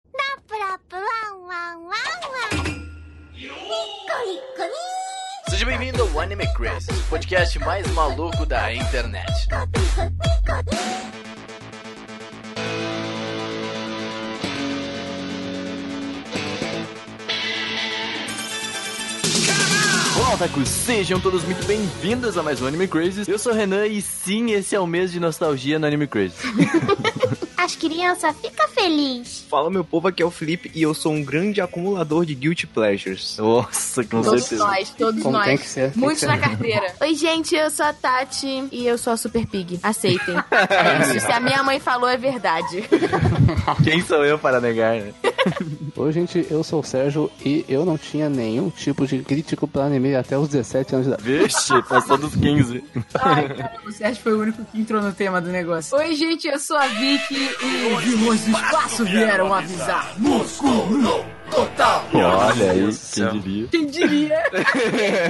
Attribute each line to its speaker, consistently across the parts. Speaker 1: ワープワンワンワンワンニッコニッコニ
Speaker 2: Seja bem-vindo ao Anime Crazy, o podcast mais maluco da internet. Olá, otakus! Sejam todos muito bem-vindos a mais um Anime Crazy. Eu sou o Renan e sim, esse é o mês de nostalgia no Anime Crazy.
Speaker 1: As crianças ficam felizes.
Speaker 3: Fala meu povo, aqui é o Felipe e eu sou um grande acumulador de guilty pleasures.
Speaker 2: Nossa, com
Speaker 4: Todos
Speaker 2: certeza.
Speaker 4: nós, todos
Speaker 5: Como
Speaker 4: nós.
Speaker 5: tem que ser, tem
Speaker 4: Muitos
Speaker 5: que
Speaker 4: na
Speaker 5: ser.
Speaker 4: carteira. Oi, gente, eu sou a Tati e eu sou a Super Pig. Aceitem. É isso, se a minha mãe falou, é verdade.
Speaker 2: Quem sou eu para negar, né?
Speaker 5: Oi, gente, eu sou o Sérgio e eu não tinha nenhum tipo de crítico para anime até os 17 anos de idade.
Speaker 2: Vixe, passou dos 15.
Speaker 6: O Sérgio foi o único que entrou no tema do negócio.
Speaker 4: Oi, gente, eu sou a Vicky e...
Speaker 6: Os vilões do espaço vieram avisar.
Speaker 2: Olha aí,
Speaker 3: céu.
Speaker 2: quem diria.
Speaker 6: Quem diria?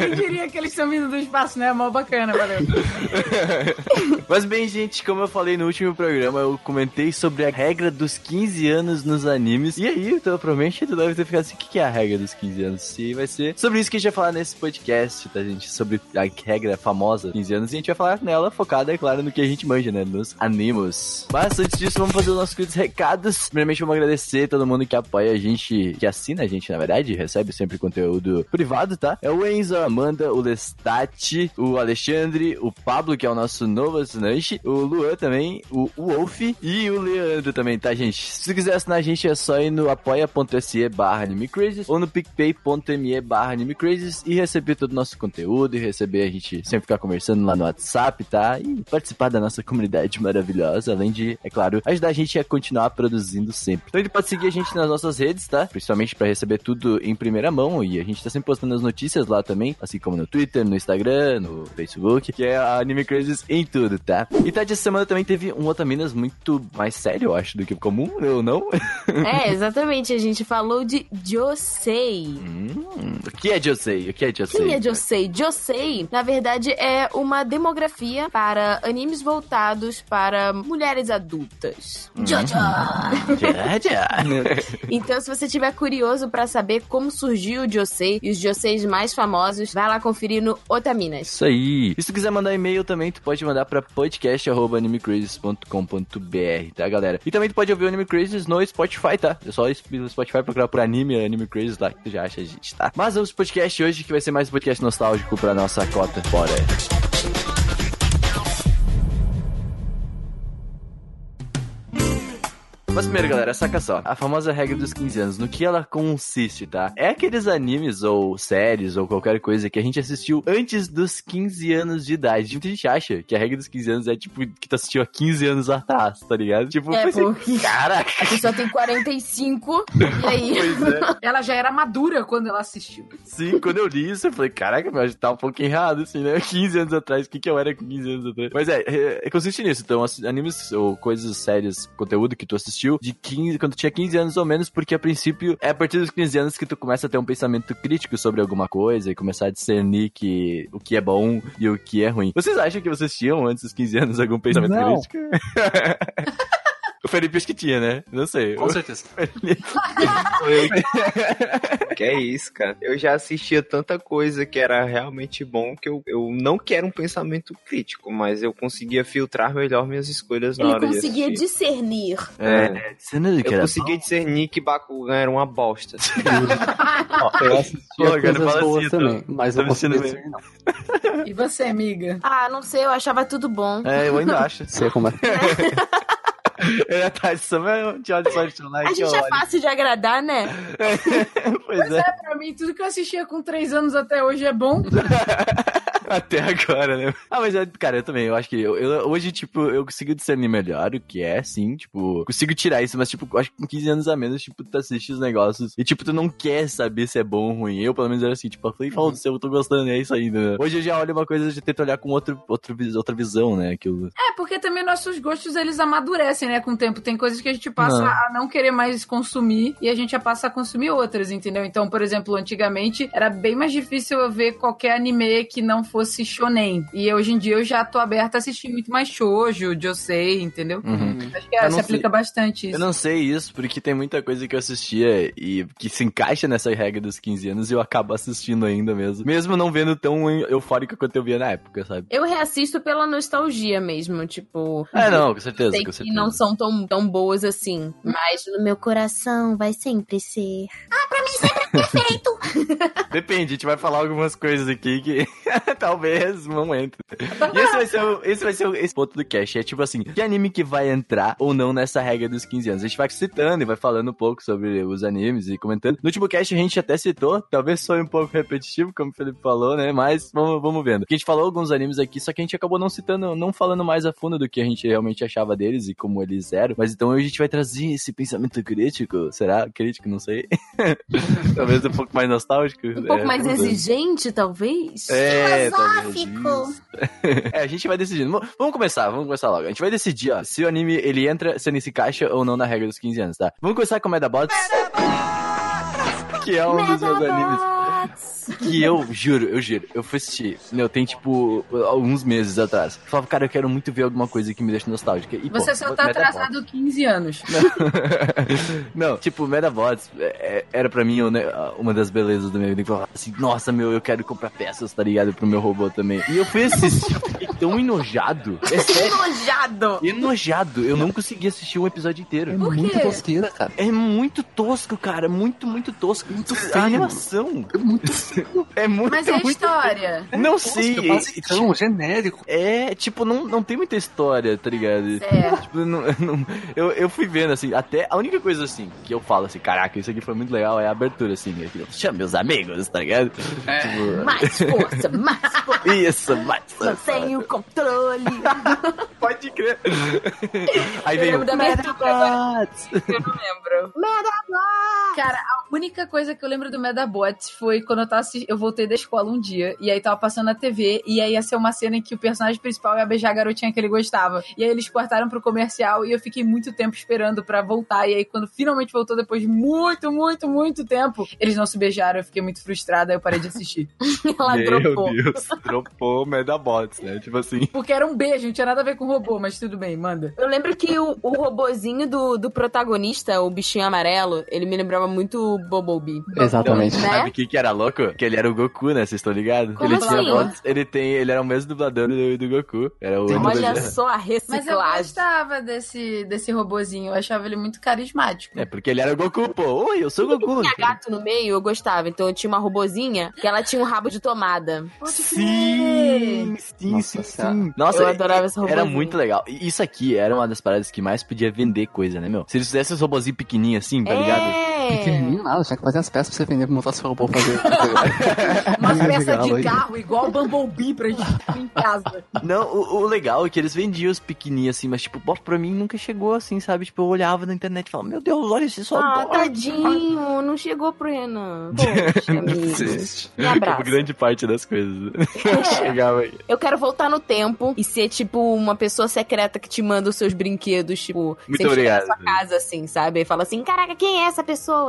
Speaker 6: Quem diria que eles estão vindo do espaço, né? Mó bacana, valeu.
Speaker 2: Mas bem, gente, como eu falei no último programa, eu comentei sobre a regra dos 15 anos nos animes. E aí, então, provavelmente tu deve ter ficado assim, o que que é a regra dos 15 anos? E vai ser sobre isso que a gente vai falar nesse podcast, tá, gente? Sobre a regra famosa dos 15 anos. E a gente vai falar nela, focada, é claro, no que a gente manja, né? Nos animos. Mas antes disso, vamos fazer os nossos queridos recados. Primeiramente, vamos agradecer todo mundo que apoia a gente, que assina a gente, na verdade, recebe sempre conteúdo privado, tá? É o Enzo, a Amanda, o Lestati, o Alexandre, o Pablo, que é o nosso novo assinante, o Luan também, o Wolf e o Leandro também, tá, gente? Se você quiser assinar a gente, é só ir no apoia.se barra animecrazes ou no picpay.me barra animecrazes e receber todo o nosso conteúdo e receber a gente sempre ficar conversando lá no WhatsApp, tá? E participar da nossa comunidade maravilhosa, além de, é claro, ajudar a gente a continuar produzindo sempre. Então ele pode seguir a gente nas nossas redes, tá? Principalmente pra receber tudo em primeira mão e a gente tá sempre postando as notícias lá também, assim como no Twitter, no Instagram, no Facebook, que é a Anime Crazes em tudo, tá? E tá, essa semana também teve um Otaminas muito mais sério, eu acho, do que o comum, ou não?
Speaker 4: É, exatamente, a gente falou de Josei.
Speaker 2: Hum, o que é Josei? O que é Josei?
Speaker 4: Quem é Josei? Josei, na verdade, é uma demografia para animes voltados para mulheres adultas. Jojo!
Speaker 2: Josei?
Speaker 4: Então, se você tiver curioso pra saber como surgiu o Josei e os Joseis mais famosos, vai lá conferir no Otaminas.
Speaker 2: Isso aí. E se tu quiser mandar e-mail também, tu pode mandar pra podcast.animecrazes.com.br, tá, galera? E também tu pode ouvir o Anime Crazes no Spotify, tá? É só ir no Spotify procurar por anime, Anime Crazes lá, que tu já acha a gente, tá? Mas vamos pro podcast hoje, que vai ser mais um podcast nostálgico pra nossa cota. Bora. Mas primeiro, galera, saca só. A famosa regra dos 15 anos, no que ela consiste, tá? É aqueles animes ou séries ou qualquer coisa que a gente assistiu antes dos 15 anos de idade. Muita gente acha que a regra dos 15 anos é tipo que tu assistiu há 15 anos atrás, tá ligado? Tipo,
Speaker 4: É,
Speaker 2: pois
Speaker 4: porque-
Speaker 2: caraca,
Speaker 4: A pessoa tem 45 e aí.
Speaker 2: pois é.
Speaker 6: Ela já era madura quando ela assistiu.
Speaker 2: Sim, quando eu li isso, eu falei, caraca, mas tá um pouco errado, assim, né? 15 anos atrás, o que, que eu era com 15 anos atrás? Mas é, é, consiste nisso, então, assi- animes ou coisas sérias, conteúdo que tu assistiu de 15, quando tinha 15 anos ou menos, porque a princípio é a partir dos 15 anos que tu começa a ter um pensamento crítico sobre alguma coisa e começar a discernir que o que é bom e o que é ruim. Vocês acham que vocês tinham antes dos 15 anos algum pensamento
Speaker 5: Não.
Speaker 2: crítico? o Felipe acho que tinha, né? Não sei.
Speaker 7: Com certeza.
Speaker 3: que é isso, cara. Eu já assistia tanta coisa que era realmente bom que eu, eu não quero um pensamento crítico, mas eu conseguia filtrar melhor minhas escolhas na
Speaker 4: Ele
Speaker 3: hora
Speaker 4: conseguia
Speaker 3: de assistir.
Speaker 4: discernir.
Speaker 2: É, você não
Speaker 3: Eu conseguia discernir que Bakugan era uma bosta.
Speaker 5: Eu assistia
Speaker 2: Pô, cara,
Speaker 5: coisas
Speaker 2: fala
Speaker 5: boas
Speaker 2: assim, eu tô-
Speaker 5: também, mas
Speaker 2: tô
Speaker 5: eu
Speaker 2: me
Speaker 5: consegui
Speaker 2: sentindo
Speaker 5: dizer, não.
Speaker 6: E você, amiga?
Speaker 4: Ah, não sei, eu achava tudo bom.
Speaker 2: É, eu ainda acho.
Speaker 5: Sei como é.
Speaker 2: É, tá, isso mesmo. Tchau, tchau, tchau. lá,
Speaker 4: A
Speaker 2: que
Speaker 4: gente é
Speaker 2: olho.
Speaker 4: fácil de agradar, né?
Speaker 2: Pois é,
Speaker 6: Pra mim, tudo que eu assistia com 3 anos até hoje é bom.
Speaker 2: até agora, né? Ah, mas, é, cara, eu também, eu acho que eu, eu- hoje, tipo, eu consigo discernir melhor o que é, sim, tipo, consigo tirar isso, mas, tipo, eu acho que com 15 anos a menos, tipo, tu assiste os negócios e, tipo, tu não quer saber se é bom ou ruim. Eu, pelo menos, era assim, tipo, eu falei, fala do seu, eu tô gostando, é isso ainda. Né? Hoje eu já olho uma coisa de tento olhar com outro, outro, vis- outra visão, né? Aquilo.
Speaker 6: É, porque também nossos gostos, eles amadurecem, né, com o tempo. Tem coisas que a gente passa
Speaker 2: Não.
Speaker 6: a não querer mais consumir e a gente já passa a consumir outras, entendeu? Então, por exemplo, antigamente era bem mais difícil eu ver qualquer anime que não fosse shonen. E hoje em dia eu já tô aberta a assistir muito mais shoujo, josei, entendeu?
Speaker 2: Uhum.
Speaker 6: Acho que
Speaker 2: Eu
Speaker 6: é,
Speaker 2: não
Speaker 6: se aplica bastante isso.
Speaker 2: Eu não sei isso, porque tem muita coisa que eu assistia e que se encaixa nessa regra dos 15 anos e eu acabo assistindo ainda mesmo. Mesmo não vendo tão eufórica quanto eu via na época, sabe?
Speaker 4: Eu reassisto pela nostalgia mesmo, tipo.
Speaker 2: É, não, com certeza,
Speaker 4: Sei
Speaker 2: com
Speaker 4: que
Speaker 2: certeza.
Speaker 4: não são tão, tão boas assim. Mas no meu coração vai sempre ser.
Speaker 1: Perfeito.
Speaker 2: Depende, a gente vai falar algumas coisas aqui que talvez não entre. E esse vai ser o, esse vai ser o- esse ponto do cast. É tipo assim, que anime que vai entrar ou não nessa regra dos 15 anos? A gente vai citando e vai falando um pouco sobre os animes e comentando. No último cast a gente até citou, talvez foi um pouco repetitivo, como o Felipe falou, né? Mas vamos, vamos vendo. Porque a gente falou alguns animes aqui, só que a gente acabou não citando, não falando mais a fundo do que a gente realmente achava deles e como eles eram. Mas então hoje a gente vai trazer esse pensamento crítico. Será? Crítico, não sei. Talvez um pouco mais nostálgico. É,
Speaker 4: Um pouco mais
Speaker 2: exigente.
Speaker 4: exigente, talvez?
Speaker 2: É,
Speaker 3: tá
Speaker 2: talvez
Speaker 1: Filosófico.
Speaker 2: isso. é, a gente vai decidindo. Mo- Vamos começar, vamos começar logo. A gente vai decidir, ó, se o anime ele entra, se ele se encaixa ou não na regra dos 15 anos, tá? Vamos começar com Medabots. Que é um dos meus animes
Speaker 4: Megabots.
Speaker 2: que eu juro, eu juro, eu fui assistir. Meu, tem tipo alguns meses atrás. Eu falava, cara, eu quero muito ver alguma coisa que me deixe nostálgica. E,
Speaker 6: Você
Speaker 2: pô,
Speaker 6: só tá
Speaker 2: Medabots.
Speaker 6: atrasado 15 anos.
Speaker 2: Não, tipo, Metabots é, é, era pra mim né, uma das belezas do meu vida. que eu falava Assim, nossa, meu, eu quero comprar peças, tá ligado? Pro meu robô também. E eu fui assistir, eu fiquei tão enojado. É sério,
Speaker 4: Enojado!
Speaker 2: enojado. Eu não consegui assistir um episódio
Speaker 5: É
Speaker 2: inteiro.
Speaker 6: Por
Speaker 5: muito
Speaker 6: quê?
Speaker 5: tosqueira, cara.
Speaker 2: É muito tosco, cara. Muito, muito tosco. Muito
Speaker 5: feio.
Speaker 2: A animação.
Speaker 5: É muito
Speaker 2: É muito,
Speaker 4: Mas é a
Speaker 6: Então,
Speaker 2: muito...
Speaker 4: história.
Speaker 2: Não sei.
Speaker 5: tosco,
Speaker 2: é-
Speaker 5: basicão, genérico.
Speaker 2: É, tipo, não, não tem muita história, tá
Speaker 4: É
Speaker 2: ligado?
Speaker 4: Certo.
Speaker 2: Tipo, não- não- eu, eu fui vendo, assim, até a única coisa, assim, que eu falo, assim, caraca, isso aqui foi muito legal, é a abertura, assim, é que eu chame os amigos, tá ligado? Tipo,
Speaker 4: Mais força, mais força.
Speaker 2: isso, mas...
Speaker 4: Eu tenho controle.
Speaker 2: Pode crer. Aí
Speaker 4: Eu
Speaker 2: vem
Speaker 4: lembro
Speaker 2: o...
Speaker 4: da abertura agora, eu não lembro.
Speaker 6: Cara, a única coisa que eu lembro do Medabot foi quando eu, tava assi- eu voltei da escola um dia, e aí tava passando na TV, e aí ia ser uma cena em que o personagem principal ia beijar a garotinha que ele gostava. E aí eles cortaram pro comercial, e eu fiquei muito tempo esperando pra voltar, e aí quando finalmente voltou, depois de muito, muito, muito tempo, eles não se beijaram, eu fiquei muito frustrada, aí eu parei de assistir.
Speaker 4: Ela dropou.
Speaker 2: Meu Deus, dropou o Medabots, né? Tipo assim...
Speaker 6: Porque era um beijo, não tinha nada a ver com robô, mas tudo bem, manda.
Speaker 4: Eu lembro que o, o robozinho do, do protagonista, o bichinho amarelo, ele me lembrava muito o Bobobi.
Speaker 2: É,
Speaker 5: Exatamente.
Speaker 4: Né?
Speaker 2: Sabe o que, que era louco? Que ele era o Goku, né? Vocês estão ligados?
Speaker 4: Como
Speaker 2: ele
Speaker 4: assim?
Speaker 2: tinha voz, ele tem. Ele era o mesmo dublador do, do Goku. Era o
Speaker 5: Olha
Speaker 4: Olha
Speaker 2: dublador.
Speaker 4: só a
Speaker 6: Mas eu
Speaker 4: reciclagem.
Speaker 6: gostava desse, desse robozinho, eu achava ele muito carismático.
Speaker 2: É, porque ele era o Goku, pô. Oi, eu sou o Goku.
Speaker 4: tinha gato no meio, eu gostava. Então eu tinha uma robozinha que ela tinha um rabo de tomada.
Speaker 2: Sim, sim, sim,
Speaker 5: Nossa Senhora.
Speaker 2: sim. Nossa,
Speaker 4: eu adorava esse robozinho.
Speaker 2: era muito legal. E Isso aqui era uma das paradas que mais podia vender coisa, né, meu? Se eles fizessem os robozinhos pequenininhos assim, tá ligado?
Speaker 4: É.
Speaker 5: Pequenininho nada, tinha que fazer as peças pra você vender pra montar seu robô fazer.
Speaker 6: Uma
Speaker 5: Legal,
Speaker 6: peça de
Speaker 5: hein?
Speaker 6: carro igual o Bumblebee pra gente ter em casa.
Speaker 2: Não, o, o legal é que eles vendiam os pequenininhos assim, mas tipo, bó, pra mim nunca chegou assim, sabe? Tipo, eu olhava na internet e falava, meu Deus, olha esse só.
Speaker 4: Ah, tadinho, não chegou pro Renan. Poxa, amigo. Um Me abraça.
Speaker 2: Tipo, grande parte das coisas.
Speaker 4: É.
Speaker 2: Chegava aí.
Speaker 4: Eu quero voltar no tempo e ser, tipo, uma pessoa secreta que te manda os seus brinquedos, tipo,
Speaker 2: Muito
Speaker 4: você chega
Speaker 2: obrigado.
Speaker 4: na sua casa, assim, sabe? E fala assim, caraca, quem é essa pessoa?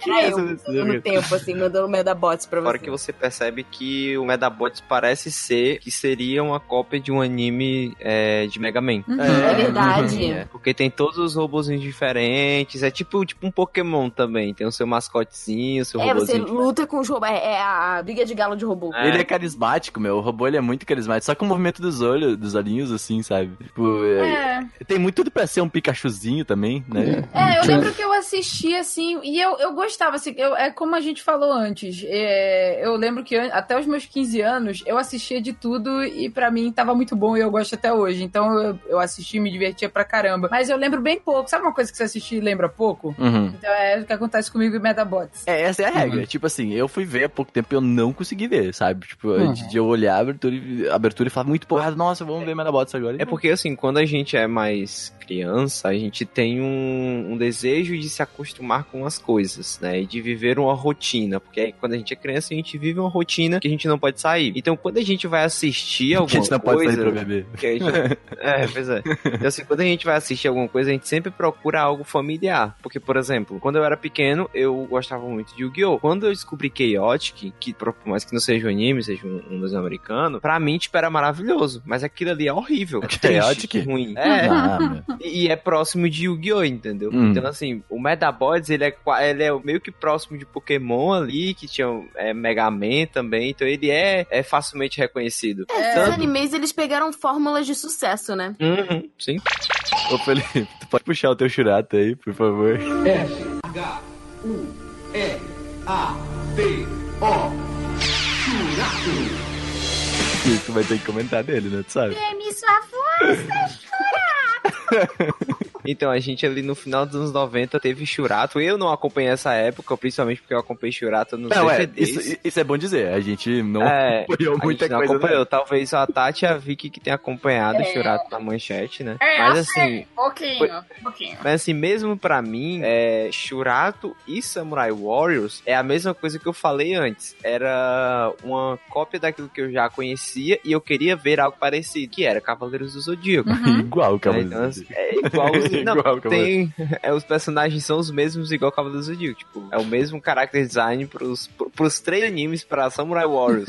Speaker 2: Que
Speaker 4: Era
Speaker 2: é
Speaker 4: eu,
Speaker 2: essa pessoa,
Speaker 4: no
Speaker 2: cara?
Speaker 4: tempo, assim, mandando o Medabots pra
Speaker 3: Agora
Speaker 4: você.
Speaker 3: que você percebe que o Medabots parece ser que seria uma cópia de um anime é, de Mega Man.
Speaker 2: É.
Speaker 4: É verdade.
Speaker 2: É.
Speaker 3: Porque tem todos os robozinhos diferentes. É tipo, tipo um Pokémon também. Tem o seu mascotezinho, o seu
Speaker 4: É, você
Speaker 3: um robozinho.
Speaker 4: luta com os robôs. É, é a a briga de galo de robô.
Speaker 3: É.
Speaker 2: Ele é carismático, meu. O robô ele é muito carismático. Só com o movimento dos olhos, dos olhinhos, assim, sabe? Tipo, é-
Speaker 6: É.
Speaker 2: tem muito tudo pra ser um Pikachuzinho também, né?
Speaker 6: É, eu lembro que eu assisti assim, e eu, eu gostava, assim, eu- é como a gente falou antes. é, eu lembro que an- até os meus 15 anos eu assistia de tudo e pra mim tava muito bom e eu gosto até hoje. Então eu, eu assisti e me divertia pra caramba. Mas eu lembro bem pouco. Sabe uma coisa que você assistiu e lembra pouco?
Speaker 2: Uhum.
Speaker 6: Então é o que acontece comigo em Metabots.
Speaker 2: É, essa é a regra. Tipo assim, eu fui ver há pouco tempo e eu não consegui ver, sabe? Tipo,
Speaker 5: Uhum.
Speaker 2: de, de eu olhar a abertura, e- a abertura e falar muito porrada, nossa, vamos ver Metabots agora.
Speaker 3: É porque assim, quando a gente é mais criança, a gente tem um, um desejo de se acostumar com as coisas. né? E de viver uma rotina. Porque aí, quando a gente é criança, a gente vive uma rotina que a gente não pode sair. Então, quando a gente vai assistir alguma
Speaker 2: a gente não
Speaker 3: coisa...
Speaker 2: pode sair pra beber.
Speaker 3: que a gente- É, pois é. Então, assim, quando a gente vai assistir alguma coisa, a gente sempre procura algo familiar. Porque, por exemplo, quando eu era pequeno, eu gostava muito de Yu-Gi-Oh! Quando eu descobri Chaotic, que por mais que não seja um anime, seja um, um desenho americano, pra mim, tipo, era maravilhoso. Mas aquilo ali é horrível. É
Speaker 2: Chaotic?
Speaker 3: triste, Ruim. É,
Speaker 2: Ah, meu.
Speaker 3: e é próximo de Yu-Gi-Oh, entendeu?
Speaker 2: Hum.
Speaker 3: Então, assim, o Metabots, ele é, qua- ele é meio que próximo de Pokémon ali, que tinha o- é, Mega Man também, então ele é, é facilmente reconhecido.
Speaker 4: Os animes, eles pegaram fórmulas de sucesso, né?
Speaker 3: Uhum, sim.
Speaker 2: Ô, Felipe, tu pode puxar o teu churata aí, por favor? H-U-E-A-T-O Tu vai ter que comentar dele, né? Tu sabe?
Speaker 3: É,
Speaker 1: Treme sua força.
Speaker 3: Então, a gente ali no final dos anos 90 teve Churato. Eu não acompanhei essa época, principalmente porque eu acompanhei Churato no
Speaker 2: Não, é,
Speaker 3: CCDs.
Speaker 2: isso, isso é bom dizer. A gente não
Speaker 3: É,
Speaker 2: apoiou
Speaker 3: a
Speaker 2: muita
Speaker 3: gente não
Speaker 2: coisa.
Speaker 3: acompanhou.
Speaker 2: né?
Speaker 3: Talvez a Tati e a Vicky que tenha acompanhado o Churato na manchete, né?
Speaker 6: É,
Speaker 3: Mas
Speaker 6: assim,
Speaker 3: assim,
Speaker 6: Pouquinho, pouquinho.
Speaker 3: Mas assim, mesmo pra mim, é, Shurato e Samurai Warriors é a mesma coisa que eu falei antes. Era uma cópia daquilo que eu já conhecia e eu queria ver algo parecido, que era Cavaleiros do Zodíaco.
Speaker 6: Uhum.
Speaker 2: Igual,
Speaker 3: Né?
Speaker 2: cara.
Speaker 3: Então, assim, é igual, não,
Speaker 2: Igual,
Speaker 3: tem, é, os personagens são os mesmos igual Cavaleiros do Zodíaco, tipo, é o mesmo character design pros, pro- pros três animes pra Samurai Warriors,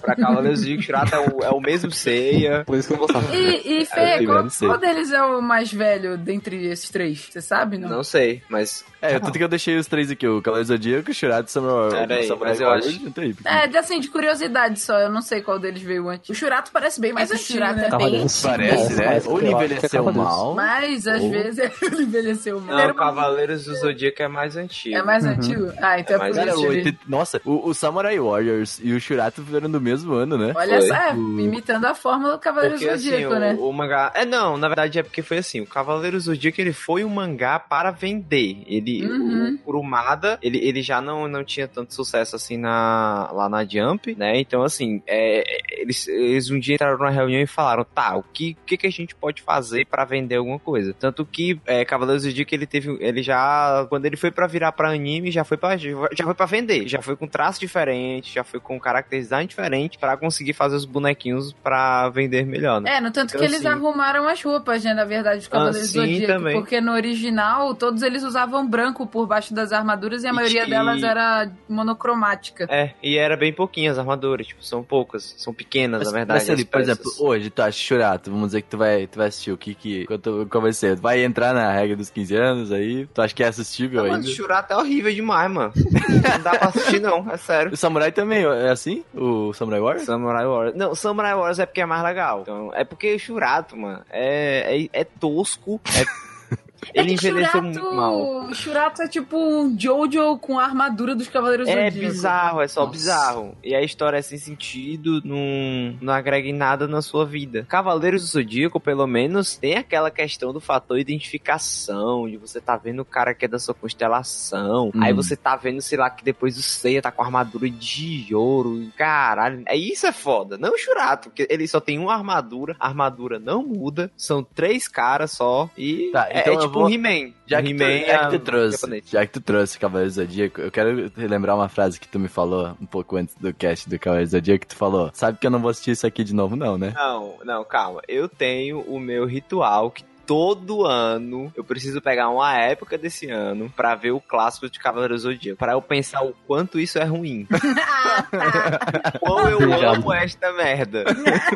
Speaker 3: pra Cavaleiros do Zodíaco, Shurato é o, é o mesmo Seiya,
Speaker 5: Por isso que eu gostava.
Speaker 6: E, e Fê,
Speaker 2: tem,
Speaker 6: qual,
Speaker 2: não sei.
Speaker 6: qual deles é o mais velho dentre esses três? Você sabe, não?
Speaker 3: não sei, mas
Speaker 2: É, tanto que eu deixei os três aqui, o Cavaleiro Zodíaco, o Shurato e o Samurai.
Speaker 3: Pera aí,
Speaker 2: Samurai
Speaker 3: mas eu
Speaker 2: Warriors,
Speaker 3: acho-
Speaker 2: não tem aí, porque-
Speaker 6: É, de- assim, de curiosidade só, eu não sei qual deles veio antes. O Churato parece bem mais
Speaker 4: Mas o
Speaker 6: antigo,
Speaker 4: Churato
Speaker 6: né?
Speaker 4: é bem
Speaker 5: Cavaleiros.
Speaker 2: Parece,
Speaker 5: Parece,
Speaker 2: né?
Speaker 5: parece
Speaker 2: Ou ele
Speaker 5: que eu acho que é
Speaker 2: envelheceu
Speaker 5: Cavaleiros.
Speaker 2: mal.
Speaker 6: Mas, às
Speaker 2: Ou-
Speaker 6: vezes, ele envelheceu mal.
Speaker 3: não, Cavaleiros do Zodíaco é mais antigo.
Speaker 6: É mais antigo? Ah, então é,
Speaker 3: É mais
Speaker 6: por
Speaker 2: Cara,
Speaker 6: isso.
Speaker 2: o
Speaker 6: ele-
Speaker 2: 80 Nossa, o, o Samurai Warriors e o Shurato vieram do mesmo ano, né?
Speaker 6: Olha
Speaker 3: Foi.
Speaker 6: só, é, imitando a forma do Cavaleiro
Speaker 3: Porque
Speaker 6: Zodíaco,
Speaker 3: assim,
Speaker 6: né?
Speaker 3: o, o mangá. É, não, na verdade é porque foi assim: o Cavaleiro Zodíaco ele foi um mangá para vender. Ele,
Speaker 6: Uhum.
Speaker 3: o Kurumada, ele, ele já não, não tinha tanto sucesso assim na, lá na Jump, né? Então, assim, é, eles, eles um dia entraram numa reunião e falaram: tá, o que, o que, que a gente pode fazer para vender alguma coisa? Tanto que é, Cavaleiro Zodíaco ele teve. Ele já. Quando ele foi para virar para anime, já foi para já foi para vender. Já foi com traço diferente, já foi com character design diferente para conseguir fazer os bonequinhos para vender melhor, né?
Speaker 6: É, no tanto
Speaker 3: Então,
Speaker 6: que eles
Speaker 3: assim-
Speaker 6: arrumaram as roupas, né, na verdade, dos Cavaleiros
Speaker 3: Ah,
Speaker 6: do
Speaker 3: sim,
Speaker 6: Zodíaco.
Speaker 3: também.
Speaker 6: Porque no original, todos eles usavam branco por baixo das armaduras e a
Speaker 3: E
Speaker 6: maioria
Speaker 3: ti-
Speaker 6: delas era monocromática.
Speaker 3: É, e era bem pouquinho as armaduras, tipo, são poucas, são pequenas, na verdade.
Speaker 2: Marcelo,
Speaker 3: as
Speaker 2: por
Speaker 3: peças.
Speaker 2: exemplo, hoje tu acha Shurato, vamos dizer que tu vai, tu vai assistir o que que... Quanto, como vai ser? Tu vai entrar na regra dos 15 anos aí? Tu acha que é assistível
Speaker 3: Mano,
Speaker 2: ainda?
Speaker 3: Shurato é horrível demais, mano. não dá pra assistir, não, é sério.
Speaker 2: O Samurai também é assim? O Samurai Warriors?
Speaker 3: Samurai Warriors. Não, Samurai Warriors é porque é mais legal. Então, é porque o Shurato, mano, é, é, é tosco. é- ele
Speaker 6: É que
Speaker 3: envelheceu
Speaker 6: Churato-
Speaker 3: muito mal.
Speaker 6: Churato é tipo um Jojo com a armadura dos Cavaleiros do
Speaker 3: É
Speaker 6: Zodíaco.
Speaker 3: bizarro, é só
Speaker 2: né?
Speaker 5: Nossa.
Speaker 3: bizarro. E a história é sem sentido, não, não agrega em nada na sua vida. Cavaleiros do Zodíaco, pelo menos, tem aquela questão do fator identificação, de você tá vendo o cara que é da sua constelação,
Speaker 2: Hum.
Speaker 3: aí você tá vendo, sei lá, que depois o Seiya tá com a armadura de ouro, e caralho. É, isso é foda, não o Churato, porque ele só tem uma armadura, a armadura não muda, são três caras só, e
Speaker 2: Tá,
Speaker 3: é-
Speaker 2: então
Speaker 3: é,
Speaker 2: eu
Speaker 3: tipo
Speaker 2: vou-
Speaker 3: um He-Man.
Speaker 2: Já
Speaker 3: Um
Speaker 2: que, tu,
Speaker 3: He-Man
Speaker 2: já que
Speaker 3: é
Speaker 2: tu trouxe,
Speaker 3: japonês.
Speaker 2: já que tu trouxe Cavaleiro Zodíaco, eu quero lembrar uma frase que tu me falou um pouco antes do cast do Cavaleiro Zodíaco, que tu falou, sabe que eu não vou assistir isso aqui de novo não, né?
Speaker 3: Não, não, calma. Eu tenho o meu ritual que todo ano eu preciso pegar uma época desse ano pra ver o clássico de Cavaleiros do Zodíaco, Pra eu pensar o quanto isso é ruim.
Speaker 4: Ah, tá.
Speaker 3: Ou eu amo esta merda.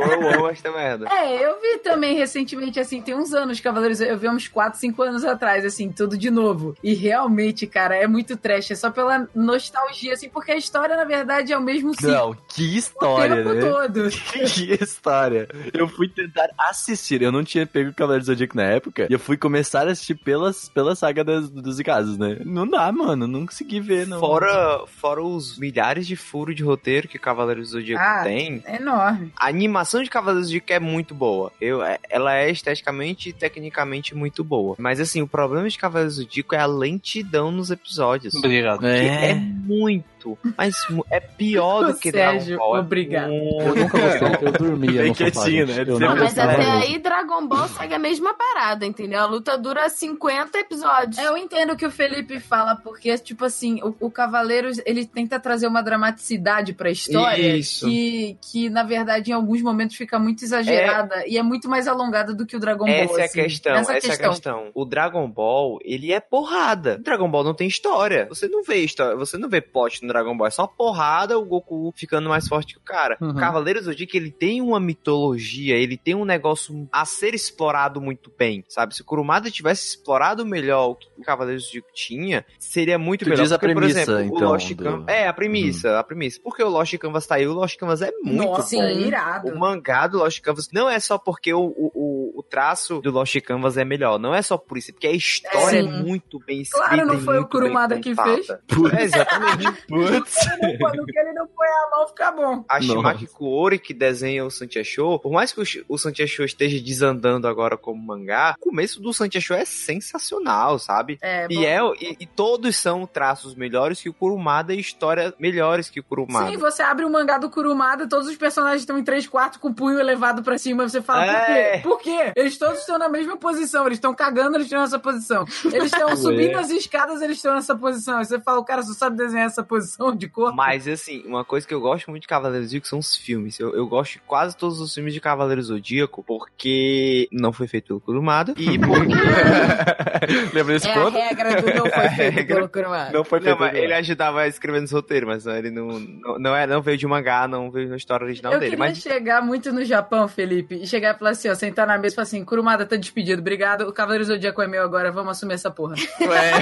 Speaker 3: Ou eu amo esta merda.
Speaker 6: É, eu vi também recentemente, assim, tem uns anos Cavaleiros, eu vi uns 4, 5 anos atrás, assim, tudo de novo. E realmente, cara, é muito trash, é só pela nostalgia, assim, porque a história, na verdade, é o mesmo ciclo
Speaker 2: Não, que
Speaker 6: o
Speaker 2: história,
Speaker 6: tempo
Speaker 2: né?
Speaker 6: todo.
Speaker 2: que história. Eu fui tentar assistir. Eu não tinha pego o Cavaleiro do Zodíaco na época. E eu fui começar a assistir pelas, pela saga das, dos Ikazus, né? Não dá, mano. Não consegui ver, não.
Speaker 3: Fora, fora os milhares de furos de roteiro que Cavaleiros do Zodíaco
Speaker 6: Ah,
Speaker 3: tem,
Speaker 6: É enorme.
Speaker 3: a animação de Cavaleiros do Zodíaco é muito boa. Eu, é- ela é esteticamente e tecnicamente muito boa. Mas assim, o problema de Cavaleiros do Zodíaco é a lentidão nos episódios.
Speaker 5: Obrigado.
Speaker 3: Que é,
Speaker 2: É.
Speaker 3: muito, mas mu- é pior do que
Speaker 6: Sérgio,
Speaker 3: Dragon Ball. é
Speaker 6: obrigado.
Speaker 3: muito-
Speaker 5: Eu nunca gostei, eu dormia
Speaker 2: Bem
Speaker 5: no sofá,
Speaker 2: quietinho,
Speaker 5: gente.
Speaker 2: né? Sempre
Speaker 4: Não,
Speaker 5: Eu não
Speaker 4: mas
Speaker 2: gostava
Speaker 5: gostava
Speaker 4: até
Speaker 5: mesmo.
Speaker 4: aí Dragon Ball segue a mesma parada, entendeu? A luta dura 50 episódios.
Speaker 6: É, Eu entendo o que o Felipe fala, porque, tipo assim, o, o Cavaleiros, ele tenta trazer uma dramaticidade pra história
Speaker 3: Isso.
Speaker 6: que, que, na verdade, em alguns momentos fica muito exagerada e é muito mais alongada do que o Dragon Ball.
Speaker 3: Essa é a
Speaker 6: assim.
Speaker 3: questão,
Speaker 6: Essa
Speaker 3: essa,
Speaker 6: é a
Speaker 3: é
Speaker 6: questão.
Speaker 3: a questão. O Dragon Ball, ele é porrada. O Dragon Ball não tem história. Você não vê história, você não vê pote no Dragon Ball, é só porrada, o Goku ficando mais forte que o cara.
Speaker 5: Uhum.
Speaker 3: Cavaleiros do Zodíaco, ele tem uma mitologia, ele tem um negócio a ser explorado muito bem, sabe? Se o Kurumada tivesse explorado melhor o que o Cavaleiros do Zodíaco tinha, seria muito
Speaker 2: Tu
Speaker 3: melhor.
Speaker 2: diz a
Speaker 3: Porque,
Speaker 2: premissa,
Speaker 3: por exemplo,
Speaker 2: então,
Speaker 3: o Lost
Speaker 2: do-
Speaker 3: Canvas... É, a premissa, a premissa. Porque o Lost Canvas tá aí, o Lost Canvas é muito
Speaker 6: Nossa,
Speaker 4: bom.
Speaker 6: é irado.
Speaker 3: o mangá do Lost Canvas não é só porque o, o, o- o traço do Lost Canvas é melhor, não é só por isso, é porque a história é
Speaker 6: Sim.
Speaker 3: muito bem escrita.
Speaker 6: Claro, não
Speaker 3: e
Speaker 6: foi o
Speaker 3: muito bem
Speaker 6: Kurumada que
Speaker 3: contada.
Speaker 6: fez.
Speaker 3: É, exatamente.
Speaker 2: Putz.
Speaker 6: Quando ele não põe a mão, fica bom.
Speaker 3: A
Speaker 2: Nossa.
Speaker 3: Shimaki Kuori, que desenha o Santia Show, por mais que o, Sh- o Santia Show esteja desandando agora como mangá, o começo do Santia Show é sensacional, sabe?
Speaker 6: É, bom.
Speaker 3: E, é, e, e todos são traços melhores que o Kurumada e histórias melhores que o Kurumada.
Speaker 6: Sim, você abre o mangá do Kurumada, todos os personagens estão em 3 quartos com o punho elevado pra cima, você fala,
Speaker 3: É.
Speaker 6: por quê? Por quê? Eles todos estão na mesma posição, eles estão cagando, eles estão nessa posição. Eles estão subindo as escadas, eles estão nessa posição. Aí você fala, o cara só sabe desenhar essa posição de corpo.
Speaker 3: Mas, assim, uma coisa que eu gosto muito de Cavaleiros do Zodíaco são os filmes. Eu, eu gosto de quase todos os filmes de Cavaleiros do Zodíaco, porque não foi feito pelo Kurumada. E porque
Speaker 2: Lembra desse
Speaker 4: É a
Speaker 2: ponto?
Speaker 4: regra do não foi feito
Speaker 3: regra.
Speaker 4: pelo
Speaker 6: é.
Speaker 4: Kurumada.
Speaker 2: Não foi
Speaker 3: não,
Speaker 2: feito.
Speaker 3: mas ele é- ajudava a escrever nos roteiros, mas não, ele não, não, não, é, não veio de mangá, não veio na história original
Speaker 6: eu
Speaker 3: dele.
Speaker 6: queria
Speaker 3: Mas
Speaker 6: chegar muito no Japão, Felipe, e chegar e falar assim, ó, sentar na mesa e falar assim, Kurumada tá despedido, obrigado, o Cavaleiro Zodíaco é meu agora, vamos assumir essa porra.
Speaker 2: Ué.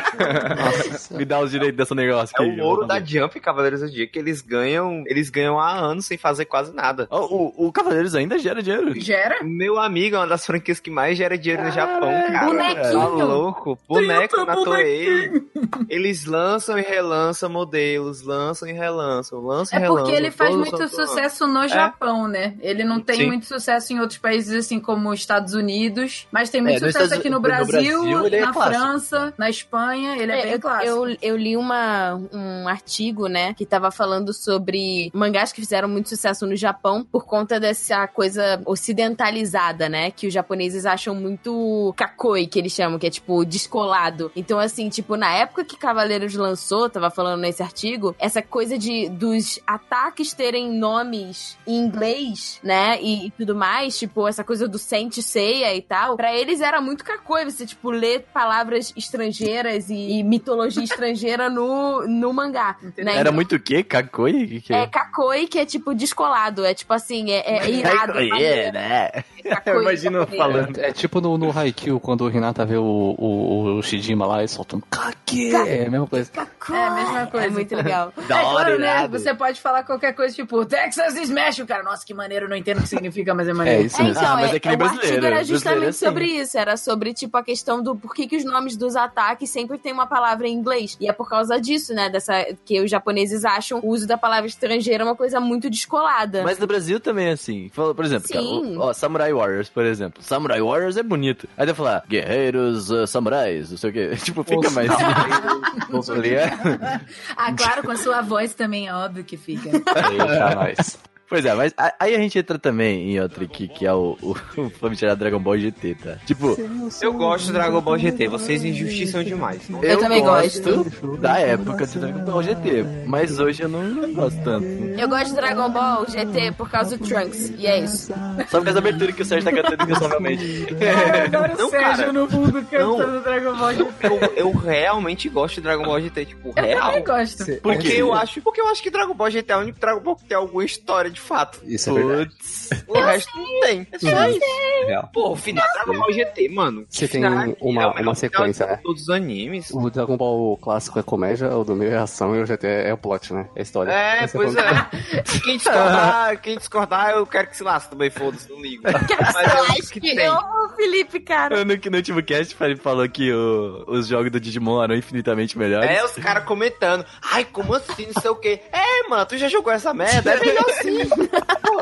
Speaker 5: Nossa,
Speaker 2: Me dá os direitos desse negócio
Speaker 3: é
Speaker 2: aqui.
Speaker 3: o ouro
Speaker 2: eu vou
Speaker 3: da
Speaker 2: fazer.
Speaker 3: Jump Cavaleiros do Zodíaco, que eles ganham, eles ganham há anos sem fazer quase nada.
Speaker 2: Ó, o, o Cavaleiros ainda gera dinheiro.
Speaker 6: Gera?
Speaker 3: Meu amigo é uma das franquias que mais gera dinheiro no Japão, cara.
Speaker 6: bonequinho.
Speaker 3: Tá louco? Boneco
Speaker 6: Trinta
Speaker 3: na Toei. Eles lançam e relançam modelos, lançam e relançam, lançam e
Speaker 6: É
Speaker 3: relançam.
Speaker 6: porque ele faz
Speaker 3: todos
Speaker 6: muito
Speaker 3: são-
Speaker 6: sucesso no Japão, né? Ele não tem
Speaker 3: Sim.
Speaker 6: muito sucesso em outros países, assim, como os Estados Unidos, mas tem muito
Speaker 2: É, nos
Speaker 6: sucesso
Speaker 2: Estados-
Speaker 6: aqui no
Speaker 2: no
Speaker 6: Brasil,
Speaker 2: Brasil, ele é
Speaker 6: na
Speaker 2: clássico.
Speaker 6: França, na Espanha, ele é,
Speaker 4: É,
Speaker 6: bem
Speaker 4: eu,
Speaker 6: clássico.
Speaker 4: eu, eu li uma, um artigo, né, que tava falando sobre mangás que fizeram muito sucesso no Japão por conta dessa coisa ocidentalizada, né, que os japoneses acham muito kakoi, que eles chamam, que é tipo descolado. Então, assim, tipo, na época que Cavaleiros lançou, tava falando nesse artigo, essa coisa de dos ataques terem nomes em inglês, né, e, e tudo mais, tipo, essa coisa do sente ceia e tal, pra eles era muito cacoi você, tipo, ler palavras estrangeiras e, e mitologia estrangeira no, no mangá, né?
Speaker 2: Era muito o quê? Kakoi? O que que
Speaker 4: É
Speaker 2: é?
Speaker 4: kakoi, que é tipo descolado, é tipo assim, é, é irado. é
Speaker 2: Kakoi, é,
Speaker 4: maneiro,
Speaker 2: né?
Speaker 4: kakoi,
Speaker 2: Eu imagino
Speaker 4: kakoi.
Speaker 2: falando.
Speaker 5: É, é tipo no, no Haikyuu, quando o Renata vê o, o, o Shijima lá e solta um Kake! É a mesma coisa.
Speaker 4: Kakoi.
Speaker 6: É a mesma coisa.
Speaker 4: É muito legal.
Speaker 2: Da
Speaker 6: é
Speaker 2: hora,
Speaker 6: claro, né?
Speaker 2: irado.
Speaker 6: Você pode falar qualquer coisa, tipo, Texas is México, cara. Nossa, que maneiro, eu não entendo o que significa, mas é
Speaker 5: É
Speaker 6: maneiro.
Speaker 5: isso
Speaker 4: É,
Speaker 5: mesmo.
Speaker 4: então,
Speaker 2: Ah, mas
Speaker 4: é,
Speaker 2: é que nem
Speaker 4: o artigo
Speaker 2: brasileiro,
Speaker 4: era
Speaker 2: brasileiro é
Speaker 4: justamente
Speaker 2: assim.
Speaker 4: sobre isso. Era sobre, tipo, a questão do por que, que os nomes dos ataques sempre tem uma palavra em inglês. E é por causa disso, né? Dessa, que os japoneses acham o uso da palavra estrangeira uma coisa muito descolada.
Speaker 2: Mas no Brasil também é assim. Fala, Por exemplo, cara,
Speaker 4: Sim.
Speaker 2: ó, Samurai Warriors, por exemplo. Samurai Warriors é bonito. Aí deve falar, guerreiros ah, samurais, não sei o quê. Tipo, fica
Speaker 5: Nossa.
Speaker 2: mais. Tá ligado?
Speaker 6: Ah, claro, com a sua voz também, é óbvio que fica.
Speaker 5: Eita, nós.
Speaker 2: pois é, mas a- aí a gente entra também em outro aqui, que é o, o, o famigerado Dragon Ball GT, tá? Tipo,
Speaker 3: Eu gosto do Dragon Ball GT, vocês injustiçam demais.
Speaker 4: Eu também
Speaker 2: da época de Dragon Ball GT. Mas hoje eu não, não gosto tanto.
Speaker 4: Eu gosto de Dragon Ball GT por causa do Trunks. E é isso.
Speaker 2: Só por causa da abertura que o Sérgio tá cantando incansavelmente.
Speaker 6: Agora o
Speaker 3: Não,
Speaker 6: Sérgio
Speaker 3: cara.
Speaker 6: no mundo cantando
Speaker 3: Não.
Speaker 6: Dragon Ball.
Speaker 3: Eu, eu realmente gosto de Dragon Ball GT, tipo,
Speaker 6: Eu
Speaker 3: real.
Speaker 6: também gosto.
Speaker 2: Por
Speaker 3: Porque
Speaker 2: quê?
Speaker 3: eu acho, porque eu acho que Dragon Ball GT é o único Dragon Ball que tem alguma história de fato.
Speaker 5: Isso é verdade.
Speaker 2: Putz.
Speaker 3: O resto não tem. É só isso.
Speaker 4: Uhum.
Speaker 5: Real.
Speaker 3: Pô, o final do Dragon Ball GT, mano.
Speaker 5: Você
Speaker 3: que
Speaker 5: tem
Speaker 3: final,
Speaker 5: uma-
Speaker 3: que é o
Speaker 5: uma
Speaker 3: melhor
Speaker 5: sequência,
Speaker 3: final
Speaker 5: né?
Speaker 3: de Todos os animes.
Speaker 5: O Dragon Ball clássico é comédia, o do meio é ação e o GT é o plot, né? É a história.
Speaker 3: É,
Speaker 5: Essa
Speaker 3: pois
Speaker 5: a-
Speaker 3: é. Quem discordar, quem discordar, eu quero que se lasque também, foda-se, não ligo. Mas é o único que tem.
Speaker 4: Eu amo o Felipe, cara.
Speaker 2: No, no último cast ele falou que o- os jogos do Digimon eram infinitamente melhores.
Speaker 3: É, os caras comentando. Ai, como assim, não sei o quê. É, mano, tu já jogou essa merda? É melhor sim. Pô,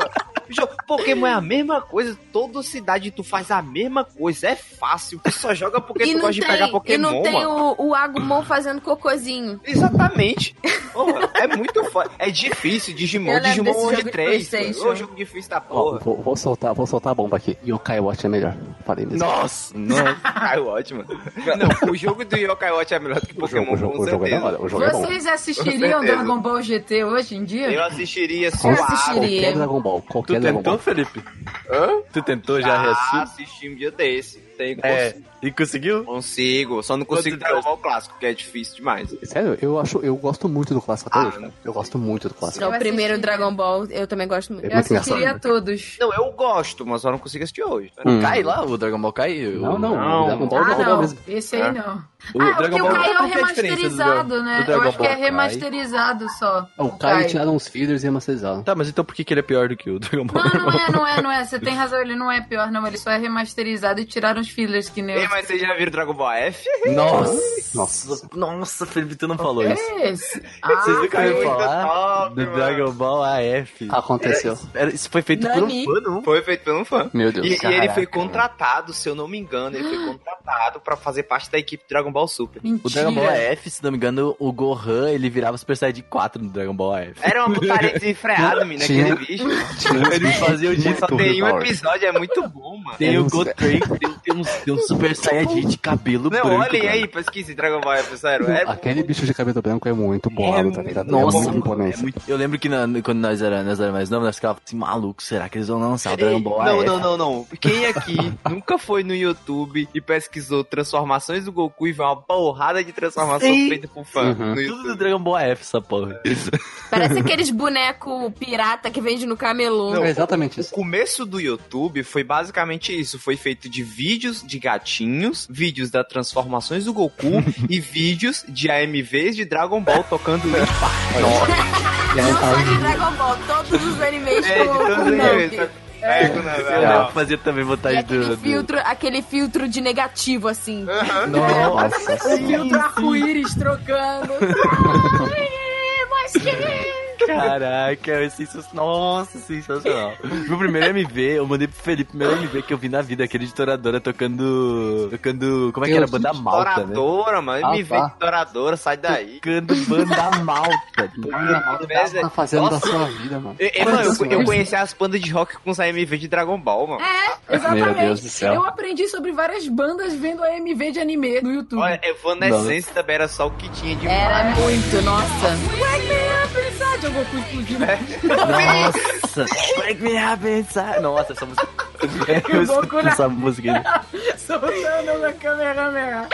Speaker 3: jo- Pokémon é a mesma coisa. Toda cidade tu faz a mesma coisa. É fácil. Tu só joga porque
Speaker 4: E
Speaker 3: tu
Speaker 4: não,
Speaker 3: gosta de pegar
Speaker 4: tem,
Speaker 3: Pokémon,
Speaker 4: e não tem
Speaker 3: mano.
Speaker 4: o, o Agumon fazendo cocôzinho.
Speaker 3: Exatamente. Porra, é muito foda. É difícil Digimon.
Speaker 4: Eu lembro
Speaker 3: Digimon
Speaker 4: desse
Speaker 3: hoje
Speaker 4: jogo de né?
Speaker 3: 3.
Speaker 4: PlayStation.
Speaker 3: Hoje jogo difícil da
Speaker 5: Ó,
Speaker 3: porra.
Speaker 5: vou, vou soltar, vou soltar a bomba aqui. Yokai Watch é melhor. Falei mesmo.
Speaker 2: Nossa! Nossa!
Speaker 3: Yokai Watch, mano. Não, o jogo do Yokai Watch é melhor do que
Speaker 5: o jogo,
Speaker 3: Pokémon,
Speaker 5: o jogo,
Speaker 3: com
Speaker 5: o jogo é da
Speaker 3: certeza.
Speaker 5: hora. O jogo é bom.
Speaker 6: Vocês assistiriam
Speaker 3: Com certeza.
Speaker 6: Dragon Ball GT hoje em dia?
Speaker 3: Eu assistiria
Speaker 5: Qual-
Speaker 3: suave.
Speaker 6: assistiria.
Speaker 5: Qualquer Dragon Ball,
Speaker 2: Tu
Speaker 5: qualquer Dragon
Speaker 2: tentou,
Speaker 5: Ball.
Speaker 2: Felipe? um Hã? Tu tentou já
Speaker 3: Ah,
Speaker 2: reassistir?
Speaker 3: assisti um dia desse. Tem
Speaker 2: É. E conseguiu?
Speaker 3: Consigo, só não consigo
Speaker 2: Quanto
Speaker 3: derrubar o clássico, que é difícil demais.
Speaker 5: Sério, eu acho, eu gosto muito do clássico até
Speaker 3: Ah,
Speaker 5: hoje, cara. Eu gosto muito do clássico.
Speaker 4: Não,
Speaker 6: Eu
Speaker 4: É o primeiro
Speaker 6: assisti.
Speaker 4: Dragon Ball eu também gosto muito.
Speaker 5: É
Speaker 6: Eu
Speaker 5: muito
Speaker 6: assistiria
Speaker 5: engraçado.
Speaker 6: a todos.
Speaker 3: Não, eu gosto, mas só não consigo assistir hoje.
Speaker 5: Hum.
Speaker 2: Cai lá, o Dragon Ball cai. o-
Speaker 5: Não, não,
Speaker 3: Não.
Speaker 5: o Dragon Ball
Speaker 6: Ah,
Speaker 5: não,
Speaker 6: não.
Speaker 5: não. mesmo.
Speaker 6: Esse aí
Speaker 3: É.
Speaker 6: não.
Speaker 2: O
Speaker 6: ah,
Speaker 2: Dragon
Speaker 6: porque
Speaker 2: Ball
Speaker 6: o Kai é o
Speaker 2: Qual que é a diferença do Dra-
Speaker 6: remasterizado, né?
Speaker 2: do Dragon
Speaker 6: Eu acho que é
Speaker 2: Ball Kai?
Speaker 6: remasterizado só.
Speaker 5: É O Kai
Speaker 6: Kai.
Speaker 5: tiraram os fillers e remasterizaram.
Speaker 2: Tá, mas então por que, que ele é pior do que o Dragon Ball?
Speaker 6: Não, não é, não é, não é. Você tem razão, ele não é pior, não. Ele só é remasterizado e tiraram os fillers que nem.
Speaker 4: É.
Speaker 3: Ei, mas vocês já viram Dragon Ball F?
Speaker 2: Nossa!
Speaker 5: Nossa.
Speaker 2: Nossa, Felipe, tu não falou é isso.
Speaker 6: Esse? Ah,
Speaker 2: Vocês nunca ouviram
Speaker 3: foi muito
Speaker 2: falar
Speaker 3: top,
Speaker 2: do
Speaker 3: mano.
Speaker 2: Dragon Ball AF?
Speaker 5: Aconteceu.
Speaker 2: Ah, Era- Isso foi feito por um
Speaker 4: Nani.
Speaker 2: fã, não?
Speaker 3: Foi feito por um fã.
Speaker 5: Meu Deus.
Speaker 3: E, e ele
Speaker 5: caraca,
Speaker 3: foi
Speaker 5: mano.
Speaker 3: contratado, se eu não me engano, ele foi contratado pra fazer parte da equipe Dragon Ball Super.
Speaker 2: O Dragon Ball é-
Speaker 6: mentira.
Speaker 2: AF, se não me engano, o Gohan, ele virava Super Saiyajin 4 no Dragon Ball AF.
Speaker 3: Era uma putaria desenfreada, menina, aquele
Speaker 5: Tinha-
Speaker 3: bicho.
Speaker 5: Tinha uns
Speaker 2: É, Ele
Speaker 5: bichos
Speaker 2: fazia o dia
Speaker 5: muito
Speaker 2: só
Speaker 3: Tem um
Speaker 5: horrível.
Speaker 3: episódio, é muito bom, mano.
Speaker 2: Tem
Speaker 5: Eu
Speaker 2: o
Speaker 5: não sei.
Speaker 2: Gotrey, tem, tem, uns- tem um Super
Speaker 6: Tipo,
Speaker 2: Saiyajin de cabelo
Speaker 3: Não,
Speaker 2: branco.
Speaker 3: olhem
Speaker 2: cara.
Speaker 3: aí, pesquise Dragon Ball F, sério. É
Speaker 5: Aquele bicho de cabelo branco é muito bolado, tá ligado? é
Speaker 2: Nossa,
Speaker 5: muito
Speaker 2: mano, é
Speaker 5: imponente.
Speaker 2: muito- eu lembro que na- quando nós era, nós era mais novos, nós ficávamos assim, maluco, será que eles vão lançar o Dragon
Speaker 5: ah,
Speaker 2: Ball
Speaker 5: é.
Speaker 3: Não,
Speaker 2: AF?
Speaker 3: não, não, não. Quem aqui nunca foi no YouTube e pesquisou transformações do Goku e viu uma porrada de transformação
Speaker 2: Sim.
Speaker 3: feita por fã
Speaker 5: Uhum.
Speaker 2: Tudo
Speaker 3: no
Speaker 2: do
Speaker 3: YouTube?
Speaker 2: Dragon Ball AF, essa porra.
Speaker 3: É
Speaker 4: Parece aqueles boneco pirata que vende no camelô.
Speaker 5: É exatamente
Speaker 3: O
Speaker 5: isso.
Speaker 3: começo do YouTube foi basicamente isso, foi feito de vídeos de gatinhos, vídeos das transformações do Goku e vídeos de AMVs de Dragon Ball tocando
Speaker 5: É,
Speaker 4: Não
Speaker 5: tá
Speaker 4: só de Dragon Ball, todos os animes
Speaker 3: É, de
Speaker 4: com,
Speaker 3: todos
Speaker 4: com
Speaker 3: os animes, tá
Speaker 4: Nuke.
Speaker 3: É, com-
Speaker 2: Eu
Speaker 3: não.
Speaker 2: lembro que fazia também
Speaker 4: E
Speaker 2: vontade
Speaker 4: aquele
Speaker 2: do... do...
Speaker 4: filtro, aquele filtro de negativo, assim.
Speaker 3: Ah,
Speaker 5: Nossa,
Speaker 6: Filtro arco-íris trocando.
Speaker 2: Caraca, é sensacional. Nossa, sensacional. Meu primeiro MV, eu mandei pro Felipe, primeiro MV que eu vi na vida, aquele de Toradora tocando. Tocando. Como é que era? Banda malta, né?
Speaker 3: Toradora, mano.
Speaker 5: Ah,
Speaker 3: me vê
Speaker 5: tá.
Speaker 3: de toradora, sai daí.
Speaker 2: Tocando banda malta. tá
Speaker 5: o que você tá fazendo da sua vida, mano?
Speaker 3: Eu, eu, é, mano, eu- eu conheci as bandas de rock com os AMV de Dragon Ball, mano.
Speaker 6: É, exatamente.
Speaker 5: Meu Deus do céu.
Speaker 6: Eu aprendi sobre várias bandas vendo AMV de anime no YouTube.
Speaker 3: Olha, Evanescence também era só o que tinha de
Speaker 4: Era muito, nossa.
Speaker 6: Wake me up inside, eu Goku explodindo.
Speaker 2: Nossa! Break me up inside. Nossa, essa música. Eu escuto essa música aí.
Speaker 6: Soltando na câmera, minha.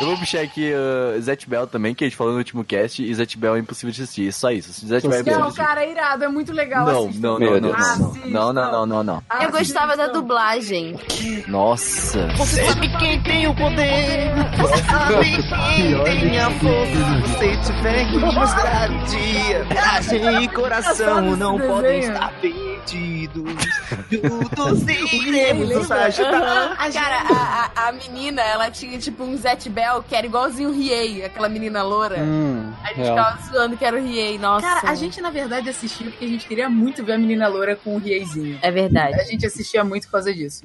Speaker 2: Eu vou puxar aqui uh, Zet Bell também, que a gente falou no último cast, e Zet Bell é impossível de assistir. Só isso. Zet Bell é impossível de
Speaker 6: Não,
Speaker 2: assistir.
Speaker 6: cara, é irado, é muito legal.
Speaker 2: Não,
Speaker 6: assistam.
Speaker 2: não, não,
Speaker 5: Meu
Speaker 2: não,
Speaker 5: Deus.
Speaker 2: não, não, não, não, não, não.
Speaker 4: Eu gostava da
Speaker 6: Assistam.
Speaker 4: dublagem.
Speaker 2: Nossa.
Speaker 3: Você sabe quem tem o poder, você sabe quem tem a força, você tiver que mostrar dia. Coragem e coração
Speaker 6: Engraçado
Speaker 3: não
Speaker 6: esse
Speaker 3: podem
Speaker 6: desenho.
Speaker 3: estar perdidos. Juntos iremos nos
Speaker 5: tá-
Speaker 3: ajudar.
Speaker 4: Cara, a, a- a menina, ela tinha tipo um Zet Bell que era igualzinho o Riei, aquela menina loura.
Speaker 5: Hum,
Speaker 4: A gente
Speaker 5: real.
Speaker 4: ficava zoando que era o Riei, nossa.
Speaker 6: Cara, a gente na verdade assistiu porque a gente queria muito ver a menina loura com o Rieizinho.
Speaker 4: É verdade.
Speaker 6: A gente assistia muito por causa disso.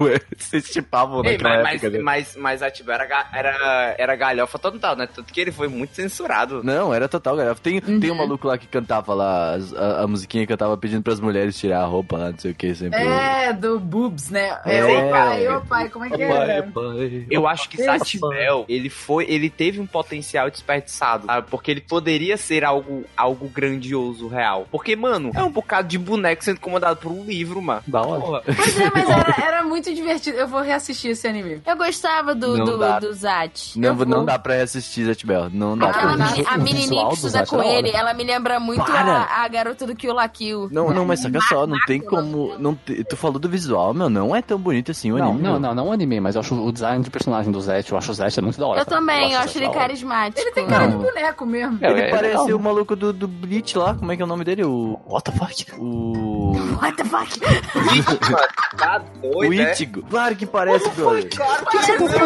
Speaker 2: Ué, Vocês chipavam
Speaker 3: Ei,
Speaker 2: naquela época,
Speaker 3: mas, mas,
Speaker 2: né?
Speaker 3: mas, mas a Tiba era, ga- era, era galhofa total, né? Tanto que ele foi muito censurado.
Speaker 2: Não, era total, galera. Tem,
Speaker 6: Uhum.
Speaker 2: tem um maluco lá que cantava lá as- a, a musiquinha que eu tava pedindo pras mulheres tirar a roupa lá, não sei o que, sempre.
Speaker 6: É, do boobs, né? É,
Speaker 2: É.
Speaker 6: o pai, o pai, como é que
Speaker 2: Pai,
Speaker 6: era?
Speaker 2: pai.
Speaker 3: Eu acho que
Speaker 6: Esse-
Speaker 3: Satibel, ele foi, ele teve um potencial desperdiçado, sabe? Porque ele poderia ser algo, algo grandioso, real. Porque, mano, é um bocado de boneco sendo comandado por um livro, mano.
Speaker 5: Da hora.
Speaker 3: Porra.
Speaker 6: Pois é, mas era, era muito divertido. Eu vou reassistir esse anime.
Speaker 4: Eu gostava do,
Speaker 2: Não
Speaker 4: do,
Speaker 2: dá.
Speaker 4: do Zat.
Speaker 2: Não,
Speaker 6: eu vou- Ah,
Speaker 2: não dá pra assistir Zet Bell. Não dá pra
Speaker 4: Aquela
Speaker 2: assistir.
Speaker 4: meni- a
Speaker 5: o
Speaker 4: menininha
Speaker 5: visual
Speaker 4: que
Speaker 5: do
Speaker 4: estuda
Speaker 5: Zat
Speaker 4: com
Speaker 5: era da
Speaker 4: ele, ela me lembra muito
Speaker 2: é Para!
Speaker 4: a, a garota do Kill la Kill.
Speaker 2: Não, não, mas saca só, não tem como. Não te- tu falou do visual, meu, não é tão bonito assim o
Speaker 5: Não,
Speaker 2: anime.
Speaker 5: não,
Speaker 2: meu.
Speaker 5: não, não o anime, mas eu acho o design de personagem do Zet, eu acho o Zet é muito da hora.
Speaker 4: Eu
Speaker 5: cara.
Speaker 4: também, eu
Speaker 5: o
Speaker 4: acho
Speaker 5: Zet
Speaker 4: ele
Speaker 5: da hora.
Speaker 4: carismático.
Speaker 6: Ele tem cara de
Speaker 2: é Não.
Speaker 6: boneco mesmo.
Speaker 5: É,
Speaker 2: Ele
Speaker 5: é
Speaker 2: parece
Speaker 5: legal.
Speaker 2: o maluco do, do Bleach lá, como é que é o nome dele? O. What the fuck? O.
Speaker 4: What the fuck?
Speaker 3: Ítimo, mano, tá
Speaker 2: o
Speaker 3: doido, né?
Speaker 2: Itigo. Claro que parece, brother.
Speaker 3: Claro que você tá O
Speaker 2: Deixa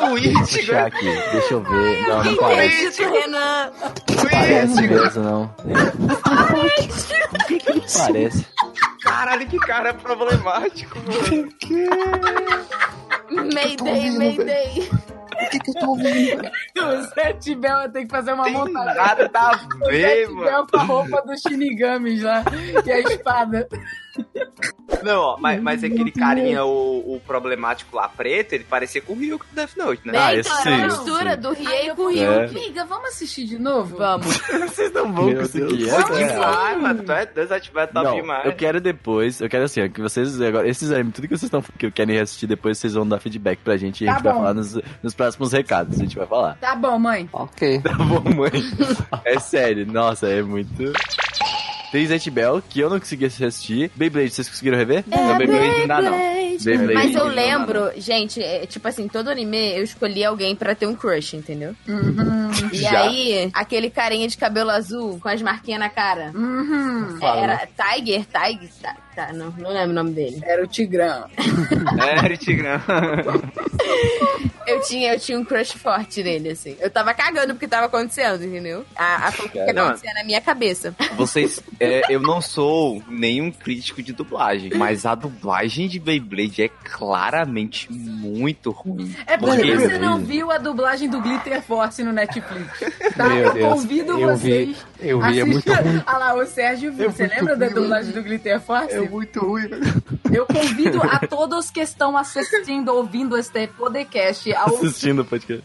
Speaker 2: eu
Speaker 3: Itigo,
Speaker 2: puxar aqui, deixa eu ver. Não, não parece.
Speaker 4: Entendi, tu, Renan.
Speaker 3: o
Speaker 2: Parece
Speaker 3: Itigo.
Speaker 2: mesmo, não. O que que ele parece?
Speaker 3: Caralho, que cara problemático, mano.
Speaker 5: Que?
Speaker 4: Mayday,
Speaker 5: ouvindo,
Speaker 4: Mayday.
Speaker 5: O que, que eu tô ouvindo?
Speaker 6: O Sete Bel tem que fazer uma
Speaker 3: Tem
Speaker 6: montagem.
Speaker 3: nada a
Speaker 6: O
Speaker 3: ver,
Speaker 6: Sete
Speaker 3: mano.
Speaker 6: Bel com a roupa dos Shinigamis lá e é a espada.
Speaker 3: Não, ó, mas, mas aquele carinha, o, o problemático lá preto, ele parecia com o Ryuk do Death Note, né?
Speaker 4: Bem,
Speaker 2: Ah, esse
Speaker 4: então, era uma
Speaker 2: sim,
Speaker 4: mistura
Speaker 2: sim.
Speaker 4: do
Speaker 6: Aí
Speaker 4: Riei
Speaker 6: eu
Speaker 4: com o
Speaker 6: falei,
Speaker 4: Rio.
Speaker 2: É.
Speaker 6: amiga, vamos assistir de novo?
Speaker 4: Vamos.
Speaker 2: Vocês não vão
Speaker 5: Meu
Speaker 2: conseguir.
Speaker 5: Deus.
Speaker 2: essa
Speaker 3: Top
Speaker 2: é a real.
Speaker 3: demais, mano. Tu é desativado top
Speaker 2: Não,
Speaker 3: demais.
Speaker 2: eu quero depois, eu quero assim, ó, que vocês agora, esses animes, tudo que vocês estão que querem assistir depois, vocês vão dar feedback pra gente e
Speaker 6: Tá
Speaker 2: a gente vai
Speaker 6: bom.
Speaker 2: falar nos, nos próximos recados, a gente vai falar.
Speaker 6: Tá bom, mãe.
Speaker 5: Ok.
Speaker 2: Tá bom, mãe. É sério, nossa, é muito. Tem Zet Bell, que eu não consegui assistir. Beyblade, vocês conseguiram rever? não, Beyblade não dá, não. Beyblade.
Speaker 4: Mas
Speaker 2: não
Speaker 4: eu
Speaker 2: dá, não.
Speaker 4: lembro, gente, é, tipo assim, todo anime eu escolhi alguém pra ter um crush, entendeu?
Speaker 6: Uhum.
Speaker 4: E
Speaker 2: Já.
Speaker 4: aí, aquele carinha de cabelo azul com as marquinhas na cara. é,
Speaker 6: Uhum.
Speaker 5: Fala.
Speaker 4: Era Tiger, Tiger, tá, tá, não, não lembro o nome dele.
Speaker 6: Era o Tigrão.
Speaker 3: É, Tigrão.
Speaker 4: Eu tinha, eu tinha um crush forte nele, assim. Eu tava cagando porque tava acontecendo, entendeu? A, a coisa que
Speaker 3: Não,
Speaker 4: acontecia na minha cabeça.
Speaker 3: Vocês, é, eu não sou nenhum crítico de dublagem, mas a dublagem de Beyblade é claramente muito ruim.
Speaker 6: É porque
Speaker 3: Muito
Speaker 6: você
Speaker 2: ruim.
Speaker 6: não viu a dublagem do Glitter Force no Netflix. Tá?
Speaker 5: Meu
Speaker 6: eu
Speaker 5: Deus.
Speaker 6: convido
Speaker 5: Eu vi,
Speaker 6: vocês.
Speaker 5: eu vi, é muito
Speaker 6: assistam.
Speaker 5: ruim.
Speaker 6: Olha lá, o Sérgio viu.
Speaker 5: É
Speaker 6: Você
Speaker 5: muito
Speaker 6: lembra da
Speaker 5: ruim.
Speaker 6: dublagem do Glitter Force?
Speaker 5: É muito ruim.
Speaker 4: né?
Speaker 6: Eu convido a todos que estão assistindo, ouvindo este podcast, a ouvir,
Speaker 2: Tá Assistindo o podcast.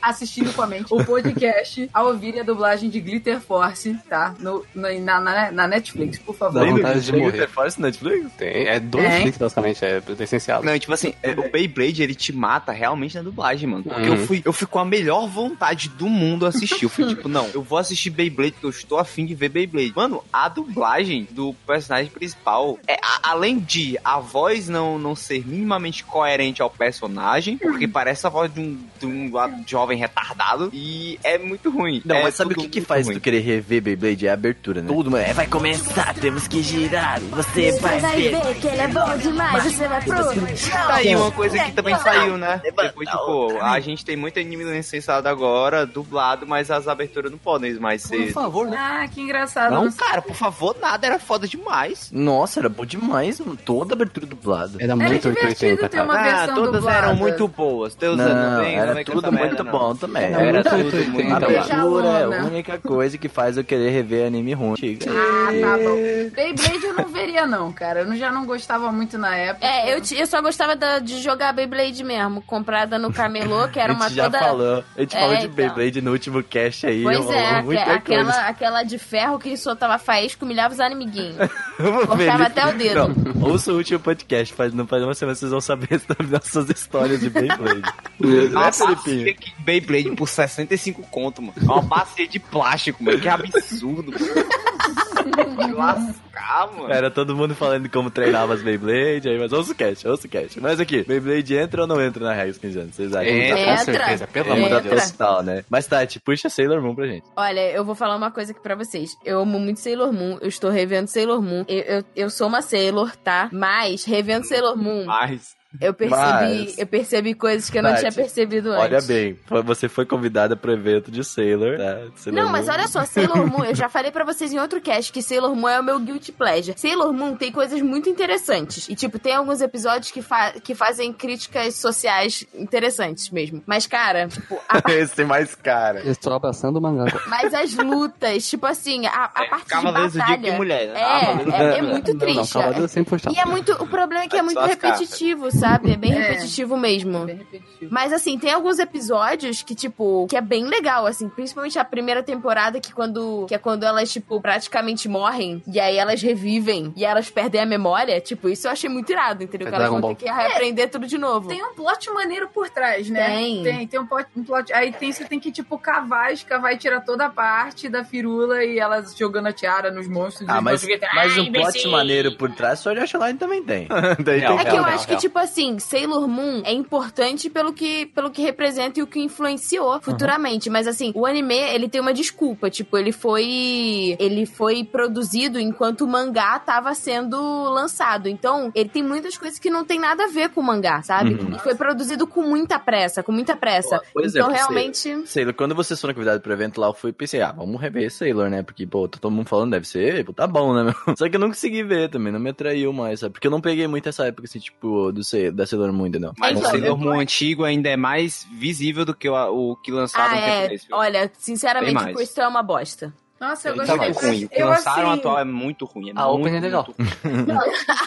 Speaker 6: assistindo com a mente, o podcast, a ouvir a dublagem de Glitter Force, tá? No, no- na, na, na Netflix, por favor.
Speaker 5: Dá vontade de
Speaker 2: Tem
Speaker 5: morrer.
Speaker 2: Interface Netflix?
Speaker 5: Tem, é dois
Speaker 6: Tem.
Speaker 5: cliques, basicamente, é licenciado.
Speaker 3: Não, tipo assim, é, o Beyblade ele te mata realmente na dublagem, mano. Porque
Speaker 5: Uhum.
Speaker 3: eu, fui, eu fui com a melhor vontade do mundo assistir. Eu fui tipo, não, eu vou assistir Beyblade porque eu estou afim de ver Beyblade. Mano, a dublagem do personagem principal, é, a- além de a voz não, não ser minimamente coerente ao personagem, porque parece a voz de um, de um jovem retardado, e é muito ruim.
Speaker 2: Não,
Speaker 3: É
Speaker 2: mas sabe o
Speaker 3: tudo
Speaker 2: que, que
Speaker 3: muito
Speaker 2: faz
Speaker 3: ruim.
Speaker 2: tu querer rever Beyblade? É a abertura, né? Todo mundo é, vai começar, temos que girar,
Speaker 3: é
Speaker 2: você vai ver.
Speaker 1: que ele é bom demais, você vai pro chão.
Speaker 3: Tá aí uma coisa que também saiu, né? Depois, tipo, a gente tem muito anime licenciado agora, dublado, mas as aberturas não podem mais
Speaker 5: Por
Speaker 3: ser.
Speaker 5: favor, né?
Speaker 6: Ah, que engraçado.
Speaker 3: Não,
Speaker 6: não sei.
Speaker 3: cara, por favor, nada, era foda demais.
Speaker 2: Nossa, era bom demais, mano. toda abertura dublada.
Speaker 4: É
Speaker 5: Era
Speaker 6: Era
Speaker 5: muito tá 880,
Speaker 6: divertido ter uma
Speaker 5: cara.
Speaker 3: Ah,
Speaker 6: versão
Speaker 3: todas
Speaker 6: dublada.
Speaker 3: eram muito boas. Deus
Speaker 2: Não,
Speaker 3: vem,
Speaker 2: era
Speaker 3: vem com
Speaker 2: tudo
Speaker 3: essa merda,
Speaker 2: muito
Speaker 3: não.
Speaker 2: bom também.
Speaker 5: Não,
Speaker 2: Era
Speaker 5: muito
Speaker 2: tudo
Speaker 5: 880,
Speaker 2: A
Speaker 5: Então, mano.
Speaker 2: abertura é
Speaker 6: né?
Speaker 2: a única coisa que faz eu querer rever anime ruim. é Antigo.
Speaker 6: Ah, tá bom. Beyblade eu não veria, não, cara. Eu já não gostava muito na época.
Speaker 4: É, eu, ti- eu só gostava da- de jogar Beyblade mesmo, comprada no camelô, que era
Speaker 2: a
Speaker 4: uma
Speaker 2: gente já
Speaker 4: toda...
Speaker 2: falou, a gente
Speaker 4: É,
Speaker 2: falou de
Speaker 4: então.
Speaker 2: Beyblade no último cast aí,
Speaker 4: Pois
Speaker 2: rolou
Speaker 4: é, aque-
Speaker 2: muita coisa.
Speaker 4: aquela, aquela de ferro que soltava faísca, humilhava os amiguinhos.
Speaker 2: Eu vou
Speaker 4: Cortava
Speaker 2: ver,
Speaker 4: até o dedo.
Speaker 2: Não, ouça o último podcast, faz, não faz uma semana, vocês vão saber das nossas histórias de Beyblade. né,
Speaker 3: Nossa,
Speaker 2: Felipinho?
Speaker 3: que Beyblade por 65 conto, mano. É uma bacia de plástico, mano. Que absurdo, mano. Que lascar, mano.
Speaker 2: Era todo mundo falando como treinava as Beyblade, aí, mas ouça o cast, ouça o cast. Mas aqui, Beyblade entra ou não entra na regra dos 15 anos? Vocês acham? tá-
Speaker 5: Entra,
Speaker 4: Entra.
Speaker 5: com certeza, pelo
Speaker 4: Entra.
Speaker 5: amor de Deus.
Speaker 2: total, né? Mas Tati, puxa Sailor Moon pra gente.
Speaker 4: Olha, eu vou falar uma coisa aqui pra vocês. Eu amo muito Sailor Moon, eu estou revendo Sailor Moon. Eu, eu, eu sou uma Sailor, tá? Mas, revendo Sailor Moon,
Speaker 3: Mas,
Speaker 4: eu percebi,
Speaker 2: Mas-
Speaker 4: eu percebi coisas que eu não
Speaker 2: Tati,
Speaker 4: tinha percebido antes.
Speaker 2: Olha bem, foi- você foi convidada pro evento de Sailor, tá? Sailor
Speaker 4: Não, mas
Speaker 2: Moon.
Speaker 4: olha só, Sailor Moon, eu já falei pra vocês em outro cast que Sailor Moon é o meu guilty pleasure. Sailor Moon tem coisas muito interessantes. E, tipo, tem alguns episódios que, fa- que fazem críticas sociais interessantes mesmo. Mas, cara, tipo, a-
Speaker 2: Esse mais cara.
Speaker 5: Eu estou abraçando o mangá.
Speaker 4: mas as lutas, tipo assim, a,
Speaker 5: É,
Speaker 4: a parte de
Speaker 3: Cavaleiros do Zodíaco e
Speaker 4: batalha.
Speaker 3: mulher. né? Cavaleiros do
Speaker 4: É, é, é
Speaker 3: Zodíaco.
Speaker 4: muito
Speaker 5: Ah, Não, não,
Speaker 4: triste.
Speaker 5: Cavaleiro sempre foi chato.
Speaker 4: e é muito. O problema é que é
Speaker 3: Só
Speaker 4: muito
Speaker 3: as cartas.
Speaker 4: repetitivo, sabe? É bem
Speaker 6: É.
Speaker 4: repetitivo mesmo.
Speaker 6: Bem repetitivo.
Speaker 4: Mas assim, tem alguns episódios que, tipo, que é bem legal, assim, principalmente a primeira temporada, que quando. Que é quando elas, tipo, praticamente morrem, e aí elas revivem e elas perdem a memória. Tipo, isso eu achei muito irado, entendeu?
Speaker 5: É
Speaker 4: que elas
Speaker 5: Dragon
Speaker 4: vão ter
Speaker 5: Ball.
Speaker 4: que reaprender tudo de novo.
Speaker 6: Tem um plot maneiro por trás, né?
Speaker 4: Tem.
Speaker 6: Tem, tem um, plot, um plot- Aí tem, você tem que, tipo, cavar, escavar e tirar toda a parte da firula e elas jogando a tiara nos monstros. e
Speaker 2: Ah,
Speaker 6: os
Speaker 2: mas,
Speaker 6: monstros gritam,
Speaker 2: mas
Speaker 6: "Ai,
Speaker 2: um plot
Speaker 6: imbecil!"
Speaker 2: maneiro por trás, só de Ashline também tem. Daí
Speaker 5: Não,
Speaker 2: tem
Speaker 4: É que eu
Speaker 5: real,
Speaker 4: acho que,
Speaker 5: real.
Speaker 4: tipo assim, Sailor Moon é importante pelo que, pelo que representa e o que influenciou futuramente. Mas assim, o anime, ele tem uma desculpa. Tipo, ele foi. Ele foi produzido enquanto o mangá tava sendo lançado. Então, ele tem muitas coisas que não tem nada a ver com o mangá, sabe?
Speaker 2: Uhum.
Speaker 4: E foi produzido com muita pressa, com muita pressa.
Speaker 2: Por
Speaker 4: então,
Speaker 2: exemplo,
Speaker 4: realmente.
Speaker 2: Sailor, quando vocês foram convidados pro evento lá, eu fui e pensei, ah, vamos rever Sailor, né? Porque, pô, tá todo mundo falando, deve ser, pô, tá bom, né, meu? Só que eu não consegui ver também, não me atraiu mais, sabe? Porque eu não peguei muito essa época, assim, tipo, do, Sai- da Sailor Moon Um ainda, não.
Speaker 3: Mas
Speaker 4: Então,
Speaker 3: o Sailor
Speaker 4: eu-
Speaker 3: Moon antigo ainda é mais visível do que o, o que lançaram
Speaker 4: Ah,
Speaker 3: no tempo
Speaker 4: é.
Speaker 3: desse filme.
Speaker 4: Olha,
Speaker 3: Tem
Speaker 4: sinceramente,
Speaker 3: mais.
Speaker 4: o Crystal é uma bosta.
Speaker 6: Nossa, eu
Speaker 3: Ele
Speaker 6: gostei.
Speaker 3: tá muito ruim. O que
Speaker 6: eu,
Speaker 3: lançaram
Speaker 6: assim,
Speaker 3: atual é muito ruim. É
Speaker 2: A
Speaker 3: muito,
Speaker 2: opening é legal.
Speaker 3: muito ruim.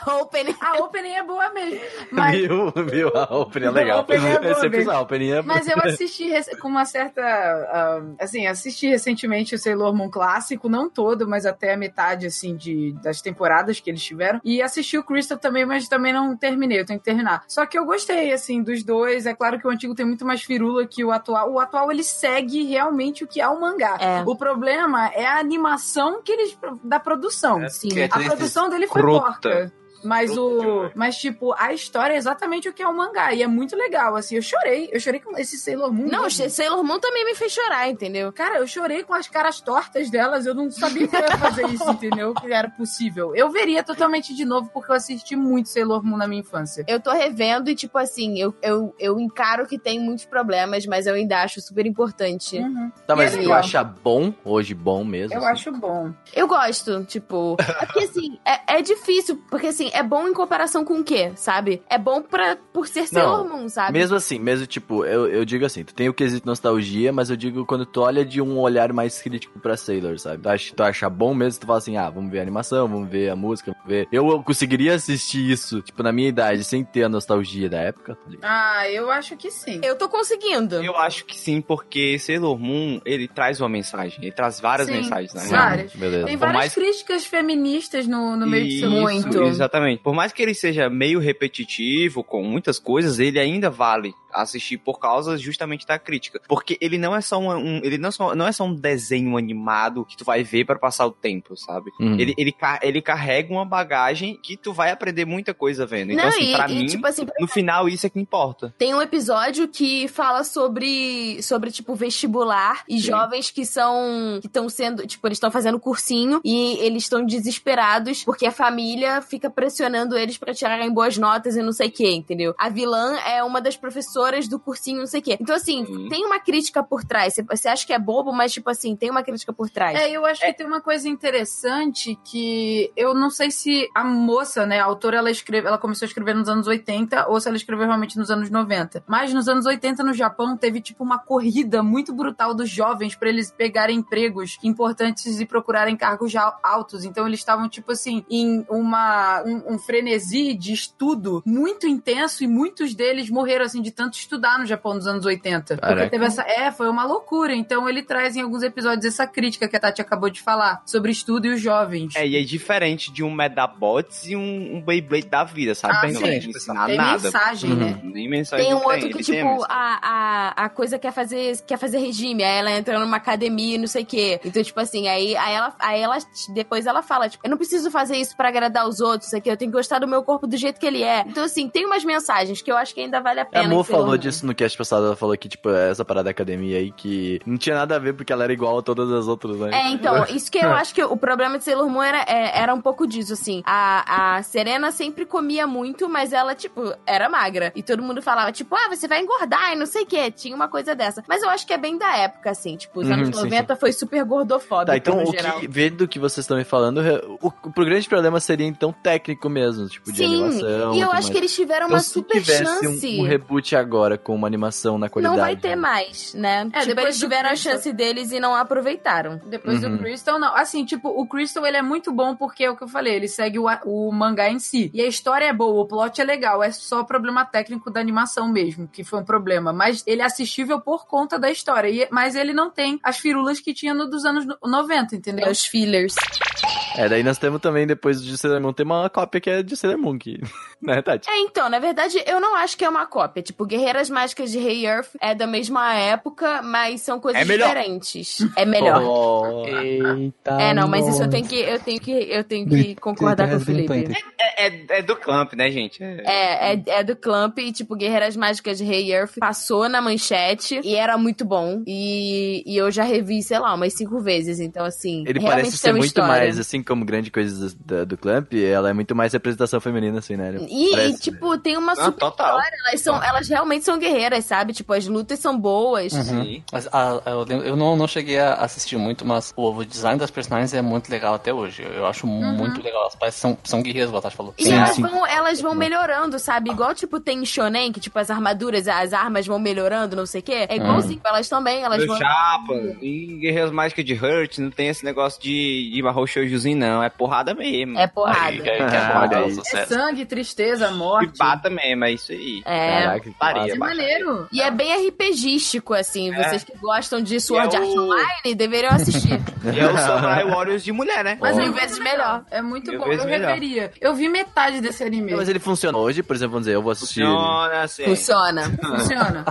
Speaker 4: A Open
Speaker 6: A opening é boa mesmo. Mas,
Speaker 2: Viu? Viu? A opening é legal.
Speaker 6: A opening é boa,
Speaker 2: Você
Speaker 6: né?
Speaker 2: pensa, a opening é
Speaker 6: mas eu assisti rec- com uma certa. ah, assim, assisti recentemente o Sailor Moon clássico, não todo, mas até a metade, assim, de, das temporadas que eles tiveram. E assisti o Crystal também, mas também não terminei, eu tenho que terminar. Só que eu gostei, assim, dos dois. É claro que o antigo tem muito mais firula que o atual. O atual ele segue realmente o que é o mangá.
Speaker 4: É.
Speaker 6: O problema é a animação que eles. da produção.
Speaker 4: Sim.
Speaker 3: Porque é
Speaker 6: A
Speaker 3: triste.
Speaker 6: produção dele foi
Speaker 3: Escrota.
Speaker 6: porca. Mas
Speaker 3: Escrota
Speaker 6: o.
Speaker 3: demais.
Speaker 6: Mas, tipo, a história é exatamente o que é o mangá. E é muito legal, assim. Eu chorei. Eu chorei com esse Sailor Moon.
Speaker 4: Não,
Speaker 6: mesmo.
Speaker 4: Sailor Moon também me fez chorar, entendeu?
Speaker 6: Cara, eu chorei com as caras tortas delas. Eu não sabia que eu ia fazer isso, entendeu? Que era possível. Eu veria totalmente de novo, porque eu assisti muito Sailor Moon na minha infância.
Speaker 4: Eu tô revendo e, tipo assim, eu, eu, eu encaro que tem muitos problemas, mas eu ainda acho super importante.
Speaker 6: Uhum.
Speaker 2: Tá, mas
Speaker 6: é
Speaker 2: tu
Speaker 6: legal.
Speaker 2: acha bom hoje, bom mesmo?
Speaker 6: Eu
Speaker 2: assim?
Speaker 6: acho bom.
Speaker 4: Eu gosto, tipo. É porque assim, é, é difícil, porque assim, é bom em comparação com o quê, sabe? É bom pra, por ser Sailor Moon, sabe?
Speaker 2: Mesmo assim, mesmo tipo, eu, eu digo assim, tu tem o quesito nostalgia, mas eu digo quando tu olha de um olhar mais crítico pra Sailor, sabe? Tu acha, tu acha bom mesmo, tu fala assim, ah, vamos ver a animação, vamos ver a música, vamos ver. Eu, eu conseguiria assistir isso, tipo, na minha idade, sem ter a nostalgia da época, tá ligado?
Speaker 6: Ah, eu acho que sim.
Speaker 4: Eu tô conseguindo.
Speaker 3: Eu acho que sim, porque Sailor Moon, ele traz uma mensagem. Ele traz várias
Speaker 6: Sim,
Speaker 3: mensagens, né? na
Speaker 6: sim.
Speaker 3: real.
Speaker 6: Várias.
Speaker 2: Beleza.
Speaker 6: Tem
Speaker 3: Por
Speaker 6: várias
Speaker 3: mais-
Speaker 6: críticas feministas no, no meio de
Speaker 3: Isso,
Speaker 6: Sailor Moon.
Speaker 4: Muito.
Speaker 3: Exatamente. Por mais que ele seja meio repetitivo, com muitas coisas, ele ainda vale assistir por causa justamente da crítica. Porque ele não é só um. um- ele não, é só- não é só um desenho animado que tu vai ver pra passar o tempo, sabe?
Speaker 2: Uhum.
Speaker 3: Ele, ele, ca- ele carrega uma bagagem que tu vai aprender muita coisa vendo. Então,
Speaker 4: Não,
Speaker 3: assim,
Speaker 4: e,
Speaker 3: pra
Speaker 4: e,
Speaker 3: mim,
Speaker 4: tipo assim,
Speaker 3: no final, isso é que importa.
Speaker 4: Tem um episódio que fala sobre, sobre tipo, vestibular e jovens que são. que estão sendo. Tipo, eles estão fazendo cursinho e eles estão desesperados porque a família fica pressionando eles pra tirarem boas notas e não sei o quê, entendeu? A vilã é uma das professoras do cursinho, não sei o quê. Então, assim,
Speaker 3: Sim.
Speaker 4: tem uma crítica por trás. Você- Você acha que é bobo, mas, tipo assim, tem uma crítica por trás.
Speaker 6: É, eu acho que tem uma coisa interessante que eu não sei se a moça, né, a autora, ela, escreve, ela começou a escrever nos anos 80 ou se ela escreveu realmente nos anos 90. Mas nos anos 80, no Japão, teve tipo uma corrida muito brutal dos jovens pra eles pegarem empregos importantes e procurarem cargos já altos. Então eles estavam, tipo assim, em uma, um, um frenesi de estudo muito intenso e muitos deles morreram, assim, de tanto estudar no Japão nos anos 80.
Speaker 2: Caraca.
Speaker 6: Porque teve essa. É, foi uma loucura. Então ele traz em alguns episódios essa crítica que a Tati acabou de falar sobre estudo e os jovens.
Speaker 3: É, e é diferente de um Medabots e um, um Beyblade da vida, sabe?
Speaker 6: Ah,
Speaker 3: Ele não
Speaker 6: sim.
Speaker 3: vai te ensinar
Speaker 6: Tem
Speaker 3: nada.
Speaker 6: mensagem,
Speaker 3: Uhum.
Speaker 6: né?
Speaker 3: Nem mensagem.
Speaker 4: Tem um
Speaker 3: não
Speaker 4: outro
Speaker 3: ele
Speaker 4: que,
Speaker 3: tem a
Speaker 4: tipo,
Speaker 3: mensagem.
Speaker 4: a, a, a coisa quer fazer, quer fazer regime, aí ela entra numa academia e não sei o quê. Então, tipo assim, aí, aí, ela, aí ela, depois ela fala, tipo, eu não preciso fazer isso pra agradar os outros, não sei o quê, eu tenho que gostar do meu corpo do jeito que ele é. Então, assim, tem umas mensagens que eu acho que ainda vale a pena.
Speaker 2: A Mo
Speaker 4: que você
Speaker 2: falou
Speaker 6: né?
Speaker 4: ouve.
Speaker 2: disso no cast passado, ela falou que, tipo, essa parada da academia aí que não tinha nada a ver porque ela era igual a todas as outras, né?
Speaker 4: É, então, isso que eu acho que o problema de Sailor Moon era, é, era um pouco disso, assim. A, a Serena sempre comia muito, mas ela, tipo, era magra. E todo mundo falava, tipo, ah, você vai engordar e não sei o quê. Tinha uma coisa dessa. Mas eu acho que é bem da época, assim. Tipo, os
Speaker 2: Uhum,
Speaker 4: anos
Speaker 2: sim,
Speaker 4: 90 foi super gordofóbico,
Speaker 2: Tá, então,
Speaker 4: no
Speaker 2: o
Speaker 4: geral.
Speaker 2: que, vendo o que vocês estão me falando, o, o grande problema seria, então, técnico mesmo, tipo, de
Speaker 4: Sim,
Speaker 2: animação.
Speaker 4: e eu
Speaker 2: tudo
Speaker 4: acho
Speaker 2: mais.
Speaker 4: que eles tiveram
Speaker 2: Então,
Speaker 4: uma
Speaker 2: se
Speaker 4: super
Speaker 2: tivesse
Speaker 4: chance.
Speaker 2: Um, um reboot agora com uma animação na qualidade.
Speaker 4: não vai ter mais, né?
Speaker 6: É,
Speaker 4: tipo,
Speaker 6: depois
Speaker 4: eles
Speaker 6: do
Speaker 4: tiveram a
Speaker 6: Crystal.
Speaker 4: chance deles e não a aproveitaram.
Speaker 6: Depois
Speaker 2: Uhum.
Speaker 6: do Crystal, não. Assim, tipo, o Crystal ele é muito bom porque é o que eu falei, ele segue o, a- o mangá em si. E a história é boa, o plot é legal, é só o problema técnico da animação mesmo, que foi um problema. Mas ele é assistível por conta da história. E- mas ele não tem as firulas que tinha no dos anos no- 90, entendeu?
Speaker 4: Os fillers.
Speaker 2: É, daí nós temos também, depois de Sailor Moon, tem uma cópia que é de Sailor Moon, que, né, Tati?
Speaker 4: É, então, na verdade, eu não acho que é uma cópia. Tipo, Guerreiras Mágicas de Rei Earth é da mesma época, mas são coisas
Speaker 3: É melhor.
Speaker 4: diferentes. É melhor.
Speaker 2: Oh,
Speaker 5: Eita.
Speaker 4: É, não, mas isso eu tenho que, eu tenho que, eu tenho que concordar com o Felipe.
Speaker 3: É, é- é do Clamp, né, gente? É.
Speaker 4: É, é, é do Clamp e, tipo, Guerreiras Mágicas de Rei Earth passou na manchete e era muito bom. E, e eu já revi, sei lá, umas cinco vezes. Então, assim,
Speaker 2: Ele
Speaker 4: realmente
Speaker 2: parece
Speaker 4: tem
Speaker 2: ser
Speaker 4: uma
Speaker 2: muito
Speaker 4: história.
Speaker 2: mais, assim, como grande coisa do, da- do Clamp, ela é muito mais representação feminina, assim, né?
Speaker 4: E,
Speaker 2: Parece,
Speaker 4: e, tipo, tem uma
Speaker 3: Não,
Speaker 4: super
Speaker 3: total.
Speaker 4: história. Elas, são, elas realmente são guerreiras, sabe? Tipo, as lutas são boas.
Speaker 5: Uhum.
Speaker 3: Sim.
Speaker 7: Mas, ah, eu lem- eu não, não cheguei a assistir muito, mas o, o design das personagens é muito legal até hoje. Eu, eu acho
Speaker 5: Uhum.
Speaker 7: muito legal. Elas parecem são, são guerreiras, o Tati falou.
Speaker 4: E
Speaker 2: Sim,
Speaker 4: elas,
Speaker 2: sim.
Speaker 4: Vão, elas vão melhorando, sabe? Igual, tipo, tem em Shonen, que, tipo, as armaduras, as armas vão melhorando, não sei o quê. É
Speaker 2: Ah.
Speaker 4: igualzinho, elas também, elas
Speaker 3: Do
Speaker 4: vão...
Speaker 3: Chapa, em Guerreiros Mágicas de Hurt, não tem esse negócio de, de marrou shoujuzinho, não. É porrada mesmo.
Speaker 4: É
Speaker 7: Aí,
Speaker 4: porrada.
Speaker 7: aí, que
Speaker 2: Ah,
Speaker 7: é bom,
Speaker 2: olha
Speaker 7: é um
Speaker 2: aí.
Speaker 6: É
Speaker 7: sucesso.
Speaker 6: sangue, tristeza,
Speaker 3: E
Speaker 6: morte.
Speaker 3: bata mesmo, é isso aí.
Speaker 4: É.
Speaker 2: Caraca, que
Speaker 3: Faria,
Speaker 2: massa.
Speaker 6: É
Speaker 3: baixaria.
Speaker 6: maneiro.
Speaker 4: E é bem RPGístico, assim. Vocês que gostam de Sword
Speaker 3: É o-
Speaker 4: Art Online deveriam assistir.
Speaker 3: E é o Samurai Warriors de mulher, né?
Speaker 6: Mas
Speaker 4: Mil
Speaker 6: é muito
Speaker 4: vezes melhor.
Speaker 6: É muito
Speaker 3: Mil
Speaker 6: bom.
Speaker 3: vezes
Speaker 6: Eu
Speaker 3: melhor.
Speaker 6: reveria. Eu vi metade desse anime.
Speaker 2: Mas ele funciona hoje, por exemplo, vamos dizer, eu vou assistir. ele.
Speaker 3: Funciona assim.
Speaker 4: Funciona.
Speaker 6: Funciona.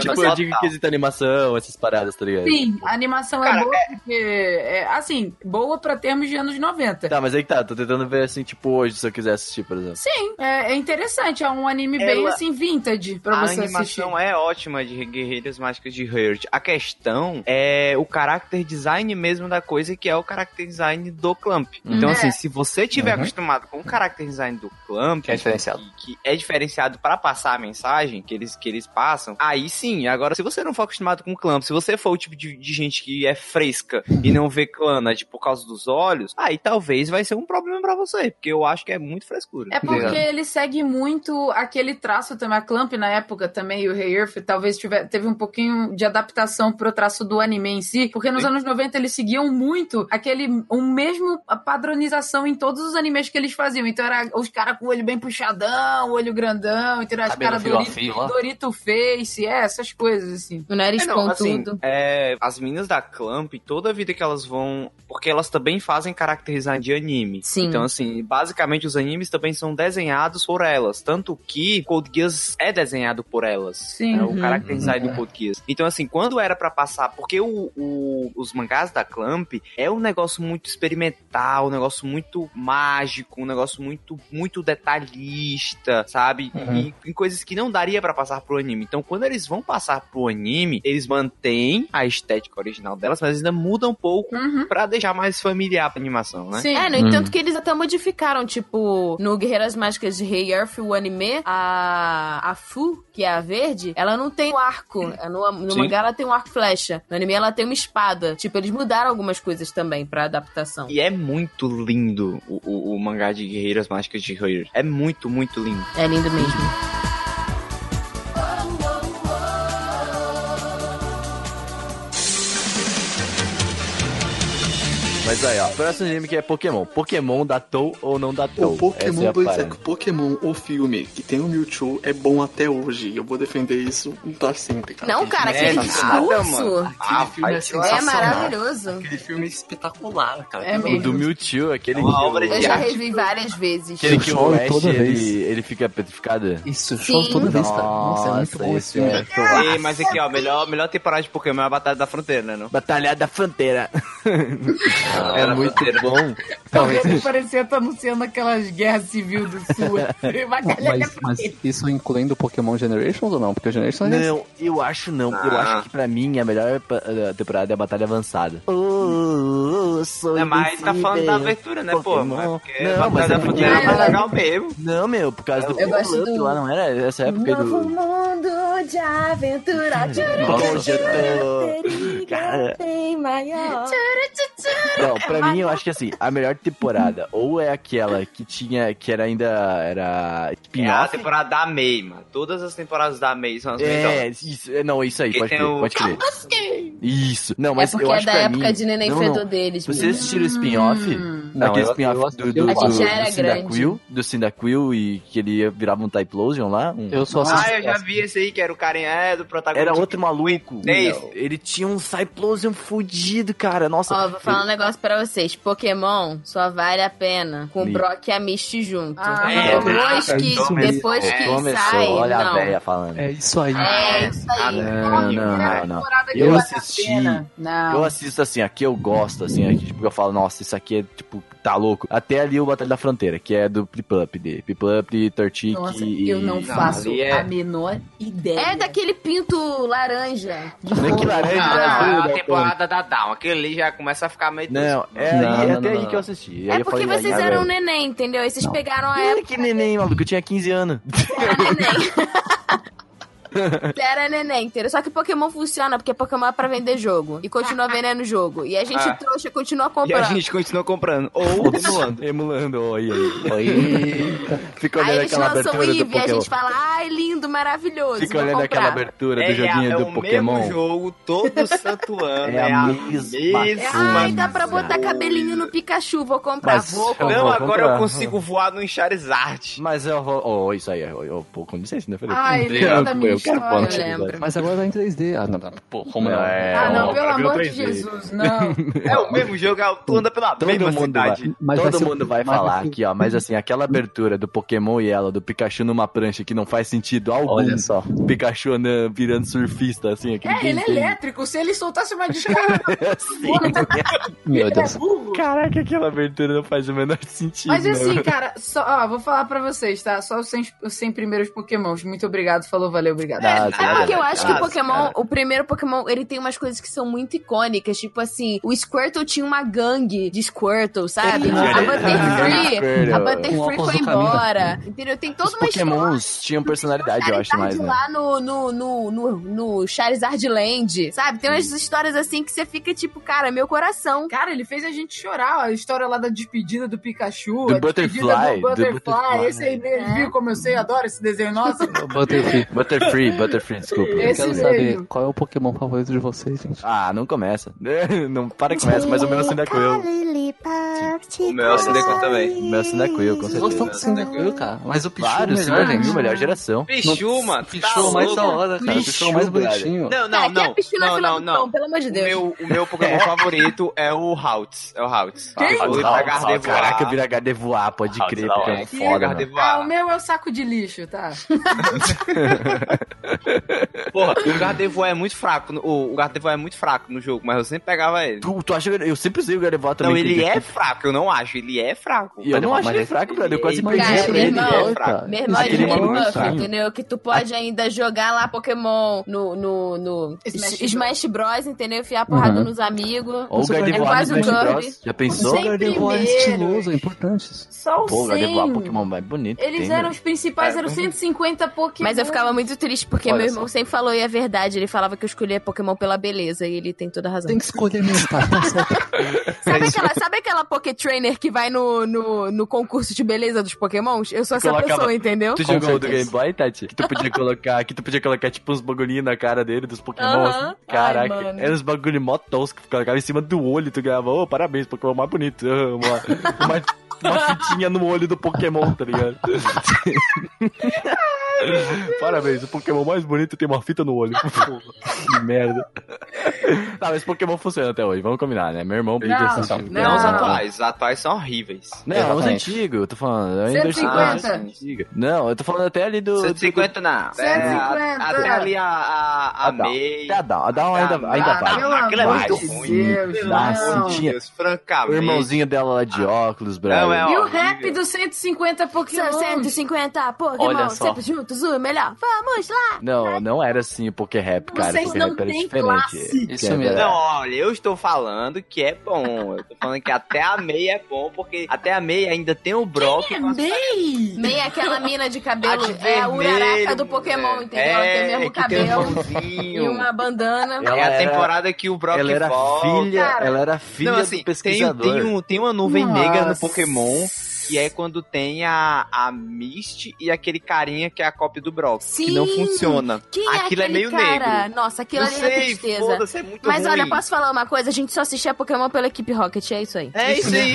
Speaker 2: Tipo, eu
Speaker 3: tá.
Speaker 2: digo que existe animação, essas paradas, tá ligado?
Speaker 6: Sim, a animação
Speaker 3: Cara,
Speaker 6: é boa porque. É, assim, boa pra termos de anos 90.
Speaker 2: Tá, mas aí que tá, tô tentando ver assim, tipo, hoje, se eu quiser assistir, por exemplo.
Speaker 6: Sim, é, é interessante. É um anime
Speaker 3: Ela-
Speaker 6: bem assim, vintage pra
Speaker 3: a
Speaker 6: você assistir.
Speaker 3: animação é ótima de Guerreiras Mágicas de Hurt. A questão é o character design mesmo da coisa, que é o character design do Clamp. Então,
Speaker 6: É.
Speaker 3: assim, se você tiver
Speaker 7: Uhum.
Speaker 3: acostumado com o character design do Clamp,
Speaker 7: Que é diferenciado.
Speaker 3: que, que é diferenciado pra passar a mensagem que eles, que eles passam, aí sim. Agora, se você não for acostumado com clã, se você for o tipo de, de gente que é fresca e não vê clanad por causa dos olhos, aí talvez vai ser um problema pra você, porque eu acho que é muito frescura.
Speaker 6: É porque
Speaker 7: Legal.
Speaker 6: ele segue muito aquele traço também. A Clamp na época também, e o Rei Earth, talvez tiver, teve um pouquinho de adaptação pro traço do anime em si. Porque nos
Speaker 3: Sim.
Speaker 6: anos 90 eles seguiam muito aquele. o mesmo a padronização em todos os animes que eles faziam. Então era os caras com o olho bem puxadão, o olho grandão, então era as
Speaker 7: Cabelo
Speaker 6: caras
Speaker 7: fio a
Speaker 6: Dorito,
Speaker 7: fio lá.
Speaker 6: Dorito Face, é, essas coisas assim.
Speaker 4: O nariz
Speaker 3: É, não, assim,
Speaker 4: pontudo.
Speaker 3: é, as meninas da Clamp, toda a vida que elas vão. Porque elas também fazem caracterizar de anime.
Speaker 4: Sim.
Speaker 3: Então, assim, basicamente os animes também são desenhados por elas. Tanto que Code Geass é desenhado por elas.
Speaker 6: Sim.
Speaker 3: né,
Speaker 4: Uhum.
Speaker 3: O character design do Code Geass. Então, assim, quando era pra passar. Porque o- o- os mangás da Clamp é um negócio muito experimental, um negócio muito mágico, um negócio muito, muito detalhista, sabe?
Speaker 7: Uhum.
Speaker 3: E em coisas que não daria pra passar pro anime. Então, quando eles vão passar pro anime, eles mantêm a estética original delas, mas ainda mudam um pouco
Speaker 6: Uhum.
Speaker 3: pra deixar mais familiar a animação, né?
Speaker 6: Sim.
Speaker 4: É, no
Speaker 2: Hum.
Speaker 4: entanto que eles até modificaram, tipo, no Guerreiras Mágicas de Rei Earth, o anime, a, a Fu, que é a verde, ela não tem um arco. No, no
Speaker 3: Sim.
Speaker 4: mangá ela tem um arco e flecha. No anime ela tem uma espada. Tipo, eles mudaram algumas coisas também pra adaptação.
Speaker 3: E é muito lindo o, o- o mangá de Guerreiras Mágicas de Hyrule. É muito, muito lindo.
Speaker 4: É lindo mesmo.
Speaker 2: Mas aí, ó, próximo anime que é Pokémon. Pokémon datou ou não datou?
Speaker 7: Então,
Speaker 8: O Pokémon,
Speaker 2: Essa é a
Speaker 8: pois é,
Speaker 2: parada.
Speaker 8: que o Pokémon, o filme que tem o Mewtwo, é bom até hoje. Eu vou defender isso pra sempre, cara.
Speaker 4: Não, cara, aquele
Speaker 3: merda,
Speaker 4: discurso
Speaker 3: É, tá mano. Ah,
Speaker 8: Aquele filme é
Speaker 4: é
Speaker 8: sensacional.
Speaker 4: maravilhoso.
Speaker 8: Aquele filme é espetacular, cara.
Speaker 6: É
Speaker 2: O do
Speaker 6: mesmo.
Speaker 2: Mewtwo, aquele
Speaker 3: É uma
Speaker 2: que
Speaker 3: obra
Speaker 2: o-
Speaker 4: Eu já
Speaker 3: arte.
Speaker 4: revi várias vezes.
Speaker 2: Aquele que
Speaker 5: Eu
Speaker 2: o
Speaker 5: choro
Speaker 2: Ash,
Speaker 5: toda vez.
Speaker 2: ele, ele fica petrificado.
Speaker 5: Isso,
Speaker 4: show Sim.
Speaker 5: show
Speaker 4: toda
Speaker 5: toda
Speaker 4: vez,
Speaker 5: vez, cara. Nossa, é muito bom esse
Speaker 2: isso
Speaker 5: filme.
Speaker 2: é-
Speaker 3: E, mas aqui, ó, melhor, melhor temporada de Pokémon é a Batalha da Fronteira, né? Não?
Speaker 2: Batalha da Fronteira. é muito bom.
Speaker 6: Talvez ele parecia estar anunciando aquelas guerras civil do sul. Vai
Speaker 7: é
Speaker 6: galera
Speaker 5: Mas, mas isso incluindo o Pokémon Generations ou não? Porque o Generations é
Speaker 2: Não, eu acho não. Eu
Speaker 3: Ah.
Speaker 2: acho que pra mim a melhor pa- eh, temporada é a Batalha Avançada. Oh, sou
Speaker 3: É, mas tá falando da
Speaker 2: invencível.
Speaker 3: abertura, né, pô?
Speaker 2: Pokémon.
Speaker 3: Mas porque
Speaker 2: Não,
Speaker 3: a Batalha
Speaker 2: mas é
Speaker 3: da
Speaker 2: porque-
Speaker 3: Fronteira é mais
Speaker 4: Ah,
Speaker 3: legal mesmo.
Speaker 2: Não, meu, por causa do
Speaker 4: É, Eu gosto
Speaker 2: Pokémon
Speaker 4: do-
Speaker 2: lá, não era? Essa época
Speaker 4: Novo
Speaker 2: do. Hum,
Speaker 4: mundo de aventura.
Speaker 2: Nossa, eu tô-
Speaker 4: Periga
Speaker 2: Cara.
Speaker 4: tem maior.
Speaker 2: Não, pra mim eu acho que assim, a melhor temporada ou é aquela que tinha, que era ainda, era
Speaker 3: É a
Speaker 2: spin-off.
Speaker 3: temporada da May, mano. Todas as temporadas da May são as
Speaker 2: É,
Speaker 3: melhores.
Speaker 2: isso, é, não, isso aí,
Speaker 3: Que
Speaker 2: pode
Speaker 3: tem
Speaker 2: crer,
Speaker 3: o-
Speaker 2: pode crer. Isso. Não,
Speaker 4: É
Speaker 2: mas
Speaker 4: porque
Speaker 2: eu
Speaker 4: é
Speaker 2: acho
Speaker 4: da
Speaker 2: pra
Speaker 4: época
Speaker 2: mim...
Speaker 4: de neném
Speaker 2: Não, não.
Speaker 4: fedor deles.
Speaker 2: Vocês
Speaker 4: menino.
Speaker 2: assistiram o spin-off?
Speaker 7: é
Speaker 6: Hum.
Speaker 3: Não,
Speaker 2: Aquele
Speaker 3: eu-
Speaker 2: spin-off
Speaker 5: eu
Speaker 2: do,
Speaker 5: assisti
Speaker 2: do,
Speaker 5: o
Speaker 2: do,
Speaker 5: A gente
Speaker 4: era
Speaker 2: Cyndaquil, do Cyndaquil e que ele virava um Typlosion lá. um-
Speaker 5: Eu só
Speaker 3: Ah,
Speaker 5: assisti.
Speaker 3: eu já vi esse aí, que era o carinha é, do protagonista.
Speaker 2: Era outro maluco.
Speaker 3: É isso.
Speaker 2: Não. Ele tinha um Cyplosion fudido, cara. Nossa.
Speaker 4: Ó, vou falar um negócio pra vocês. Pokémon só vale a pena com o
Speaker 2: Li-
Speaker 4: Brock e a Misty junto.
Speaker 6: Ah,
Speaker 3: É,
Speaker 4: depois
Speaker 3: nossa,
Speaker 4: que,
Speaker 2: começou,
Speaker 4: depois que
Speaker 2: É. Começou,
Speaker 4: sai,
Speaker 2: então olha a
Speaker 4: não.
Speaker 2: véia falando.
Speaker 5: É isso aí.
Speaker 4: É isso
Speaker 3: Ah,
Speaker 4: aí.
Speaker 2: Não, não, não, não. Eu
Speaker 6: vale a
Speaker 2: assisti-
Speaker 6: pena. Não.
Speaker 2: Eu assisto assim, aqui eu gosto, assim, aqui, tipo, eu falo, nossa, isso aqui é, tipo, tá louco. Até ali o Batalha da Fronteira, que é do Piplup dele. Piplup, Tortic
Speaker 6: Nossa,
Speaker 2: e...
Speaker 6: eu não
Speaker 3: Não,
Speaker 6: faço
Speaker 3: ali é-
Speaker 6: a menor ideia.
Speaker 4: É daquele pinto laranja.
Speaker 2: Nem é que laranja,
Speaker 3: Não,
Speaker 2: azul,
Speaker 3: é a
Speaker 2: né,
Speaker 3: temporada da Down. Aquele ali já começa a ficar meio...
Speaker 2: Não, é,
Speaker 7: Não,
Speaker 2: aí- é
Speaker 7: não,
Speaker 2: até
Speaker 7: não,
Speaker 2: aí
Speaker 7: não.
Speaker 2: que eu assisti. Aí
Speaker 4: É
Speaker 2: eu
Speaker 4: porque
Speaker 2: falei,
Speaker 4: vocês
Speaker 2: "Ah,
Speaker 4: eram
Speaker 2: velho."
Speaker 4: neném, entendeu? E vocês
Speaker 2: Não.
Speaker 4: pegaram a época.
Speaker 2: Que neném, maluco, eu tinha 15 anos.
Speaker 4: Era neném. Você era neném, entendeu? Só que Pokémon funciona porque Pokémon é pra vender jogo. E continua vendendo jogo. E a gente
Speaker 3: Ah.
Speaker 4: trouxa continua
Speaker 3: E a
Speaker 4: comprando.
Speaker 3: gente continua comprando. Ou emulando.
Speaker 2: Emulando, olha aí. Fica
Speaker 4: Aí
Speaker 2: olhando
Speaker 4: eles
Speaker 2: aquela
Speaker 4: lançam o
Speaker 2: abertura do
Speaker 4: Eevee e a
Speaker 2: Pokémon.
Speaker 4: gente fala, ai, lindo, maravilhoso.
Speaker 2: Fica
Speaker 4: vou
Speaker 2: olhando aquela
Speaker 4: comprar."
Speaker 2: abertura do
Speaker 3: é,
Speaker 2: joguinho
Speaker 3: é
Speaker 2: do
Speaker 3: o
Speaker 2: Pokémon.
Speaker 3: mesmo jogo todo santo ano.
Speaker 2: É a mesma
Speaker 4: Ai, dá pra
Speaker 2: Nossa.
Speaker 4: botar cabelinho no Pikachu, vou comprar.
Speaker 2: Mas-
Speaker 4: Vou comprar.
Speaker 3: Não,
Speaker 2: vou
Speaker 3: agora
Speaker 2: comprar.
Speaker 3: eu consigo voar no Charizard.
Speaker 2: Mas eu vou. Oh, isso aí, oh, oh, pô, com licença, né? Eu falei,
Speaker 6: Ai,
Speaker 2: "Hum,
Speaker 6: lembra da
Speaker 2: eu-
Speaker 6: minha
Speaker 2: eu quero
Speaker 6: história,
Speaker 2: ponto,
Speaker 4: eu lembro.
Speaker 5: Mas agora tá em 3D. Ah, não, não.
Speaker 7: Pô, como não?
Speaker 2: É,
Speaker 6: Ah, não,
Speaker 2: ó,
Speaker 6: pelo
Speaker 2: ó, virou
Speaker 6: amor de
Speaker 2: 3D.
Speaker 6: Jesus, não.
Speaker 3: É o mesmo jogo, tu anda pela mesma
Speaker 2: Todo mundo
Speaker 3: cidade.
Speaker 2: vai,
Speaker 5: Mas vai
Speaker 2: todo
Speaker 7: assim,
Speaker 5: ser-
Speaker 2: mundo vai
Speaker 5: mas
Speaker 2: falar
Speaker 5: vai ser-
Speaker 2: aqui, ó. Mas assim, aquela abertura do Pokémon e ela, do Pikachu numa prancha que não faz sentido algum.
Speaker 7: Olha só.
Speaker 2: Pikachu andando, virando surfista, assim, aquele
Speaker 6: É, ele é elétrico. Se ele soltasse uma descarga,
Speaker 5: Meu
Speaker 6: ele é
Speaker 5: Deus.
Speaker 6: burro.
Speaker 2: Assim, Caraca, aquela abertura não faz o menor sentido.
Speaker 6: Mas
Speaker 2: né?
Speaker 6: assim, cara, só, ó, vou falar pra vocês, tá? Só os 100, os 100 primeiros pokémons. Muito obrigado, falou, valeu, obrigado.
Speaker 2: Nada,
Speaker 4: É porque eu
Speaker 2: nada,
Speaker 4: acho que o
Speaker 2: nada,
Speaker 4: Pokémon,
Speaker 2: cara.
Speaker 4: o primeiro Pokémon, ele tem umas coisas que são muito icônicas. Tipo assim, o Squirtle tinha uma gangue de Squirtle, sabe? A Butterfree.
Speaker 2: Squirtle.
Speaker 4: A
Speaker 7: O
Speaker 4: Butterfree
Speaker 7: óculos
Speaker 4: foi
Speaker 7: do caminho.
Speaker 4: embora. Entendeu? Tem toda
Speaker 2: Os
Speaker 4: uma história.
Speaker 2: Pokémons tinham personalidade, eu acho mais,
Speaker 4: Charizard
Speaker 2: né?
Speaker 4: lá no, no, no, no, no Charizard Land, sabe? Tem umas histórias assim que você fica tipo, cara, meu coração.
Speaker 6: Cara, ele fez a gente chorar. A história lá da despedida do Pikachu.
Speaker 2: Do
Speaker 6: a despedida
Speaker 2: Butterfly,
Speaker 6: Do
Speaker 2: do
Speaker 6: Butterfly.
Speaker 2: Butterfly.
Speaker 6: Esse aí mesmo,
Speaker 4: É.
Speaker 6: viu como eu sei? Adoro esse desenho nosso.
Speaker 5: Butterfree.
Speaker 2: né? Butterfree, Butterfree, desculpa.
Speaker 5: Eu
Speaker 6: Esse
Speaker 5: quero
Speaker 6: mesmo.
Speaker 5: saber qual é o Pokémon favorito de vocês, gente.
Speaker 2: Ah, não começa. Não para É que começa, mas o meu ainda
Speaker 1: O
Speaker 2: eu.
Speaker 3: O meu é o Cyndaquil também.
Speaker 2: O meu Cyndaquil, com
Speaker 7: Vocês
Speaker 2: certeza.
Speaker 7: gostam do Cyndaquil, cara? Mas o Pichu é o
Speaker 2: Claro,
Speaker 7: melhor,
Speaker 2: sim,
Speaker 7: gente.
Speaker 2: viu? melhor geração.
Speaker 3: Pichu, mano. tu
Speaker 7: Pichu é o
Speaker 3: tá
Speaker 7: mais da
Speaker 3: louco?
Speaker 7: hora, cara. Pichu é o mais
Speaker 2: Pichu, brother.
Speaker 7: bonitinho.
Speaker 3: Não,
Speaker 4: cara,
Speaker 3: não,
Speaker 4: quem
Speaker 3: não.
Speaker 4: é Pichu na
Speaker 3: Não,
Speaker 4: fila
Speaker 3: não,
Speaker 4: do
Speaker 3: não.
Speaker 4: pão, pelo amor de
Speaker 3: O
Speaker 4: Deus.
Speaker 3: meu, o meu Pokémon favorito é o Haltz. É o Haltz.
Speaker 6: Quem?
Speaker 3: O Iragardevoir.
Speaker 2: Caraca, vira HD voar, pode
Speaker 7: Ah,
Speaker 2: crer,
Speaker 7: sei lá,
Speaker 2: porque é
Speaker 7: é
Speaker 2: um
Speaker 7: que
Speaker 2: foda. mano.
Speaker 6: Ah, o
Speaker 3: Gardevoir.
Speaker 6: meu é o saco de lixo, tá?
Speaker 3: Porra, o Gardevoir é muito fraco. no- O, o Gardevoir é muito fraco no jogo, mas eu sempre pegava ele.
Speaker 2: Tu, tu acha que eu sempre usei o Gardevoir também?
Speaker 3: Não, ele
Speaker 2: que-
Speaker 3: é fraco, eu não acho. Ele é fraco.
Speaker 2: E eu não
Speaker 7: Mas
Speaker 2: acho ele
Speaker 7: ele-
Speaker 2: fraco, brother. Eu quase
Speaker 3: ele-
Speaker 2: perdi
Speaker 4: Cara, é
Speaker 2: pra ele.
Speaker 4: meu
Speaker 2: é
Speaker 4: irmão,
Speaker 2: Olha, cara.
Speaker 4: Meu irmão de
Speaker 2: Aquele maluco
Speaker 4: Buff,
Speaker 2: sabe.
Speaker 4: entendeu? Que tu pode ainda jogar lá Pokémon no, no, no
Speaker 6: Smash
Speaker 4: S- Smash Bros, entendeu? Enfiar porrada
Speaker 5: Uhum.
Speaker 4: nos amigos.
Speaker 2: Ou o Gardevoir
Speaker 4: É
Speaker 2: no
Speaker 4: quase um
Speaker 2: Smash
Speaker 4: Kirby.
Speaker 2: Bros. Já pensou?
Speaker 6: Sempre
Speaker 5: Gardevoir é
Speaker 6: primeiro.
Speaker 5: estiloso, é importante isso.
Speaker 6: Só o
Speaker 2: Pô, o
Speaker 6: 100.
Speaker 2: Gardevoir é um Pokémon mais bonito.
Speaker 6: Eles
Speaker 2: tem,
Speaker 6: eram
Speaker 2: né?
Speaker 6: os principais,
Speaker 3: É,
Speaker 6: eram
Speaker 3: eu-
Speaker 6: 150 Pokémon.
Speaker 4: Mas eu ficava muito triste porque
Speaker 5: Olha
Speaker 4: meu irmão sempre falou e é verdade. Ele falava que eu escolhia Pokémon pela beleza e ele tem toda a razão.
Speaker 5: Tem que escolher mesmo, tá? Tá certo.
Speaker 4: Sabe, aquela, sabe aquela Poké Trainer que vai no, no, no concurso de beleza dos Pokémons? Eu sou essa
Speaker 2: Colocava-
Speaker 4: pessoa, entendeu?
Speaker 2: Tu
Speaker 5: Com
Speaker 2: jogou o do
Speaker 5: certeza.
Speaker 2: Game Boy, Tati? Que tu podia colocar, que tu podia colocar tipo uns bagulhinhos na cara dele, dos Pokémon.
Speaker 4: Aham.
Speaker 2: assim.
Speaker 4: Ai,
Speaker 2: Caraca,
Speaker 4: mano.
Speaker 2: eram uns bagulho mó tosco que colocava em cima do olho, tu ganhava, ô, parabéns, Pokémon mais bonito. Ah, Uma, uma, uma fitinha no olho do Pokémon, tá ligado? parabéns, o Pokémon mais bonito tem uma fita no olho. Porra, que merda. Não, mas Pokémon funciona até hoje, vamos combinar, né? Meu irmão briga
Speaker 6: Não,
Speaker 2: assim,
Speaker 6: não.
Speaker 2: né?
Speaker 3: Não, os
Speaker 6: Ah.
Speaker 3: atuais. Os atuais são horríveis.
Speaker 2: Não, os
Speaker 7: Exatamente.
Speaker 2: antigos, eu tô falando. eu ainda-
Speaker 6: 150.
Speaker 3: Ah, sim.
Speaker 2: Não, eu tô falando até ali do. do-
Speaker 3: 150 na.
Speaker 6: 150.
Speaker 3: até ali a, a,
Speaker 2: Tá,
Speaker 3: a May.
Speaker 2: Tá, dá, dá uma ainda,
Speaker 3: Tá,
Speaker 2: ainda
Speaker 6: Ah,
Speaker 2: vai.
Speaker 6: pelo
Speaker 3: Aquilo é
Speaker 6: amor
Speaker 2: muito
Speaker 6: de
Speaker 2: ruim.
Speaker 6: Deus,
Speaker 2: Dá
Speaker 6: não.
Speaker 2: sentido.
Speaker 3: Deus, francamente.
Speaker 2: O irmãozinho dela lá de óculos, brother.
Speaker 3: Ah. Não, é
Speaker 6: E o
Speaker 3: horrível.
Speaker 6: rap dos 150
Speaker 4: São
Speaker 6: Pokémon?
Speaker 4: 150
Speaker 7: Olha
Speaker 4: Pokémon,
Speaker 7: só.
Speaker 4: sempre juntos, o melhor. Vamos lá!
Speaker 2: Não, não era assim o Poké Rap, cara.
Speaker 6: Vocês
Speaker 2: Poké
Speaker 6: não
Speaker 2: Rap era
Speaker 6: têm
Speaker 2: diferente.
Speaker 6: classe.
Speaker 2: Que
Speaker 7: Isso
Speaker 2: é,
Speaker 7: mesmo.
Speaker 3: Não, olha, eu estou falando que é bom. Eu tô falando que até a meia é bom, porque até a meia ainda tem o Brock. com as-
Speaker 4: é Meia aquela mina de
Speaker 3: a
Speaker 4: cabelo
Speaker 3: de
Speaker 4: é a Uraraka
Speaker 3: vermelho,
Speaker 4: do Pokémon,
Speaker 3: mulher.
Speaker 4: entendeu? Ela tem o
Speaker 3: É,
Speaker 4: mesmo
Speaker 3: que tem um
Speaker 4: cabelo e
Speaker 3: mãozinho.
Speaker 4: uma bandana.
Speaker 2: Ela
Speaker 3: É a
Speaker 2: era-
Speaker 3: temporada que o Brock
Speaker 2: Ela era
Speaker 3: volta.
Speaker 2: filha,
Speaker 6: cara.
Speaker 2: ela era filha
Speaker 3: Não, assim,
Speaker 2: do
Speaker 3: tem,
Speaker 2: pesquisador.
Speaker 3: tem, um, tem uma nuvem negra no
Speaker 6: Nossa.
Speaker 3: Pokémon que é quando tem a, a Mist e aquele carinha que é a cópia do Brock, que
Speaker 4: Sim!
Speaker 3: não funciona.
Speaker 4: Quem
Speaker 3: aquilo
Speaker 4: é, aquele
Speaker 3: é meio
Speaker 4: cara?
Speaker 3: negro.
Speaker 4: Nossa, aquilo
Speaker 3: Eu
Speaker 4: ali é
Speaker 3: sei,
Speaker 4: tristeza.
Speaker 3: foda-se, é muito
Speaker 4: Mas olha,
Speaker 3: ruim.
Speaker 4: posso falar uma coisa? A gente só assistia Pokémon pela equipe Rocket, é isso aí.
Speaker 3: É isso aí.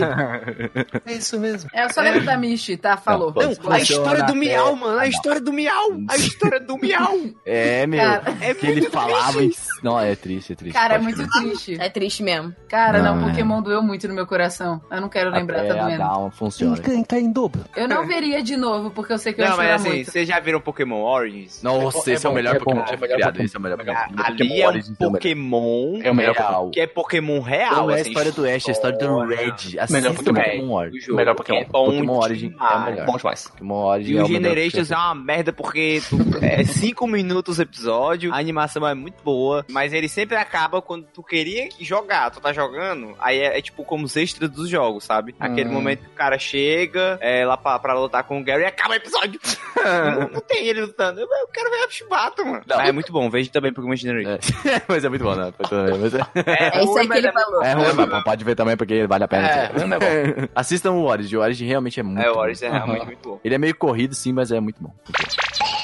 Speaker 7: É isso mesmo.
Speaker 6: É, eu só lembro da Michi, tá? Falou.
Speaker 2: Não,
Speaker 3: Não, a história do Miau, mano. A história do Miau. A história do Miau.
Speaker 2: É, meu.
Speaker 6: Cara,
Speaker 3: É
Speaker 2: que ele falava em... Não, é triste, é triste.
Speaker 6: Cara, é
Speaker 2: Pode
Speaker 6: muito
Speaker 2: crer.
Speaker 6: triste.
Speaker 4: É triste mesmo.
Speaker 6: Cara, não,
Speaker 2: Não, é.
Speaker 6: Pokémon doeu muito no meu coração. Eu não quero lembrar,
Speaker 2: Até
Speaker 6: tá
Speaker 2: a
Speaker 6: doendo.
Speaker 2: Down funciona.
Speaker 5: tá em dobro.
Speaker 6: Eu não veria de novo, porque eu sei que eu ia
Speaker 3: Não, mas
Speaker 6: chorar
Speaker 3: assim,
Speaker 6: muito.
Speaker 3: vocês já viram Pokémon Origins?
Speaker 2: Nossa, esse é o
Speaker 7: bom,
Speaker 2: melhor
Speaker 7: é bom,
Speaker 2: Pokémon
Speaker 7: é
Speaker 2: já
Speaker 7: o melhor
Speaker 2: criado.
Speaker 7: Pokémon.
Speaker 2: Esse é o melhor
Speaker 3: A-
Speaker 2: Pokémon.
Speaker 3: Ah, Ali é um
Speaker 2: Origins, então,
Speaker 3: Pokémon
Speaker 7: É o melhor
Speaker 2: Real.
Speaker 3: que é Pokémon real.
Speaker 2: Não é a
Speaker 3: assim,
Speaker 2: história do Ash, é a história do Red. Assista o
Speaker 7: Pokémon.
Speaker 2: Pokémon Origin.
Speaker 3: jogo.
Speaker 7: Melhor Pokémon.
Speaker 3: É bom
Speaker 2: Pokémon Origin é o
Speaker 3: demais.
Speaker 2: melhor.
Speaker 7: Bom demais.
Speaker 2: Pokémon Origin
Speaker 3: E
Speaker 2: é
Speaker 3: o
Speaker 2: o melhor
Speaker 3: Generations é uma merda porque tu, é 5 minutos o episódio, a animação é muito boa, mas ele sempre acaba quando tu queria jogar, tu tá jogando, aí é, é tipo como os extras dos jogos, sabe? Aquele
Speaker 7: Hum.
Speaker 3: momento que o cara chega é, lá pra, pra lutar com o Gary e acaba o episódio. não, não tem ele lutando. Eu, eu quero ver a Chibata, mano.
Speaker 2: Não.
Speaker 3: Mas é muito bom, vejo também Pokémon Generations.
Speaker 2: É. mas é muito bom, né? Mas é-
Speaker 4: É isso aí que ele falou.
Speaker 2: É ruim, mas pode ver também porque vale a pena.
Speaker 7: É, não é bom.
Speaker 2: Assistam o Origin, o Origin realmente é muito
Speaker 3: É, o
Speaker 2: bom.
Speaker 3: Origins é realmente
Speaker 7: Aham.
Speaker 3: muito bom.
Speaker 2: Ele é meio corrido sim, mas é muito bom.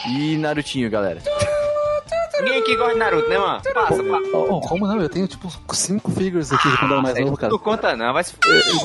Speaker 2: E Narutinho, galera.
Speaker 3: Ninguém aqui gosta de Naruto, né, mano? Passa, passa.
Speaker 5: Oh, como não? Eu tenho tipo cinco figures aqui de quando eu era mais novo, cara.
Speaker 3: Não conta não, vai se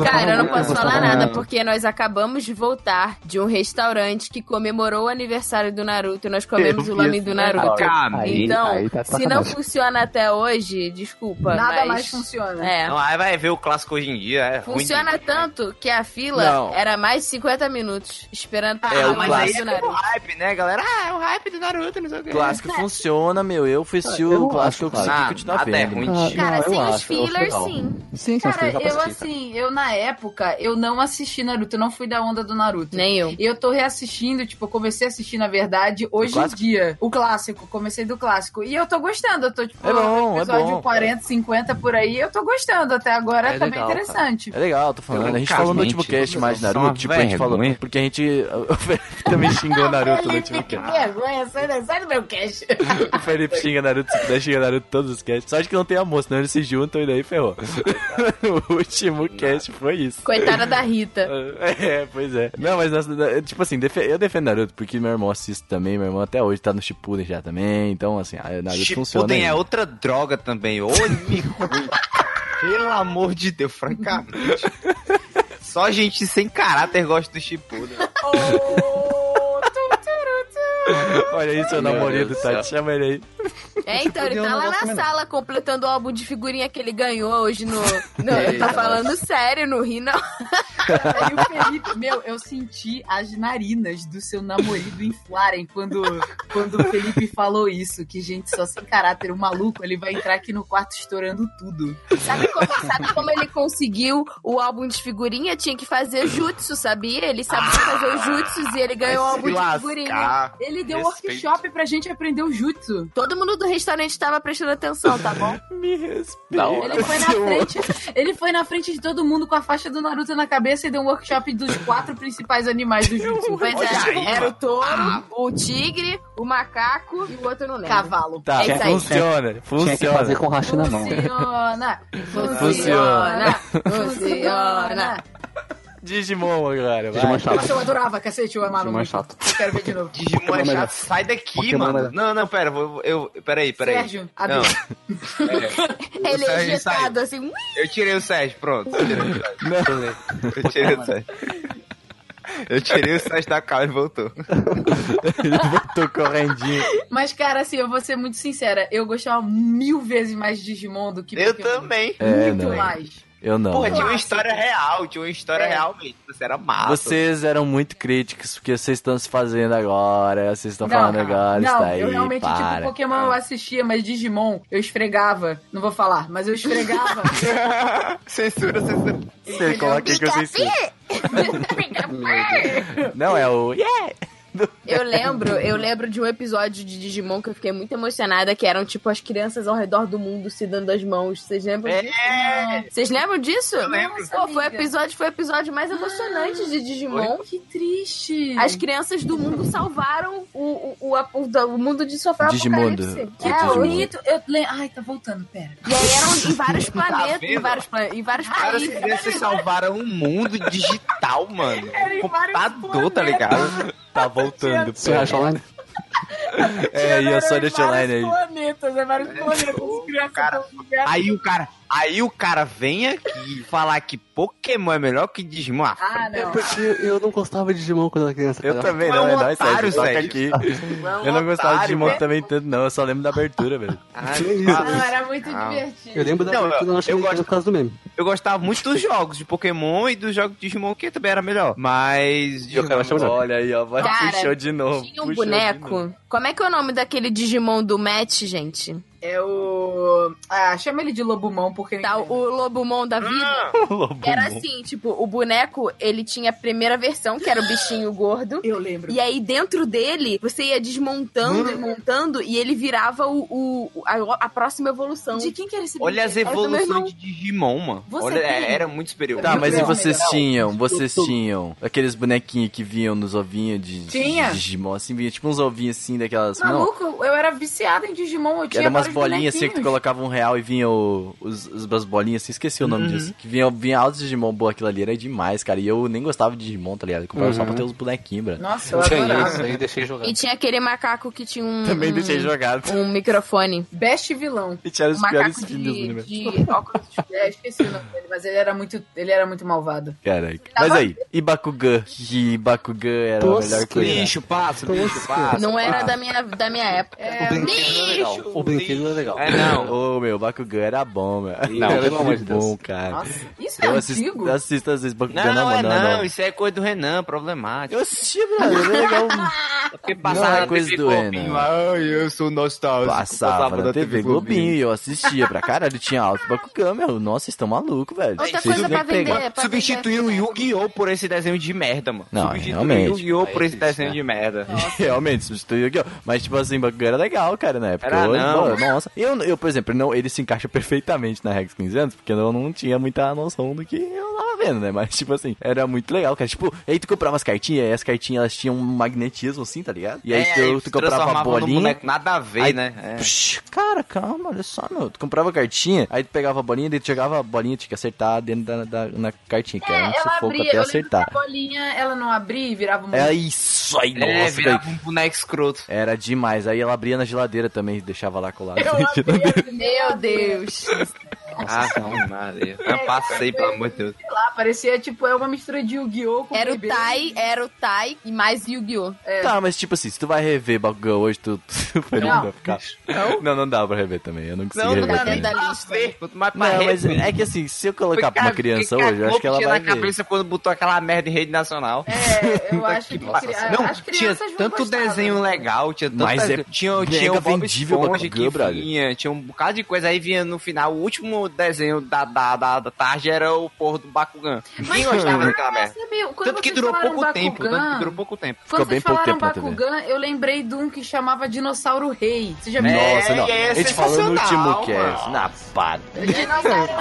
Speaker 4: Cara, eu não
Speaker 5: gostava
Speaker 4: posso falar
Speaker 5: muito.
Speaker 4: nada, porque nós acabamos de voltar de um restaurante que comemorou o aniversário do Naruto e nós comemos
Speaker 2: Eu
Speaker 4: o lamen
Speaker 2: fiz.
Speaker 4: do Naruto.
Speaker 3: Cara,
Speaker 5: Aí-
Speaker 4: Então,
Speaker 5: aí tá
Speaker 4: se não
Speaker 5: sacanagem.
Speaker 4: funciona até hoje, desculpa.
Speaker 6: Nada
Speaker 4: mas-
Speaker 6: mais funciona.
Speaker 4: É.
Speaker 3: Não, aí vai ver o clássico hoje em dia. É ruim
Speaker 4: Funciona
Speaker 3: demais.
Speaker 4: tanto que a fila
Speaker 2: Não.
Speaker 4: era mais de 50 minutos esperando pra
Speaker 2: É,
Speaker 4: ah,
Speaker 2: o
Speaker 4: mas
Speaker 2: clássico.
Speaker 4: aí do
Speaker 3: o
Speaker 4: Naruto.
Speaker 3: hype, né, galera? Ah, é o hype do Naruto, não sei o que.
Speaker 2: Clássico funciona, meu. Eu assisti
Speaker 5: Eu não
Speaker 2: o clássico, É, eu
Speaker 5: acho, cara.
Speaker 2: consegui continuar
Speaker 3: nada é
Speaker 2: vendo. né?
Speaker 3: ruim.
Speaker 5: Ah,
Speaker 1: Cara,
Speaker 5: não, eu
Speaker 1: sem os
Speaker 5: acho, eu acho
Speaker 1: fillers,
Speaker 5: legal.
Speaker 1: sim.
Speaker 5: Sim, sim,
Speaker 6: Cara,
Speaker 5: sim, dá pra
Speaker 6: eu
Speaker 5: assistir, cara.
Speaker 6: assim, eu na época, eu não assisti Naruto, eu não fui da onda do Naruto.
Speaker 4: Nem eu.
Speaker 6: E eu tô reassistindo, tipo, eu comecei a assistir, na verdade, hoje em
Speaker 2: clássico?
Speaker 6: dia. O clássico, comecei do clássico. E eu tô gostando, eu tô, tipo,
Speaker 2: É bom,
Speaker 6: no
Speaker 2: é
Speaker 6: episódio
Speaker 2: bom.
Speaker 6: 40, 50 por aí, eu tô gostando. Até agora
Speaker 7: É
Speaker 6: tá
Speaker 7: legal,
Speaker 6: bem
Speaker 7: cara.
Speaker 6: interessante.
Speaker 2: É legal, tô falando. A gente falou no último cast mais
Speaker 3: são
Speaker 2: Naruto,
Speaker 3: uma
Speaker 2: tipo, a gente falou.
Speaker 3: vergonha.
Speaker 2: Porque a gente o Felipe também xingou Naruto no último
Speaker 6: Que
Speaker 2: cast.
Speaker 6: vergonha, sai, sai do meu cast.
Speaker 2: O Felipe xinga Naruto, se puder xinga Naruto todos os casts. Só de que não tem almoço, senão eles se juntam e daí ferrou. o último cast foi isso.
Speaker 4: Coitada da Rita.
Speaker 2: É, pois é. Não, mas nós- tipo assim, defe- eu defendo Naruto porque meu irmão assiste também, meu irmão até hoje tá no Shippuden já também, então assim, a Naruto funciona.
Speaker 3: Shippuden é
Speaker 2: ainda.
Speaker 3: outra droga também. Ô, amigo. Pelo amor de Deus, francamente. Só gente sem caráter gosta do Shippuden.
Speaker 2: Olha aí seu
Speaker 7: Meu
Speaker 2: namorado,
Speaker 7: Deus do
Speaker 2: Tati, chama ele aí.
Speaker 4: É, então, ele tá lá na sala completando o álbum de figurinha que ele ganhou hoje no. no eu tô
Speaker 7: Eita,
Speaker 4: falando sério, no ri não.
Speaker 2: É.
Speaker 6: Aí o Felipe, meu, eu senti as narinas do seu namorado inflarem quando, quando o Felipe falou isso. Que, gente, só sem caráter, o maluco, ele vai entrar aqui no quarto estourando tudo.
Speaker 4: Sabe como, sabe como ele conseguiu o álbum de figurinha? Tinha que fazer jutsu, sabia? Ele sabia fazer os jutsus e ele ganhou o né? álbum de figurinha.
Speaker 6: Ele deu
Speaker 4: um
Speaker 7: Respeito.
Speaker 6: um workshop pra gente aprender o jutsu.
Speaker 4: Todo mundo do restaurante tava prestando atenção, tá bom?
Speaker 2: Me respeita.
Speaker 7: Da hora.
Speaker 6: Ele foi, na frente, ele foi na frente de todo mundo com a faixa do Naruto na cabeça e deu um workshop dos quatro principais animais do jutsu.
Speaker 4: Pois
Speaker 6: Olha
Speaker 4: é,
Speaker 6: aí,
Speaker 4: era o touro, o tigre, o macaco e o outro eu não lembro.
Speaker 6: Cavalo.
Speaker 2: Tá,
Speaker 4: É isso aí.
Speaker 2: funciona,
Speaker 5: Tinha que fazer
Speaker 2: funciona.
Speaker 5: com racha na mão. né?
Speaker 6: Funciona,
Speaker 2: Funciona.
Speaker 6: funciona,
Speaker 4: funciona.
Speaker 6: funciona.
Speaker 2: Digimon agora,
Speaker 5: Digimon é
Speaker 2: vai.
Speaker 5: chato.
Speaker 6: Nossa, eu adorava, cacete, eu amava
Speaker 5: Digimon é
Speaker 6: muito.
Speaker 5: chato.
Speaker 6: Quero ver de novo.
Speaker 3: Digimon é
Speaker 5: Pokémon é
Speaker 3: chato.
Speaker 5: melhor.
Speaker 3: Sai daqui,
Speaker 5: Pokémon é
Speaker 3: mano.
Speaker 5: melhor.
Speaker 3: Não, não, pera. vou- Eu, peraí, peraí.
Speaker 6: Sérgio, abre.
Speaker 3: Não,
Speaker 4: Ele
Speaker 3: Sérgio
Speaker 4: é
Speaker 3: saiu.
Speaker 4: injetado assim. ui.
Speaker 3: eu tirei o Sérgio, pronto.
Speaker 2: Não,
Speaker 3: Eu tirei o Sérgio. Eu tirei o Sérgio da calma e voltou.
Speaker 2: ele botou correndinho.
Speaker 6: Mas, cara, assim, eu vou ser muito sincera. Eu gostava mil vezes mais de Digimon do que
Speaker 3: Eu
Speaker 6: Pokémon.
Speaker 3: também.
Speaker 2: É,
Speaker 6: Muito
Speaker 2: não.
Speaker 6: mais.
Speaker 2: Eu não.
Speaker 3: Porra,
Speaker 2: não.
Speaker 3: tinha uma história real, tinha uma história
Speaker 6: É.
Speaker 3: real mesmo. Você era massa.
Speaker 2: Vocês eram muito críticos porque vocês estão se fazendo agora, vocês estão falando
Speaker 6: cara,
Speaker 2: agora,
Speaker 6: não,
Speaker 2: está aí,
Speaker 6: eu realmente,
Speaker 2: para.
Speaker 6: tipo, Pokémon eu assistia, mas Digimon eu esfregava. Não vou falar, mas eu esfregava.
Speaker 3: censura, censura.
Speaker 2: Você coloca aí que eu sei. sim. Não, é o. Yeah! do
Speaker 4: Eu lembro, eu lembro de um episódio de Digimon que eu fiquei muito emocionada, que eram tipo as crianças ao redor do mundo se dando as mãos. Vocês lembram disso?
Speaker 6: É.
Speaker 4: Vocês lembram disso? Eu
Speaker 3: É. lembro.
Speaker 4: Pô, foi o episódio, foi o episódio mais emocionante de Digimon.
Speaker 6: Que triste.
Speaker 4: As crianças do mundo salvaram o, o, o, a- o da- o mundo de sofrer o
Speaker 2: Digimundo.
Speaker 4: apocalipse.
Speaker 2: É,
Speaker 6: É,
Speaker 2: Digimon.
Speaker 6: bonito. Eu le- Ai, tá voltando, pera.
Speaker 4: E aí eram em vários planetas, em
Speaker 3: vendo?
Speaker 4: vários, plane- em vários
Speaker 3: Cara,
Speaker 4: países.
Speaker 3: essas crianças salvaram um mundo digital, mano.
Speaker 6: em
Speaker 3: Computador, tá
Speaker 6: é
Speaker 3: ligado? Tá voltando.
Speaker 5: Você acha online?
Speaker 2: É, e a Sony Online aí.
Speaker 6: planetas, é vários planetas. As crianças
Speaker 3: Cara,
Speaker 6: tão ligadas.
Speaker 3: Aí o cara, aí o cara vem aqui falar que Pokémon é melhor que Digimon. Ah,
Speaker 6: Ah, não.
Speaker 5: Porque eu não gostava de Digimon quando era criança. tá?
Speaker 2: Eu
Speaker 5: cara.
Speaker 2: também,
Speaker 3: é
Speaker 2: não,
Speaker 3: um
Speaker 2: é nóis, Sérgio,
Speaker 3: otário,
Speaker 2: toca
Speaker 3: Sérgio.
Speaker 2: aqui.
Speaker 3: é um
Speaker 2: Eu não gostava de
Speaker 3: otário,
Speaker 2: Digimon
Speaker 3: velho.
Speaker 2: também tanto, não. Eu só lembro da abertura, velho.
Speaker 3: Ah,
Speaker 5: Que isso?
Speaker 6: Não,
Speaker 3: fala.
Speaker 6: era muito
Speaker 2: Ah.
Speaker 3: Não.
Speaker 6: divertido.
Speaker 5: Eu lembro da
Speaker 3: Não,
Speaker 5: abertura,
Speaker 3: eu-
Speaker 5: eu, acho
Speaker 3: eu
Speaker 5: que era
Speaker 3: gosto-
Speaker 5: por causa do meme.
Speaker 3: Eu gostava muito dos jogos de Pokémon e dos jogos de Digimon, que também era melhor. Mas.
Speaker 5: E o cara chama-
Speaker 2: Olha aí, ó, vai
Speaker 4: Cara,
Speaker 2: puxou de novo.
Speaker 4: Tinha um
Speaker 2: puxou de novo.
Speaker 4: boneco. Como é que é o nome daquele Digimon do Match, gente?
Speaker 6: É o. Ah, chama ele de Lobumão, porque.
Speaker 4: Tá, o Lobumon da
Speaker 2: Ah!
Speaker 4: vida.
Speaker 2: Lobo
Speaker 4: Era
Speaker 2: Mon.
Speaker 4: assim, tipo, o boneco, ele tinha a primeira versão, que era o bichinho gordo.
Speaker 6: Eu lembro.
Speaker 4: E aí, dentro dele, você ia desmontando e
Speaker 2: Hum.
Speaker 4: montando, e ele virava o, o- a, a próxima evolução.
Speaker 6: De quem que era esse
Speaker 3: Olha as
Speaker 6: brinquedo?
Speaker 4: Era do meu irmão.
Speaker 3: evoluções de Digimon, mano.
Speaker 6: Você
Speaker 3: Olha, é,
Speaker 6: tem?
Speaker 3: era muito superior.
Speaker 2: Tá, mas e
Speaker 4: é
Speaker 6: Não,
Speaker 2: vocês
Speaker 6: não.
Speaker 2: tinham? Vocês tinham aqueles bonequinhos que vinham nos ovinhos de, de
Speaker 6: Tinha.
Speaker 2: Digimon, assim, vinha tipo uns ovinhos assim daquelas. Não,
Speaker 6: Maluco, eu era viciada em Digimon, eu tinha
Speaker 2: era umas
Speaker 6: vários
Speaker 2: bolinhas assim que tu
Speaker 6: bonequinhos.
Speaker 2: colocava um real e vinha o, os, os- as bolinhas assim, esqueci o nome
Speaker 3: Uhum.
Speaker 2: disso. Que vinha, vinha altos Digimon, boa, aquilo ali era demais, cara. E eu nem gostava de Digimon, tá ligado? Eu comprava só
Speaker 5: Uhum.
Speaker 2: pra ter os bonequinhos, bro.
Speaker 6: Nossa, eu
Speaker 7: Eu tinha
Speaker 6: adorava.
Speaker 7: isso aí, deixei jogar.
Speaker 4: E tinha aquele macaco que tinha um.
Speaker 2: Também
Speaker 4: um,
Speaker 2: deixei jogado.
Speaker 4: Um microfone.
Speaker 6: Best vilão.
Speaker 2: E tinha
Speaker 6: O
Speaker 2: os piores
Speaker 6: Um macaco
Speaker 2: filhos do
Speaker 6: de,
Speaker 2: universo.
Speaker 6: de óculos de é, esqueci o nome dele, mas ele era muito, ele era muito malvado.
Speaker 2: Caraca. Mas aí, e Bakugan? Que Bakugan era a melhor
Speaker 5: Tosqueira.
Speaker 2: coisa.
Speaker 3: Bicho, passa, bicho,
Speaker 5: Tosqueira.
Speaker 2: Ah,
Speaker 3: passa.
Speaker 4: assim? Não era da minha, da minha época.
Speaker 6: É,
Speaker 5: O brinquedo era legal. O brinquedo era legal.
Speaker 3: É, não.
Speaker 2: Ô, meu, Bakugan era bom, meu.
Speaker 5: Não,
Speaker 2: era
Speaker 5: pelo amor de Deus.
Speaker 2: bom, cara.
Speaker 6: Nossa, isso é
Speaker 2: Eu
Speaker 6: antigo?
Speaker 2: assisto, assisto às vezes Bakugan, não,
Speaker 3: Não, não, é
Speaker 2: mano, não,
Speaker 3: não,
Speaker 2: não.
Speaker 3: isso é coisa do Renan, problemático.
Speaker 2: Eu assistia, velho, era legal.
Speaker 3: Porque
Speaker 2: Não, é
Speaker 3: passava na
Speaker 2: coisa
Speaker 3: TV
Speaker 2: do
Speaker 3: Globinho.
Speaker 2: Renan.
Speaker 3: Ai, eu sou nostálgico.
Speaker 2: Passava na TV Globinho e eu assistia pra caralho. Tinha alto Bakugan, meu. Nossa, vocês estão malucos, velho.
Speaker 4: Outra
Speaker 2: Vocês
Speaker 4: coisa
Speaker 2: têm
Speaker 4: pra
Speaker 2: que pegar.
Speaker 4: vender. é pra
Speaker 3: Substituindo o Yu-Gi-Oh! por esse desenho de merda, mano.
Speaker 2: Não,
Speaker 3: Substituindo
Speaker 2: realmente.
Speaker 3: o Yu-Gi-Oh! por
Speaker 7: Aí
Speaker 3: esse
Speaker 7: existe,
Speaker 3: desenho
Speaker 7: né?
Speaker 3: de merda.
Speaker 2: Realmente, substituiu aqui, ó. Mas, tipo assim, Bakugan era legal, cara, na época.
Speaker 3: Era
Speaker 2: Eu-
Speaker 3: não.
Speaker 2: eu- nossa. Eu, eu, por exemplo, não, ele se encaixa perfeitamente na Rex 15 anos, porque eu não tinha muita noção do que eu tava vendo, né? Mas, tipo assim, era muito legal, cara. Tipo, aí tu comprava as cartinhas, e as cartinhas elas tinham um magnetismo, assim, tá ligado? E aí
Speaker 3: É,
Speaker 2: tu, tu
Speaker 3: se
Speaker 2: comprava a
Speaker 3: transformava num
Speaker 2: bolinha.
Speaker 3: boneco Nada a ver,
Speaker 2: Aí-
Speaker 3: né? É.
Speaker 2: Psh, cara, calma, olha só, meu. Tu comprava a cartinha, aí tu pegava a bolinha, daí tu jogava a bolinha, tinha que acertar dentro da, da- na cartinha, que era um
Speaker 6: É, ela
Speaker 2: sufoco até
Speaker 6: abria, eu lembro que a
Speaker 2: acertar.
Speaker 6: bolinha, ela não abria e virava um
Speaker 2: É isso aí, nossa,
Speaker 3: É,
Speaker 2: velho.
Speaker 3: virava um boneco escroto.
Speaker 2: Era demais. Aí ela abria na geladeira também, deixava lá colado.
Speaker 4: Meu Deus.
Speaker 3: Ah, não, Maria. Eu passei, pelo amor de Deus.
Speaker 6: lá, parecia tipo, é uma mistura de Yu-Gi-Oh! com
Speaker 4: Era o
Speaker 6: bebê.
Speaker 4: Tai, era o Tai e mais Yu-Gi-Oh!
Speaker 2: Tá, mas tipo assim, se tu vai rever Bakugan hoje, tu, tu foi
Speaker 6: Não.
Speaker 2: não. ficar. Não? não, dá pra rever também. Eu não tá consegui
Speaker 3: Não, não
Speaker 2: rever
Speaker 3: dá
Speaker 2: também.
Speaker 3: nem
Speaker 4: da
Speaker 3: pra
Speaker 4: lista.
Speaker 3: ver. Quanto mais pra
Speaker 2: Não, mas
Speaker 3: rever.
Speaker 2: é que assim, se eu colocar pra uma
Speaker 3: Fica-
Speaker 2: criança
Speaker 3: fica
Speaker 2: hoje, eu acho que ela
Speaker 3: tinha
Speaker 2: vai
Speaker 3: na
Speaker 2: ver.
Speaker 3: cabeça quando botou aquela merda em rede nacional.
Speaker 6: É, eu acho que, cri...
Speaker 3: Não,
Speaker 6: as
Speaker 3: tinha
Speaker 6: crianças vão
Speaker 3: tanto
Speaker 6: gostar,
Speaker 3: desenho
Speaker 6: né?
Speaker 3: legal, tinha tanto
Speaker 2: Mas
Speaker 3: desenho-
Speaker 2: é
Speaker 3: tinha,
Speaker 2: mega
Speaker 3: tinha o Bob
Speaker 2: vendível
Speaker 3: Esponja
Speaker 2: Bakugan,
Speaker 3: que
Speaker 2: brother.
Speaker 3: vinha, tinha um bocado de coisa, aí vinha no final, o último desenho da, da, da, da tarde era o porro do Bakugan. Ninguém gostava daquela merda.
Speaker 6: Sabe, quando
Speaker 3: Tanto que
Speaker 6: vocês
Speaker 3: durou
Speaker 6: falaram
Speaker 3: pouco tempo,
Speaker 6: Bakugan,
Speaker 3: tanto que durou pouco tempo.
Speaker 6: Quando
Speaker 2: Ficou bem
Speaker 6: vocês
Speaker 2: pouco
Speaker 6: falaram
Speaker 2: tempo né? na TV.
Speaker 6: Bakugan, eu lembrei de um que chamava Dinossauro Rei. Você já viu?
Speaker 2: Nossa, não.
Speaker 3: e é
Speaker 2: a gente falou no
Speaker 3: sensacional,
Speaker 2: último cast.
Speaker 3: mano.
Speaker 2: Na pata.
Speaker 1: Dinossauro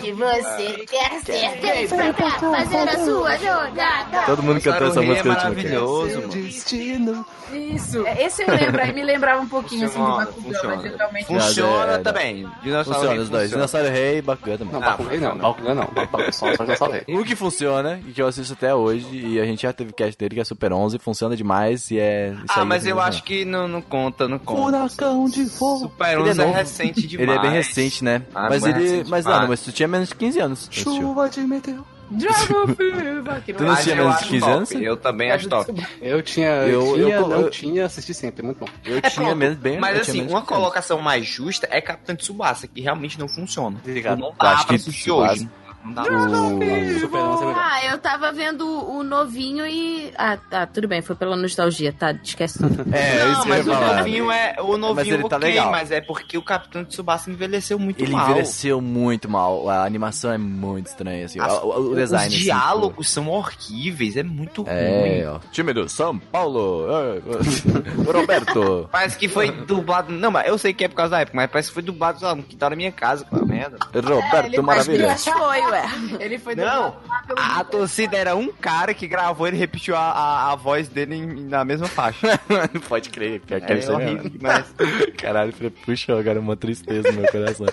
Speaker 1: que você quer ser. Vem pra cá fazer a sua jogada.
Speaker 2: Todo mundo cantou essa
Speaker 3: Saruhei
Speaker 2: música no último
Speaker 3: é
Speaker 2: cast.
Speaker 3: maravilhoso, mano.
Speaker 5: Destino.
Speaker 6: Isso. É, Esse eu lembro, aí me lembrava um pouquinho assim de
Speaker 3: Funciona,
Speaker 6: Bakugan,
Speaker 3: funciona.
Speaker 6: mas eu realmente
Speaker 2: Funciona.
Speaker 3: Funciona
Speaker 2: é, é,
Speaker 3: também. Dinossauro
Speaker 2: Funciona
Speaker 3: Rei
Speaker 2: os dois.
Speaker 3: funciona.
Speaker 2: Dinossauro Rei e Bakugan também.
Speaker 5: Não,
Speaker 3: Ah,
Speaker 5: Bakugan não.
Speaker 3: funciona.
Speaker 5: Bakugan não. Bakugan só, só já salvei.
Speaker 2: O que funciona, e que eu assisto até hoje, e a gente já teve cast dele, que é Super 11, funciona demais, e é... isso
Speaker 3: Ah,
Speaker 2: aí
Speaker 3: mas
Speaker 2: é
Speaker 3: eu acho que não, não conta, não conta.
Speaker 5: Furacão de fogo.
Speaker 3: Super
Speaker 2: Ele é
Speaker 3: 11 é
Speaker 2: novo.
Speaker 3: recente demais.
Speaker 2: Ele é bem recente, né?
Speaker 3: Ah,
Speaker 2: mas
Speaker 3: não é
Speaker 2: ele...
Speaker 3: recente
Speaker 2: Mas
Speaker 3: demais.
Speaker 2: não, mas tu tinha menos de 15 anos. que assistiu.
Speaker 5: Chuva de meteoro.
Speaker 6: Dragon Fever, que
Speaker 2: Tu não
Speaker 6: é-
Speaker 3: Mas
Speaker 2: tinha
Speaker 3: Ah, eu
Speaker 2: menos de
Speaker 3: acho
Speaker 2: 15
Speaker 3: top,
Speaker 2: anos? né?
Speaker 3: Eu também acho top.
Speaker 5: Eu tinha,
Speaker 2: Eu-
Speaker 5: eu,
Speaker 2: eu
Speaker 5: tinha,
Speaker 2: colo-
Speaker 5: não tinha, assisti sempre, muito bom.
Speaker 2: Eu
Speaker 3: É,
Speaker 2: tinha
Speaker 3: pronto.
Speaker 2: menos bem
Speaker 3: Mas
Speaker 2: eu tinha
Speaker 3: assim,
Speaker 2: menos
Speaker 3: uma
Speaker 2: de 15 anos.
Speaker 3: colocação mais justa é Capitão Tsubasa, que realmente não funciona.
Speaker 7: Desligado.
Speaker 3: Não
Speaker 2: Eu
Speaker 3: dá
Speaker 2: Tá acho
Speaker 3: pra
Speaker 2: que
Speaker 3: assistir
Speaker 2: Tsubasa-
Speaker 3: hoje. Não dá
Speaker 7: O Super 11 é melhor.
Speaker 4: Ah, eu tava vendo o novinho e. Ah, tá, tudo bem, foi pela nostalgia, tá? Esquece tudo.
Speaker 2: É,
Speaker 3: não,
Speaker 2: isso que eu ia
Speaker 3: mas o
Speaker 2: falar.
Speaker 3: novinho é o novinho
Speaker 2: ele tá
Speaker 3: ok,
Speaker 2: legal.
Speaker 3: mas é porque o Capitão Tsubasa envelheceu muito
Speaker 2: Ele
Speaker 3: mal.
Speaker 2: envelheceu muito mal. A animação é muito estranha, assim.
Speaker 3: As-
Speaker 2: o, o- o design.
Speaker 3: Os
Speaker 2: assim, tipo-
Speaker 3: diálogos são horríveis, é muito ruim.
Speaker 2: é, ó. Time do São Paulo. é, é, Roberto.
Speaker 3: Parece que foi dublado. Não, mas eu sei que é por causa da época, mas parece que foi dublado sei lá, no quintal da minha casa, com a merda.
Speaker 2: Roberto Maravilha.
Speaker 4: Mas foi, ué.
Speaker 6: Ele foi
Speaker 3: Não, a, a torcida era um cara que gravou e ele repetiu a, a, a voz dele em- na mesma faixa.
Speaker 2: Pode crer, pior que
Speaker 3: É,
Speaker 2: deve ser mesmo.
Speaker 3: horrível, mas
Speaker 2: Caralho, falei, puxa, agora é uma tristeza no meu coração.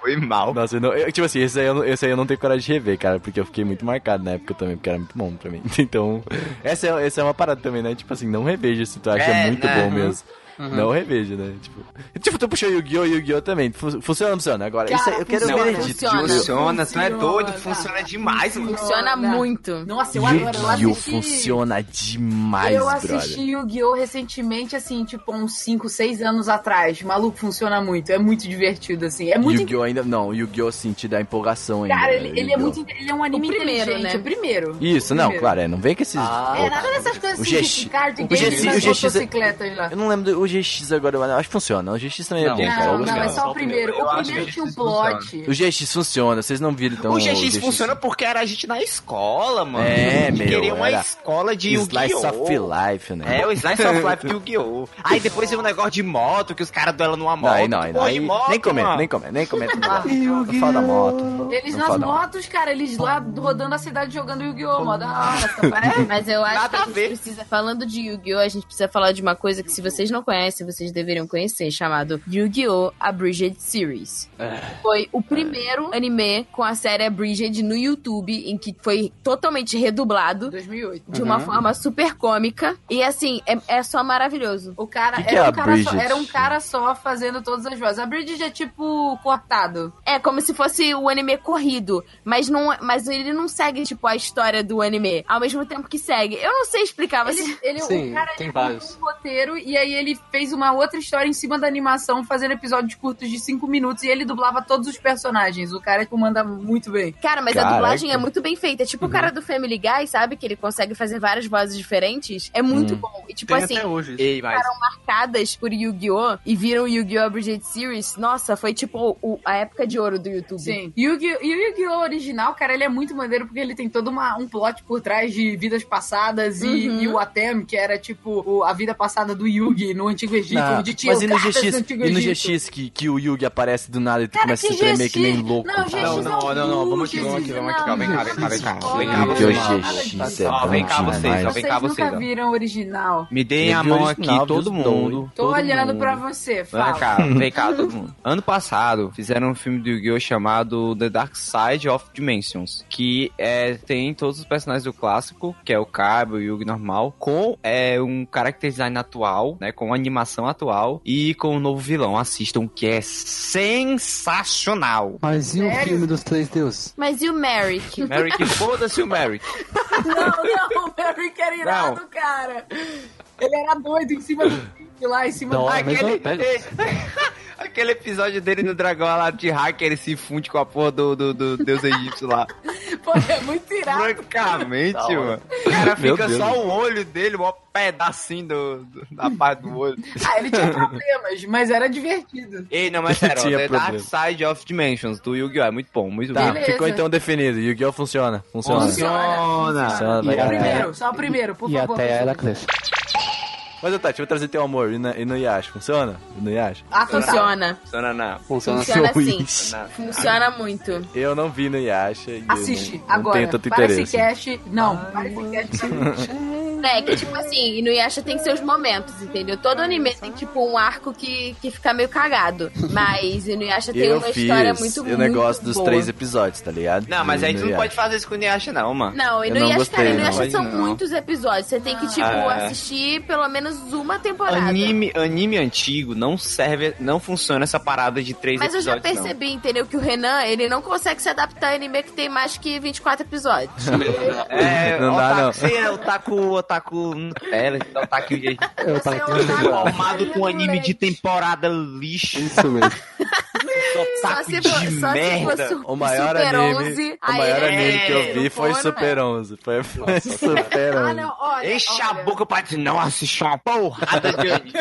Speaker 3: foi mal.
Speaker 2: Nossa, eu não, eu- tipo assim, esse aí, eu, não- esse aí eu não tenho coragem de rever, cara, porque eu fiquei muito marcado na época também, porque era muito bom pra mim. Então, essa é, essa é uma parada também, né? Tipo assim, não reveja se tu acha
Speaker 3: É,
Speaker 2: muito
Speaker 3: né?
Speaker 2: bom mesmo.
Speaker 6: Uhum.
Speaker 2: Não reveja, né? Tipo, tipo tu puxou Yu-Gi-Oh! Yu-Gi-Oh! também. Fu- Funciona ou não funciona? Agora, isso aí, eu quero
Speaker 4: funciona,
Speaker 2: ver edito.
Speaker 4: funciona.
Speaker 3: Funciona, tu é
Speaker 6: Funciona.
Speaker 3: doido, funciona demais, mano.
Speaker 4: Funciona muito.
Speaker 6: Nossa, eu adoro. Eu
Speaker 2: Yu-Gi-Oh!
Speaker 6: assisti,
Speaker 2: funciona demais,
Speaker 6: eu
Speaker 2: brother.
Speaker 6: assisti Yu-Gi-Oh! recentemente, assim, tipo, uns 5, 6 anos atrás. Maluco, funciona muito. É muito divertido, assim. É muito
Speaker 2: Yu-Gi-Oh! ainda. Não, Yu-Gi-Oh! sim, te dá empolgação ainda.
Speaker 6: Cara,
Speaker 2: né?
Speaker 6: ele, ele é
Speaker 2: Yu-Gi-Oh!
Speaker 6: muito. inte- Ele é um anime
Speaker 4: O primeiro,
Speaker 6: inteligente.
Speaker 4: né?
Speaker 6: O primeiro.
Speaker 2: Isso, não,
Speaker 6: Primeiro.
Speaker 2: claro, é. Não vem com esses.
Speaker 7: Ah.
Speaker 6: É, nada dessas coisas
Speaker 2: O
Speaker 6: assim,
Speaker 2: GX
Speaker 6: de card
Speaker 2: o
Speaker 6: game
Speaker 2: GX
Speaker 6: nas
Speaker 2: o GX
Speaker 6: motocicletas lá.
Speaker 2: Eu não lembro do o GX agora, mas eu acho que funciona. O GX também é
Speaker 7: Não,
Speaker 2: bom, cara.
Speaker 6: Não,
Speaker 2: Eu
Speaker 6: não, é
Speaker 2: gostava.
Speaker 6: só o primeiro.
Speaker 3: Eu
Speaker 6: O
Speaker 3: acho
Speaker 6: primeiro
Speaker 3: que
Speaker 6: tinha um
Speaker 3: funciona.
Speaker 6: plot.
Speaker 2: O GX funciona, vocês não viram então.
Speaker 3: o GX funciona porque era a gente na escola, mano.
Speaker 2: É,
Speaker 3: a gente
Speaker 2: meu,
Speaker 3: queria uma
Speaker 2: era
Speaker 3: escola de
Speaker 2: Slice
Speaker 3: Yu-Gi-Oh!
Speaker 2: of Life, né?
Speaker 3: É, o Slice of Life de Yu-Gi-Oh! Aí depois tem um negócio de moto, que os caras duelam numa moto.
Speaker 2: Não, aí não, aí não.
Speaker 3: Porra de
Speaker 2: Aí,
Speaker 3: moto,
Speaker 2: nem comenta,
Speaker 3: mano.
Speaker 2: nem comenta, nem comenta. Não fala da moto.
Speaker 6: Eles
Speaker 2: não
Speaker 6: nas
Speaker 2: fala da moto.
Speaker 6: motos, cara, eles lá rodando a cidade jogando Yu-Gi-Oh! Mó da hora, tá parado?
Speaker 4: É, Mas eu acho que
Speaker 3: Nada
Speaker 4: a
Speaker 3: a
Speaker 4: gente
Speaker 3: ver.
Speaker 4: precisa. Falando de Yu-Gi-Oh! a gente precisa falar de uma coisa que, se vocês não conhecem, vocês deveriam conhecer, chamado Yu-Gi-Oh! A Bridget Series.
Speaker 3: É.
Speaker 4: Foi o primeiro anime com a série Bridget no YouTube, em que foi totalmente redublado.
Speaker 6: 2008.
Speaker 4: De
Speaker 3: Uhum.
Speaker 4: uma forma super cômica. E assim, é, é só maravilhoso.
Speaker 6: O cara,
Speaker 2: Que que é
Speaker 6: era,
Speaker 2: a
Speaker 6: um cara só,
Speaker 2: Bridget?
Speaker 6: era um cara só fazendo todas as vozes. A Bridget é tipo cortado.
Speaker 4: É como se fosse o anime corrido, mas não, é, mas ele não segue tipo a história do anime, ao mesmo tempo que segue. Eu não sei explicar, mas
Speaker 6: Ele, ele
Speaker 7: Sim,
Speaker 6: o cara
Speaker 7: tem
Speaker 6: ele
Speaker 7: vários.
Speaker 6: montou um roteiro e aí ele fez uma outra história em cima da animação, fazendo episódios curtos de 5 minutos e ele dublava todos os personagens. O cara tipo, manda muito bem.
Speaker 4: cara, mas a
Speaker 2: Caraca.
Speaker 4: dublagem é muito bem feita. É tipo o cara do Family Guy, sabe que ele consegue fazer várias vozes diferentes. É muito bom. E tipo
Speaker 9: Tem
Speaker 4: assim,
Speaker 2: um
Speaker 9: até hoje.
Speaker 3: Ei, mas
Speaker 4: marcadas por Yu-Gi-Oh e viram Yu-Gi-Oh A Bridget Series. Nossa, foi tipo o- a época de ouro do YouTube.
Speaker 6: Sim. E o Yu- e o Yu-Gi-Oh! original, cara, ele é muito maneiro porque ele tem todo uma- um plot por trás de vidas passadas e,
Speaker 4: Uhum.
Speaker 6: e o Atem, que era tipo o- a vida passada do Yugi no Antigo Egito,
Speaker 2: Não,
Speaker 6: onde tinha
Speaker 2: Mas e no
Speaker 6: cartas
Speaker 2: GX?
Speaker 6: do Antigo
Speaker 2: E no
Speaker 6: Egito.
Speaker 2: GX que, que o Yugi aparece do nada e tu
Speaker 6: Cara,
Speaker 2: começa a se
Speaker 6: que
Speaker 2: tremer que nem
Speaker 6: GX?
Speaker 2: louco.
Speaker 6: Não,
Speaker 2: cara.
Speaker 9: Não,
Speaker 6: GX
Speaker 9: não, não, não, vamos aqui,
Speaker 6: não,
Speaker 9: vamos aqui, vamos aqui,
Speaker 6: não,
Speaker 9: calma, vem cá,
Speaker 6: não,
Speaker 9: vem cá, vem cá.
Speaker 6: não,
Speaker 3: Vem cá,
Speaker 6: não,
Speaker 3: você
Speaker 2: Meu GX
Speaker 3: mano.
Speaker 2: é
Speaker 3: Ó,
Speaker 2: bom
Speaker 3: vem cá
Speaker 2: demais.
Speaker 3: vocês, ó, vem
Speaker 6: Vocês
Speaker 3: cá
Speaker 6: nunca
Speaker 3: vocês, ó.
Speaker 6: viram o original.
Speaker 3: me
Speaker 2: É
Speaker 3: deem a mão aqui, todo mundo.
Speaker 6: Tô
Speaker 3: Todo
Speaker 6: olhando
Speaker 3: mundo.
Speaker 6: pra você, fala.
Speaker 3: Vem cá, é, vem cá, todo mundo. Ano passado, fizeram um filme do Yu-Gi-Oh! chamado The Dark Side of Dimensions, que é, tem todos os personagens do clássico, que é o Cabo, o Yugi normal, com é, um character design atual, né, com animação atual, e com o novo vilão. Assistam, que é sensacional!
Speaker 5: Mas e o
Speaker 6: Sério?
Speaker 5: filme dos três deuses?
Speaker 4: Mas e o Merrick?
Speaker 3: Merrick, foda-se o Merrick.
Speaker 6: Não, não, o Merrick era irado, cara. Ele era doido em cima do Yugi lá, em cima
Speaker 5: Da
Speaker 6: do...
Speaker 5: hora, mas
Speaker 3: Aquele,
Speaker 5: eu- pera-
Speaker 3: aquele episódio dele no dragão lá de hacker, ele se funde com a porra do, do, do deus egípcio lá.
Speaker 6: Pô, é muito irado.
Speaker 3: Francamente,
Speaker 7: Da hora.
Speaker 3: mano. Tá. O cara
Speaker 2: Meu
Speaker 3: fica
Speaker 2: Deus.
Speaker 3: só o olho dele, um pedacinho do, do- da parte do olho.
Speaker 6: Ah, ele tinha problemas, mas era divertido.
Speaker 3: Ei, não, mas sério, ó,
Speaker 2: Tinha
Speaker 3: The Dark
Speaker 2: problema.
Speaker 3: Side of Dimensions do Yu-Gi-Oh! é muito bom, muito
Speaker 2: Tá,
Speaker 3: bom.
Speaker 6: Beleza.
Speaker 2: ficou então definido. Yu-Gi-Oh! funciona. Funciona. tá Funciona,
Speaker 6: Só
Speaker 2: vai
Speaker 6: o
Speaker 2: ganhar.
Speaker 6: primeiro, só o primeiro, por
Speaker 5: E
Speaker 6: favor.
Speaker 5: até era cresce.
Speaker 2: Mas eu tá, deixa eu trazer teu amor e no, e no Yash. Funciona? E no Yash?
Speaker 6: Ah, funciona.
Speaker 4: Funciona.
Speaker 3: Funciona não.
Speaker 5: Funciona assim.
Speaker 4: Funciona sim.
Speaker 3: Funciona.
Speaker 4: Funciona muito.
Speaker 2: Eu não vi no Yasha. e eu
Speaker 6: Assiste,
Speaker 2: não, não
Speaker 6: agora.
Speaker 2: tenho tanto
Speaker 6: para
Speaker 2: interesse.
Speaker 6: esse cast. Não, para esse cast.
Speaker 4: É, que tipo assim, Inuyasha tem seus momentos, entendeu? Todo
Speaker 2: Ah,
Speaker 4: anime tem tipo um arco que, que fica meio cagado. Mas Inuyasha tem
Speaker 2: Eu
Speaker 4: uma
Speaker 2: fiz
Speaker 4: história muito
Speaker 2: o
Speaker 4: muito
Speaker 2: negócio dos
Speaker 4: boa.
Speaker 2: três episódios, tá ligado?
Speaker 3: Não, mas
Speaker 2: Do
Speaker 3: aí tu não
Speaker 2: Inuyasha.
Speaker 3: pode fazer isso com o Niasha, não, mano.
Speaker 4: Não,
Speaker 2: Eu
Speaker 4: Inuyasha,
Speaker 2: não gostei,
Speaker 4: cara,
Speaker 2: não. é.
Speaker 4: Inuyasha são
Speaker 3: Não.
Speaker 4: muitos episódios. Você tem que, tipo,
Speaker 3: Ah.
Speaker 4: assistir pelo menos uma temporada.
Speaker 3: Anime, anime antigo não serve, não funciona essa parada de três
Speaker 4: Mas eu já
Speaker 3: episódios, não.
Speaker 4: percebi, entendeu? Que o Renan, ele não consegue se adaptar a anime que tem mais que 24 episódios.
Speaker 3: É,
Speaker 2: Não
Speaker 3: o
Speaker 2: dá,
Speaker 3: otaku,
Speaker 2: não.
Speaker 3: Você é otaku, otaku Nutella, esse otaku de-
Speaker 5: Eu tava
Speaker 4: Você é um
Speaker 5: aqui
Speaker 3: formado com anime de temporada lixo.
Speaker 5: Isso mesmo.
Speaker 4: Só se for, só se for su-
Speaker 2: O maior
Speaker 4: Super
Speaker 2: anime,
Speaker 4: 11,
Speaker 2: o maior
Speaker 4: aí,
Speaker 2: anime que eu
Speaker 4: é,
Speaker 2: vi foi
Speaker 4: não for, não é.
Speaker 2: Super 11. Foi, foi Super
Speaker 6: Ah,
Speaker 2: 11.
Speaker 6: não, olha.
Speaker 3: Enche a
Speaker 6: olha.
Speaker 3: boca pra dizer, não assiste uma porrada de anime.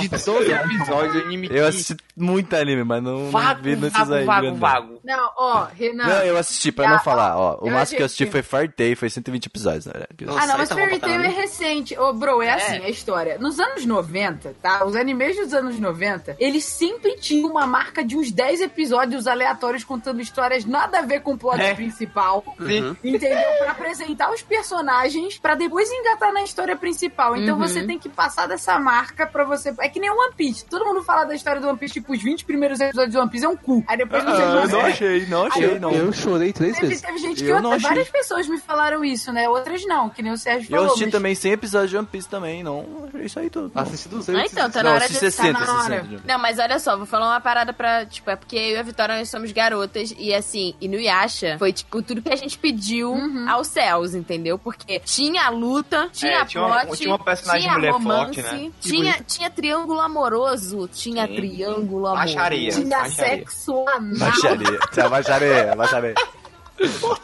Speaker 3: De 12 episódios, de anime
Speaker 2: Eu assisti muito anime, mas não, não
Speaker 3: vago,
Speaker 2: vi nesses
Speaker 3: vago,
Speaker 2: aí. né?
Speaker 3: vago,
Speaker 2: grandão.
Speaker 3: vago.
Speaker 6: Não, ó, Renan.
Speaker 2: Não, eu assisti, pra não
Speaker 6: Ah,
Speaker 2: falar, ó. O
Speaker 6: eu
Speaker 2: máximo que eu assisti
Speaker 6: assisti.
Speaker 2: foi Fire Day, foi 120 episódios, né? na verdade.
Speaker 6: Ah, não, mas
Speaker 7: Nossa,
Speaker 6: Fairy
Speaker 7: aí tá bom
Speaker 6: Tail é
Speaker 7: pra
Speaker 6: recente. Ô, bro, é, assim a história. Nos anos 90, tá? Os animes dos anos 90, eles sempre tinham uma marca de uns 10 episódios aleatórios contando histórias nada a ver com o plot
Speaker 3: É.
Speaker 6: principal.
Speaker 3: Sim.
Speaker 6: Entendeu? Pra apresentar os personagens, pra depois engatar na história principal. Então
Speaker 4: Uhum.
Speaker 6: você tem que passar dessa marca pra você. É que nem One Piece. Todo mundo fala da história do One Piece, tipo, os 20 primeiros episódios do One Piece é um cu. Aí depois você
Speaker 2: Ah, eu
Speaker 6: passa-
Speaker 2: não achei, não achei,
Speaker 5: Eu,
Speaker 2: não.
Speaker 5: eu chorei três
Speaker 6: Teve,
Speaker 5: vezes.
Speaker 6: teve gente
Speaker 2: Eu
Speaker 6: que
Speaker 2: não
Speaker 6: outra,
Speaker 2: achei.
Speaker 6: várias pessoas me falaram isso, né? Outras não, que nem o Sérgio
Speaker 2: Eu
Speaker 6: falou.
Speaker 2: assisti
Speaker 6: mas-
Speaker 2: também 100 episódios de One Piece também, não. É Isso aí tudo. não.
Speaker 5: Assisti
Speaker 4: Ah,
Speaker 5: 200.
Speaker 4: então, tá na
Speaker 2: Não,
Speaker 4: hora
Speaker 2: assisti
Speaker 4: de tá
Speaker 2: 60,
Speaker 4: na-
Speaker 6: hora.
Speaker 2: 60 de One Piece.
Speaker 4: Não, mas olha só, vou falar uma parada pra. Tipo, é porque eu e a Vitória nós somos garotas e assim, e no Yasha foi tipo tudo que a gente pediu aos céus, entendeu? Porque tinha a luta, tinha a
Speaker 3: É, tinha uma-
Speaker 4: plot,
Speaker 3: tinha uma personagem
Speaker 4: tinha
Speaker 3: mulher
Speaker 4: romance,
Speaker 3: forte, né?
Speaker 4: tinha, tinha triângulo amoroso, tinha
Speaker 3: Sim.
Speaker 4: triângulo amoroso.
Speaker 3: Baixaria.
Speaker 6: Tinha
Speaker 3: baixaria.
Speaker 6: sexo anal,
Speaker 2: Baixaria, tá, baixaria, baixaria.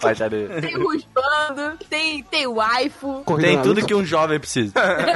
Speaker 2: Baixaria.
Speaker 4: Tem rusbando, tem, tem waifu.
Speaker 2: Tem tudo que um jovem precisa.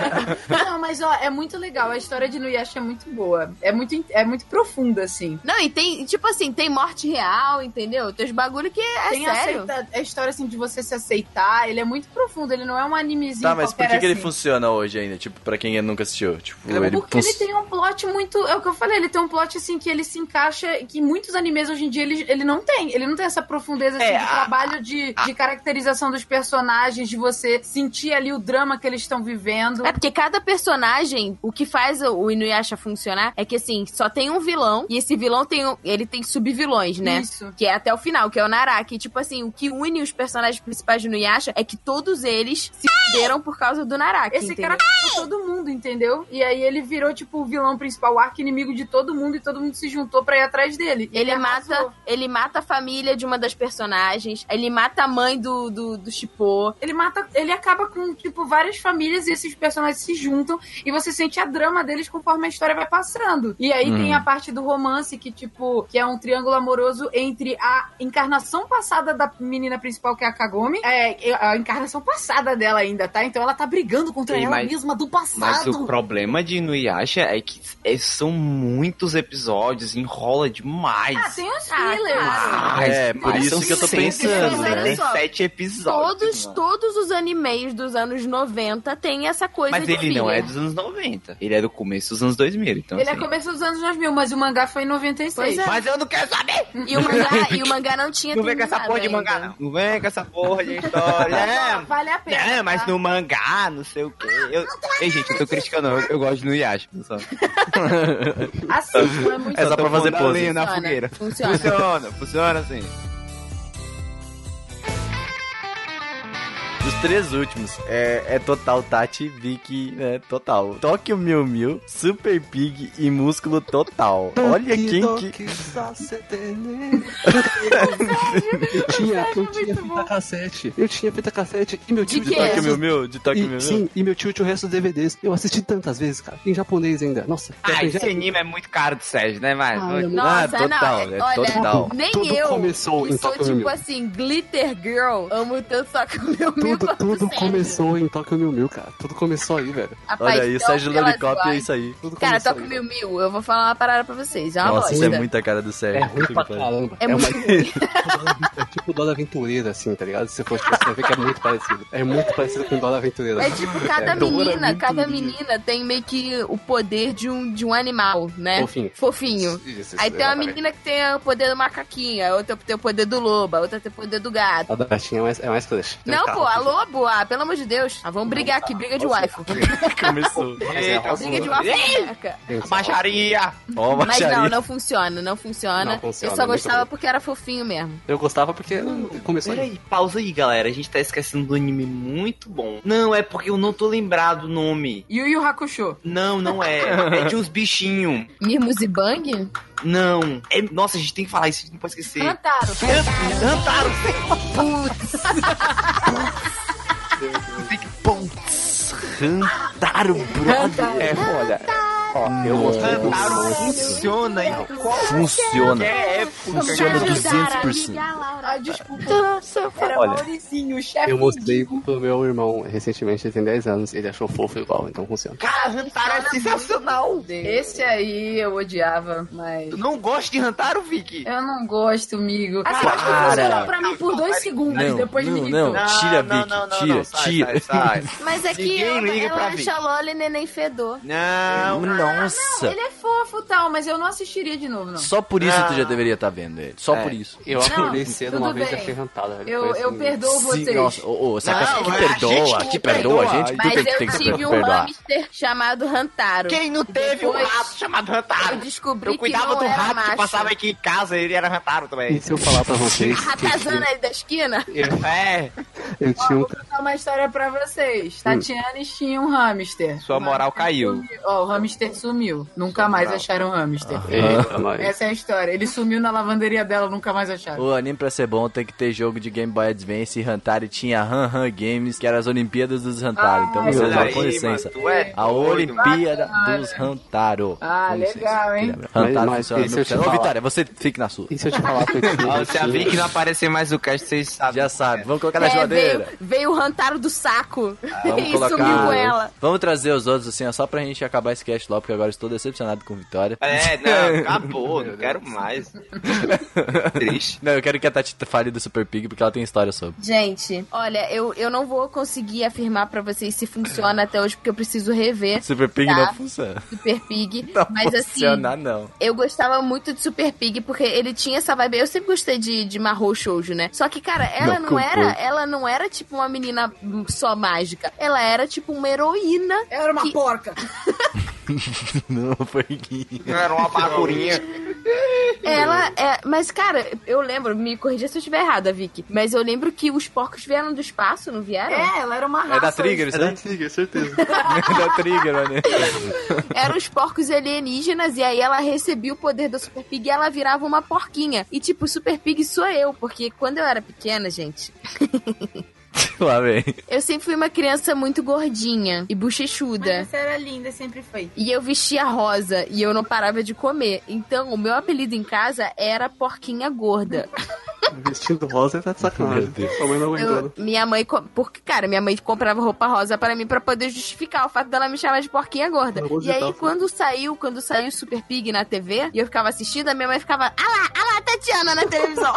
Speaker 6: Não, mas ó, é muito legal. A história de Nuyasha é muito boa. É muito, in- é muito profunda, assim.
Speaker 4: Não, e tem, tipo assim, tem morte real, entendeu? Tem os bagulho que é
Speaker 6: tem
Speaker 4: sério.
Speaker 6: aceita, a história assim de você se aceitar. Ele é muito profundo. Ele não é um animezinho
Speaker 2: Tá, mas por
Speaker 6: qualquer
Speaker 2: que, que ele
Speaker 6: assim.
Speaker 2: funciona hoje ainda? Tipo, pra quem nunca assistiu. Tipo, ele,
Speaker 6: Porque ele tem um plot muito. É o que eu falei, ele tem um plot assim que ele se encaixa. Que muitos animes hoje em dia ele, ele não tem. Ele não tem essa profundeza assim,
Speaker 3: É,
Speaker 6: de
Speaker 3: a-
Speaker 6: trabalho de, de caracterização dos personagens, de você sentir ali o drama que eles estão vivendo.
Speaker 4: É porque cada personagem, o que faz o Inuyasha funcionar é que assim, só tem um vilão e esse vilão tem um- ele tem subvilões, né?
Speaker 6: Isso.
Speaker 4: Que é até o final, que é o Naraki. Tipo assim, o que une os personagens principais de Inuyasha é que todos eles se fuderam por causa do Naraki.
Speaker 6: Esse
Speaker 4: entendeu?
Speaker 6: cara ficou todo mundo, entendeu? E aí ele virou, tipo, o vilão principal, o arco inimigo de todo mundo, e todo mundo se juntou pra ir atrás dele. E
Speaker 4: Ele
Speaker 6: arrasou.
Speaker 4: mata, ele mata a família de uma das personagens, ele mata a mãe do, do, do Shippo.
Speaker 6: Ele mata. Ele acaba com, tipo, várias famílias e esses personagens se juntam. E você sente a drama deles conforme a história vai passando. E aí
Speaker 2: Hum.
Speaker 6: tem a parte do romance que, tipo, que é um triângulo amoroso entre a encarnação passada da menina principal, que é a Kagome. É, a encarnação passada dela ainda, tá? Então ela tá brigando contra
Speaker 3: Sim,
Speaker 6: ela
Speaker 3: mas-
Speaker 6: mesma do
Speaker 3: Mas
Speaker 6: passado.
Speaker 3: o problema de Inuyasha é que é, são muitos episódios, enrola demais.
Speaker 6: Ah, tem os
Speaker 4: Ah,
Speaker 6: fillers.
Speaker 4: claro.
Speaker 2: É, por
Speaker 3: mas
Speaker 2: isso
Speaker 3: são
Speaker 2: que eu tô
Speaker 3: seis
Speaker 2: pensando,
Speaker 3: episódios,
Speaker 4: né?
Speaker 3: Tem sete episódios.
Speaker 4: Todos,
Speaker 3: mano.
Speaker 4: todos os animes dos anos 90 têm essa coisa
Speaker 3: Mas
Speaker 4: de
Speaker 3: ele não
Speaker 4: filler.
Speaker 3: é dos anos 90. Ele é do começo dos anos 2000, então
Speaker 6: Ele é
Speaker 3: assim...
Speaker 6: começo dos anos 2000, mas o mangá foi em 96.
Speaker 4: Pois é.
Speaker 3: Mas eu não quero saber!
Speaker 4: E o mangá, e o mangá não tinha
Speaker 3: é Não vem com essa
Speaker 4: terminado
Speaker 3: porra de
Speaker 4: ainda.
Speaker 3: mangá, não. Não vem com essa porra de história.
Speaker 6: Mas, ó,
Speaker 3: É,
Speaker 6: vale a pena.
Speaker 3: É, mas
Speaker 6: tá?
Speaker 3: no mangá, não sei o quê. Eu... Ei, gente, eu tô criticando, eu, eu gosto do Yasha. Só.
Speaker 6: Assistam, é muito
Speaker 2: É só pra
Speaker 3: Tô
Speaker 2: fazer
Speaker 3: pondo a
Speaker 2: pose.
Speaker 3: lenha na
Speaker 4: Funciona,
Speaker 3: fogueira.
Speaker 4: Funciona.
Speaker 5: é
Speaker 3: Funciona, funciona assim.
Speaker 2: Os três últimos é, é Total Tati, Vicky, né? Total. Tóquio Mil Mil, Super Pig e Músculo Total. Olha quem que.
Speaker 5: Eu tinha, eu
Speaker 6: muito
Speaker 5: tinha
Speaker 6: bom.
Speaker 5: fita cassete. Eu tinha fita cassete e Ah, meu
Speaker 4: De
Speaker 5: tio
Speaker 4: quê?
Speaker 5: resto-
Speaker 2: Tóquio Mil Mil? De Tóquio Mil
Speaker 5: E,
Speaker 2: Mil?
Speaker 5: sim, e meu tio tinha o resto dos DVDs. Eu assisti tantas vezes, cara. Em japonês ainda. Nossa,
Speaker 3: Ah,
Speaker 5: eu
Speaker 3: esse anime é muito caro do Sérgio, né, mas?
Speaker 5: Ah, eu
Speaker 4: Nossa,
Speaker 2: Ah, total,
Speaker 4: não.
Speaker 2: é
Speaker 4: olha,
Speaker 2: total.
Speaker 4: nem
Speaker 5: Tudo
Speaker 4: eu,
Speaker 5: começou
Speaker 4: que
Speaker 5: em
Speaker 4: sou
Speaker 5: Tóquio
Speaker 4: tipo
Speaker 5: Mil Mil.
Speaker 4: assim, glitter girl, amo tanto só que o meu
Speaker 5: Tudo,
Speaker 4: meu
Speaker 5: tudo
Speaker 4: sério.
Speaker 5: começou em Tóquio Mil Mil, cara. Tudo começou aí, velho.
Speaker 4: A
Speaker 2: Olha aí,
Speaker 4: paixão
Speaker 2: Sérgio
Speaker 4: pelas
Speaker 2: Lolicop é
Speaker 4: guardas.
Speaker 2: isso aí.
Speaker 5: Tudo
Speaker 4: Cara,
Speaker 5: começou
Speaker 4: Tóquio
Speaker 5: aí,
Speaker 4: Mil Mil, eu vou falar uma parada pra vocês, é uma
Speaker 2: Nossa, isso
Speaker 4: bosta.
Speaker 2: é muita cara do Tipo,
Speaker 5: velho. É
Speaker 2: Sérgio.
Speaker 5: ruim pra
Speaker 2: Puta que pariu.
Speaker 5: caramba.
Speaker 4: É muito
Speaker 5: uma- é tipo Dora Aventureira, assim, tá ligado? Se você for tipo, você vai ver que é muito parecido. É muito parecido com Dora Aventureira.
Speaker 4: É tipo, cada
Speaker 5: É, Dora
Speaker 4: menina,
Speaker 5: Aventureira.
Speaker 4: cada menina tem meio que o poder de um, de um animal, né?
Speaker 5: Fofinho.
Speaker 4: Fofinho.
Speaker 5: Isso, isso,
Speaker 4: Aí tem uma
Speaker 5: exatamente.
Speaker 4: menina que tem o poder do macaquinho, a outra tem o poder do lobo, a outra tem o poder do gato.
Speaker 5: A da gatinha é mais, é mais crush. Tem
Speaker 4: Não,
Speaker 5: um carro
Speaker 4: pô, a
Speaker 5: aqui.
Speaker 4: lobo, ah, pelo amor de Deus. Ah, vamos brigar aqui, briga de waifu.
Speaker 2: Começou.
Speaker 3: Eita,
Speaker 4: Briga de waifu. merca.
Speaker 5: Tem um carro.
Speaker 3: Então, baixaria!
Speaker 2: Ó,
Speaker 4: Mas não,
Speaker 2: baixaria.
Speaker 4: não funciona, não funciona.
Speaker 5: Não funciona,
Speaker 4: eu só
Speaker 5: é muito
Speaker 4: gostava
Speaker 5: ruim.
Speaker 4: porque era fofinho mesmo.
Speaker 5: Eu gostava porque começou aí.
Speaker 3: Peraí, pausa aí, galera. A gente tá esquecendo do anime muito bom. Não, é porque eu não tô lembrado o nome.
Speaker 6: Yu Yu Hakusho.
Speaker 3: Não, não é. É de uns bichinhos.
Speaker 4: Mirmus e Bang?
Speaker 3: Não. É- Nossa, a gente tem que falar isso, a gente não pode esquecer.
Speaker 4: Cantaro.
Speaker 3: Antaro,
Speaker 2: Rantaro Brother. É foda. Ó, eu gostei.
Speaker 3: Tantaro funciona É, em
Speaker 2: Funciona.
Speaker 3: qualquer
Speaker 2: Funciona
Speaker 1: Vamos ajudar a
Speaker 2: 200%.
Speaker 1: amiga Laura.
Speaker 6: Ai, desculpa.
Speaker 1: Era
Speaker 2: Olha,
Speaker 6: Mauricinho, o chefe.
Speaker 5: Eu mostrei pro meu irmão recentemente, ele tem 10 anos, ele achou fofo igual, então funciona.
Speaker 3: Cara, Rantaro é sensacional.
Speaker 6: Esse aí eu odiava, mas.
Speaker 3: Tu não gosta de Rantaro, Vicky?
Speaker 6: Eu não gosto, amigo.
Speaker 4: Assim, acho que funcionou
Speaker 2: Cara.
Speaker 4: pra mim por dois segundos,
Speaker 2: Não,
Speaker 4: depois me
Speaker 2: não,
Speaker 4: irritou.
Speaker 2: não. Tira, Vicky, tira,
Speaker 3: sai,
Speaker 2: tira.
Speaker 3: sai, sai.
Speaker 4: Mas é que
Speaker 3: Ninguém
Speaker 4: eu,
Speaker 3: liga
Speaker 4: eu
Speaker 3: pra
Speaker 4: acho
Speaker 3: mim.
Speaker 4: a Loli neném fedor.
Speaker 3: Não,
Speaker 2: Nossa.
Speaker 6: Ele é fofo e tal, mas eu não assistiria de novo, não.
Speaker 2: Só por isso tu já
Speaker 3: Ah.
Speaker 2: deveria estar vendo ele. Só
Speaker 7: É.
Speaker 2: por isso.
Speaker 7: Eu
Speaker 6: acordei
Speaker 7: acordei
Speaker 6: Não,
Speaker 7: cedo
Speaker 6: tudo
Speaker 7: uma
Speaker 6: uma vez
Speaker 7: vez
Speaker 6: e
Speaker 7: e
Speaker 6: bem.
Speaker 7: achei
Speaker 6: achei
Speaker 7: Rantaro.
Speaker 6: Eu, eu perdoo
Speaker 2: Sim,
Speaker 6: vocês.
Speaker 2: nossa, ô, ô, saca-
Speaker 3: Não,
Speaker 2: que
Speaker 3: a
Speaker 2: perdoa,
Speaker 3: gente
Speaker 2: que
Speaker 3: não
Speaker 2: perdoa,
Speaker 3: perdoa.
Speaker 2: a gente. Tu
Speaker 4: Mas
Speaker 2: tem,
Speaker 4: eu
Speaker 2: tem que
Speaker 4: tive um
Speaker 2: perdoar.
Speaker 4: hamster chamado Rantaro.
Speaker 3: Quem não teve um
Speaker 4: Depois-
Speaker 3: rato chamado
Speaker 4: Eu
Speaker 3: Rantaro?
Speaker 4: descobri
Speaker 3: Eu cuidava
Speaker 4: que não
Speaker 3: do
Speaker 4: era
Speaker 3: rato
Speaker 4: macho.
Speaker 3: que passava aqui em casa, ele era
Speaker 5: E
Speaker 3: Rantaro também.
Speaker 5: se eu falar pra vocês
Speaker 4: A
Speaker 5: que
Speaker 4: ratazana aí da esquina.
Speaker 3: É,
Speaker 5: eu
Speaker 6: Ó,
Speaker 5: tinha um
Speaker 6: vou contar uma história pra vocês.
Speaker 2: Hum.
Speaker 6: Tatiana tinha um hamster.
Speaker 3: sua moral caiu.
Speaker 6: Ó, o hamster sumiu. Nunca mais acharam o hamster.
Speaker 2: Ah.
Speaker 5: Eita, nós.
Speaker 6: Essa é a história. Ele sumiu na lavanderia dela, nunca mais acharam.
Speaker 2: O anime pra ser bom tem que ter jogo de Game Boy Advance e Hantari tinha Han Han Games, que era as Olimpíadas dos Hantaro. então
Speaker 6: Ai,
Speaker 2: vocês
Speaker 3: Ah, Olha
Speaker 2: vão
Speaker 3: aí,
Speaker 2: com licença.
Speaker 3: mano, tu é
Speaker 2: A
Speaker 3: doido,
Speaker 2: Olimpíada dos Hantaro.
Speaker 6: Ah,
Speaker 2: Com licença,
Speaker 6: legal, hein?
Speaker 2: Guilherme. Hantaro
Speaker 5: Mas- mas
Speaker 2: funciona
Speaker 5: esse
Speaker 2: no
Speaker 5: eu te
Speaker 2: Ô,
Speaker 5: falar.
Speaker 2: Vitória, você fique na sua.
Speaker 5: E se eu te falar que eu tinha- um
Speaker 3: Ah, Se a Vicky não aparecer mais no cast, vocês sabem.
Speaker 2: Já sabe, vamos colocar na
Speaker 4: É,
Speaker 2: geladeira. Ah,
Speaker 4: veio, veio o Rantaro do saco.
Speaker 2: Vamos
Speaker 4: e sumiu
Speaker 2: colocar.
Speaker 4: com ela.
Speaker 2: Vamos trazer os outros assim, ó, só pra gente acabar esse cast logo, porque agora eu estou decepcionado com Vitória.
Speaker 3: É, não, acabou, não quero mais. Triste.
Speaker 2: Não, eu quero que a Tati fale do Super Pig, porque ela tem história sobre.
Speaker 4: Gente, olha, eu, eu não vou conseguir afirmar pra vocês se funciona até hoje, porque eu preciso rever
Speaker 2: Super Pig
Speaker 4: Tá.
Speaker 2: não funciona.
Speaker 4: Super Pig.
Speaker 2: Não
Speaker 4: mas assim,
Speaker 2: funciona, não.
Speaker 4: eu gostava muito de Super Pig, porque ele tinha essa vibe. Eu sempre gostei de, de Mahou Shoujo, né? Só que, cara, ela
Speaker 5: Não,
Speaker 4: não,
Speaker 5: que
Speaker 4: era.
Speaker 5: horror.
Speaker 4: Ela não era tipo uma menina só mágica. Ela era tipo uma heroína.
Speaker 6: Era uma
Speaker 4: Que-
Speaker 6: porca.
Speaker 2: Não, foi que-
Speaker 3: Era uma bagulhinha.
Speaker 4: Ela é. Mas, cara, eu lembro, me corrija se eu estiver errada, Vicky. Mas eu lembro que os porcos vieram do espaço, não vieram?
Speaker 6: É, ela era uma raça.
Speaker 2: É da Trigger, isso
Speaker 8: É
Speaker 2: aí?
Speaker 8: da Tiga, certeza.
Speaker 2: É da Trigger, mano.
Speaker 4: Eram os porcos alienígenas, e aí ela recebia o poder da Super Pig e ela virava uma porquinha. E tipo, Super Pig sou eu, porque quando eu era pequena, gente,
Speaker 2: Lá vem.
Speaker 4: eu sempre fui uma criança muito gordinha e bochechuda.
Speaker 6: Essa era linda, sempre foi.
Speaker 4: E eu vestia rosa e eu não parava de comer. Então, o meu apelido em casa era Porquinha Gorda.
Speaker 8: Vestindo rosa tá de sacanagem.
Speaker 2: Ah, Meu Deus.
Speaker 8: Sua mãe não
Speaker 4: Eu-
Speaker 8: aguentando.
Speaker 4: minha mãe, co- porque, cara, minha mãe comprava roupa rosa pra mim pra poder justificar o fato dela me chamar de porquinha gorda.
Speaker 8: Eu vou
Speaker 4: E aí,
Speaker 8: citar-
Speaker 4: quando saiu, quando saiu o Super Pig na TV, e eu ficava assistindo, a minha mãe ficava, ah lá, ah lá, a Tatiana na televisão.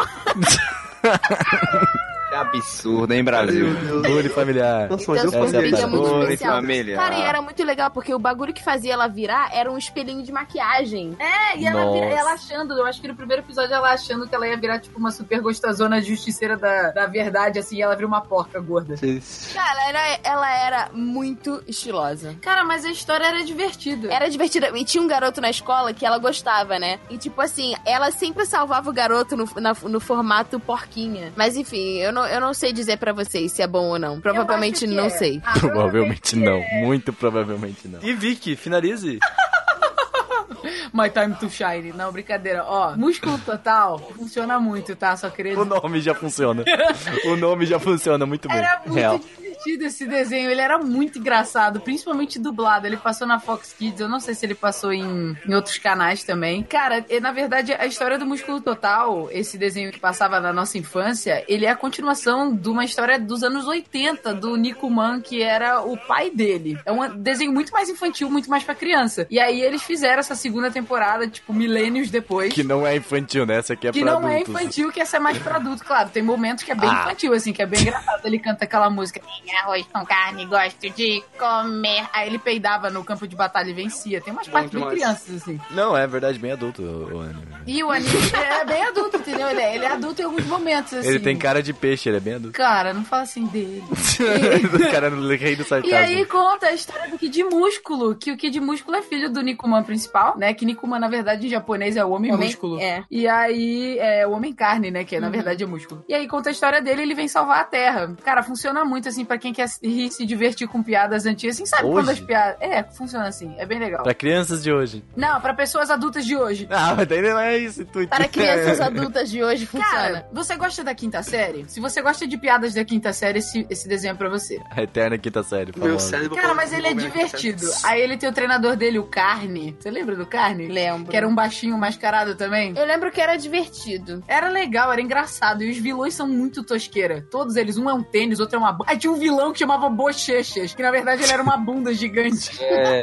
Speaker 3: Que É absurdo, hein, Brasil?
Speaker 8: Meu Deus.
Speaker 2: Bullying familiar.
Speaker 8: Nossa, mas eu
Speaker 4: Então,
Speaker 2: Deus
Speaker 4: Super
Speaker 2: foi
Speaker 8: falei.
Speaker 4: Pig é
Speaker 2: abençoe.
Speaker 4: muito
Speaker 3: Oi,
Speaker 4: especial.
Speaker 3: família.
Speaker 4: Cara, e era muito legal, porque o bagulho que fazia ela virar era um espelhinho de maquiagem.
Speaker 6: É, e ela,
Speaker 2: Nossa.
Speaker 6: vira- ela achando, eu acho que no primeiro episódio ela achando que ela ia virar tipo uma super gostosona justiceira da, da verdade, assim, e ela vira uma porca gorda.
Speaker 8: Vocês-
Speaker 4: Cara, era- ela era muito estilosa.
Speaker 6: Cara, mas a história era divertida.
Speaker 4: Era divertida. E tinha um garoto na escola que ela gostava, né? E tipo assim, ela sempre salvava o garoto no, na- no formato porquinha. Mas enfim, eu não, eu não sei dizer pra vocês se é bom ou não. Provavelmente
Speaker 6: Eu acho que
Speaker 4: não
Speaker 6: é.
Speaker 4: sei.
Speaker 6: Ah,
Speaker 2: Provavelmente não. Muito provavelmente não. E Vicky, finalize.
Speaker 6: My time to shine. Não, brincadeira. Ó, músculo total funciona muito, tá? Só queria
Speaker 2: O
Speaker 6: dizer.
Speaker 2: nome já funciona. O nome já funciona muito bem.
Speaker 6: Era muito
Speaker 2: Real.
Speaker 6: divertido esse desenho, ele era muito engraçado, principalmente dublado. Ele passou na Fox Kids, eu não sei se ele passou em, em outros canais também. Cara, e, na verdade, a história do Músculo Total, esse desenho que passava na nossa infância, ele é a continuação de uma história dos anos 80, do Nico Man, que era o pai dele. É um desenho muito mais infantil, muito mais pra criança. E aí eles fizeram essa segunda temporada, tipo, milênios depois.
Speaker 2: Que não é infantil, né? Essa aqui é
Speaker 6: Que
Speaker 2: pra
Speaker 6: não é
Speaker 2: adultos.
Speaker 6: infantil, que essa é mais pra adulto, claro. Tem momentos que é bem
Speaker 2: Ah.
Speaker 6: infantil, assim, que é bem engraçado. Ele canta aquela música. "Tem Arroz com carne, gosto de comer. Aí ele peidava no campo de batalha e vencia. Tem umas partes bem
Speaker 8: demais.
Speaker 6: crianças, assim.
Speaker 2: Não, é verdade, bem adulto o, o anime.
Speaker 6: E o anime é bem adulto, entendeu? Ele é, ele é adulto em alguns momentos, assim.
Speaker 2: Ele tem cara de peixe, ele é bem adulto.
Speaker 6: Cara, não fala assim dele.
Speaker 2: o cara no rei do sarcasmo.
Speaker 6: E aí conta a história do Kid Músculo, que o Kid Músculo é filho do Nikuman principal, né? Que Nikuman, na verdade, em japonês é o Homem,
Speaker 4: Homem-
Speaker 6: Músculo.
Speaker 4: é.
Speaker 6: E aí é o Homem Carne, né? Que na verdade é músculo. E aí conta a história dele ele vem salvar a Terra. Cara, funciona muito, assim, pra quem quer rir, se divertir com piadas antigas. Assim, sabe
Speaker 2: Hoje?
Speaker 6: quando as piadas. É, funciona assim. É bem legal.
Speaker 2: Pra crianças de hoje.
Speaker 6: Não, pra pessoas adultas de hoje.
Speaker 2: Ah, mas daí não é esse intuito.
Speaker 4: Para crianças adultas de hoje funciona.
Speaker 6: Cara, você gosta da quinta série? Se você gosta de piadas da quinta série, esse, esse desenho é pra você.
Speaker 2: A eterna quinta série, por
Speaker 8: Meu
Speaker 2: favor.
Speaker 8: cérebro.
Speaker 6: Cara, mas ele é divertido. Aí ele tem o treinador dele, o Carne. Você lembra do Carne?
Speaker 4: Lembro.
Speaker 6: Que era um baixinho mascarado também.
Speaker 4: Eu lembro que era divertido.
Speaker 6: Era legal, era engraçado. E os vilões são muito tosqueira. Todos eles. Um é um tênis, outro é uma... bu- Ah, tinha um vilão que chamava Bochechas. Que, na verdade, ele era uma bunda gigante.
Speaker 5: É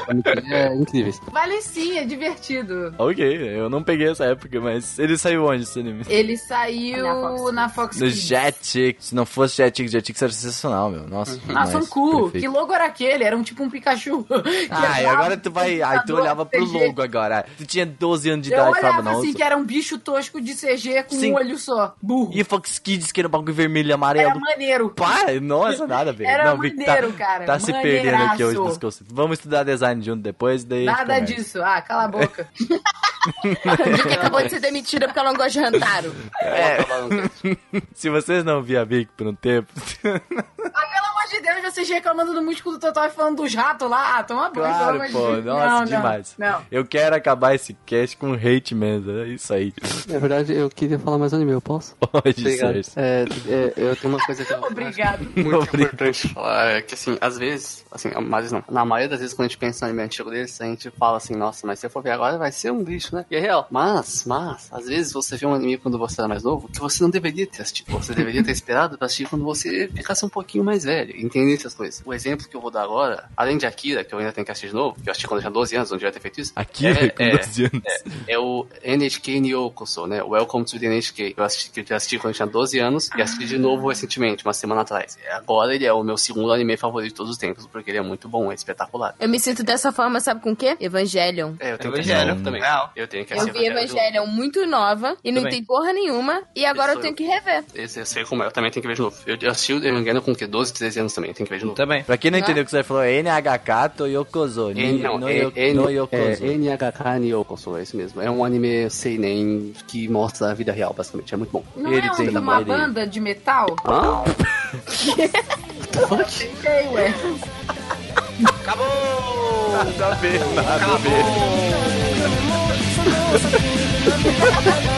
Speaker 5: incrível.
Speaker 6: Vale sim, é divertido.
Speaker 2: Ok, eu não peguei essa época, mas ele saiu onde esse anime?
Speaker 6: Ele saiu
Speaker 4: Na Fox
Speaker 6: na Fox
Speaker 4: Kids.
Speaker 2: No
Speaker 6: Kids.
Speaker 2: Jetix. Se não fosse Jetix, Jetix era sensacional, meu. Nossa.
Speaker 6: Ah,
Speaker 2: demais.
Speaker 6: Fanku.
Speaker 2: Perfeito.
Speaker 6: Que logo era aquele? Era um tipo um Pikachu. Que
Speaker 2: Ah, e
Speaker 6: andava,
Speaker 2: agora tu vai. Ai, tu
Speaker 6: computador,
Speaker 2: olhava pro
Speaker 6: CG.
Speaker 2: logo agora. Tu tinha 12 anos de
Speaker 6: Eu
Speaker 2: idade, falava,
Speaker 6: olhava
Speaker 2: não.
Speaker 6: assim, que era um bicho tosco de CG com
Speaker 2: Sim.
Speaker 6: um olho só. Burro.
Speaker 2: E Fox Kids, que era um bagulho vermelho e
Speaker 6: Era
Speaker 2: amarelo.
Speaker 6: maneiro.
Speaker 2: Para! Nossa, nada, velho.
Speaker 6: Era
Speaker 2: não, Vic, tá,
Speaker 6: maneiro, cara.
Speaker 2: tá se
Speaker 6: Maneiraço.
Speaker 2: perdendo aqui hoje nos conceitos. Vamos estudar design junto depois, daí. a gente
Speaker 6: Nada
Speaker 2: conversa.
Speaker 6: disso. Ah, cala a boca.
Speaker 4: Vicky acabou de ser demitida porque ela não gosta de Rantaro.
Speaker 2: Se vocês não viam a Vic por um tempo.
Speaker 6: Ah, Pelo amor de Deus, vocês reclamando do músculo do Totó e falando dos ratos lá. Ah, toma banho,
Speaker 2: claro,
Speaker 6: pelo amor de
Speaker 2: pô.
Speaker 6: Deus.
Speaker 2: Nossa,
Speaker 6: Não, não,
Speaker 2: demais.
Speaker 6: Não.
Speaker 2: Eu quero acabar esse cast com hate mesmo. É isso aí.
Speaker 5: Na verdade, eu queria falar mais anime, eu posso?
Speaker 2: Pode ser. isso.
Speaker 5: É, é, eu tenho uma coisa que eu acho
Speaker 6: Obrigado.
Speaker 5: muito importante falar, é que assim, às vezes, assim, mas não, na maioria das vezes quando a gente pensa em anime antigo desse, a gente fala assim, nossa, mas se eu for ver agora vai ser um lixo, né? E é real. Mas, mas, às vezes você vê um anime quando você era mais novo que você não deveria ter assistido. Você deveria ter esperado pra assistir quando você ficasse um pouquinho mais velho, e entender essas coisas. O exemplo que eu vou dar agora, além de Akira, que eu ainda tenho que assistir de novo, que eu assisti quando eu tinha 12 anos, onde eu ia ter feito isso.
Speaker 2: Aqui,
Speaker 5: é,
Speaker 2: velho, com
Speaker 5: é,
Speaker 2: 12 anos.
Speaker 5: é o NHK Nyokoso, né? Welcome to the NHK. Eu assisti, que eu assisti quando eu tinha 12 anos e assisti de novo recentemente, uma semana atrás. E Agora ele é o meu segundo anime favorito de todos os tempos, porque ele é muito bom, é espetacular.
Speaker 4: Eu me sinto dessa forma, sabe com o quê? Evangelion.
Speaker 5: É, eu tenho
Speaker 2: Evangelho.
Speaker 5: que assistir também.
Speaker 3: Não.
Speaker 5: Eu tenho que
Speaker 4: Eu
Speaker 5: assistir
Speaker 4: vi Evangelion muito nova e não
Speaker 3: Também.
Speaker 4: tem porra nenhuma. E agora eu
Speaker 5: sou
Speaker 4: tenho
Speaker 5: eu.
Speaker 4: que rever.
Speaker 5: Esse eu sei como é, eu também tenho que ver de novo. Eu, eu assisti o Evangelion com o quê? 12, 13 anos também, eu tenho que ver
Speaker 2: Então,
Speaker 5: de novo.
Speaker 3: Também.
Speaker 2: Pra quem não
Speaker 4: Né?
Speaker 2: entendeu o que você falou, é NHK Toyokozo.
Speaker 5: N-
Speaker 2: Ni-
Speaker 5: não,
Speaker 2: no
Speaker 5: é-
Speaker 2: yo-
Speaker 5: é-
Speaker 2: no Yokozo.
Speaker 5: é NHK Nyokoso, é isso mesmo. É um anime seinen que mostra a vida real, basicamente. É muito bom.
Speaker 6: Não
Speaker 2: Ele
Speaker 6: é um-
Speaker 2: tem
Speaker 6: uma
Speaker 2: ele-
Speaker 6: banda de metal?
Speaker 5: Ah,
Speaker 6: Sei, ué.
Speaker 2: Nada a ver, nada a ver.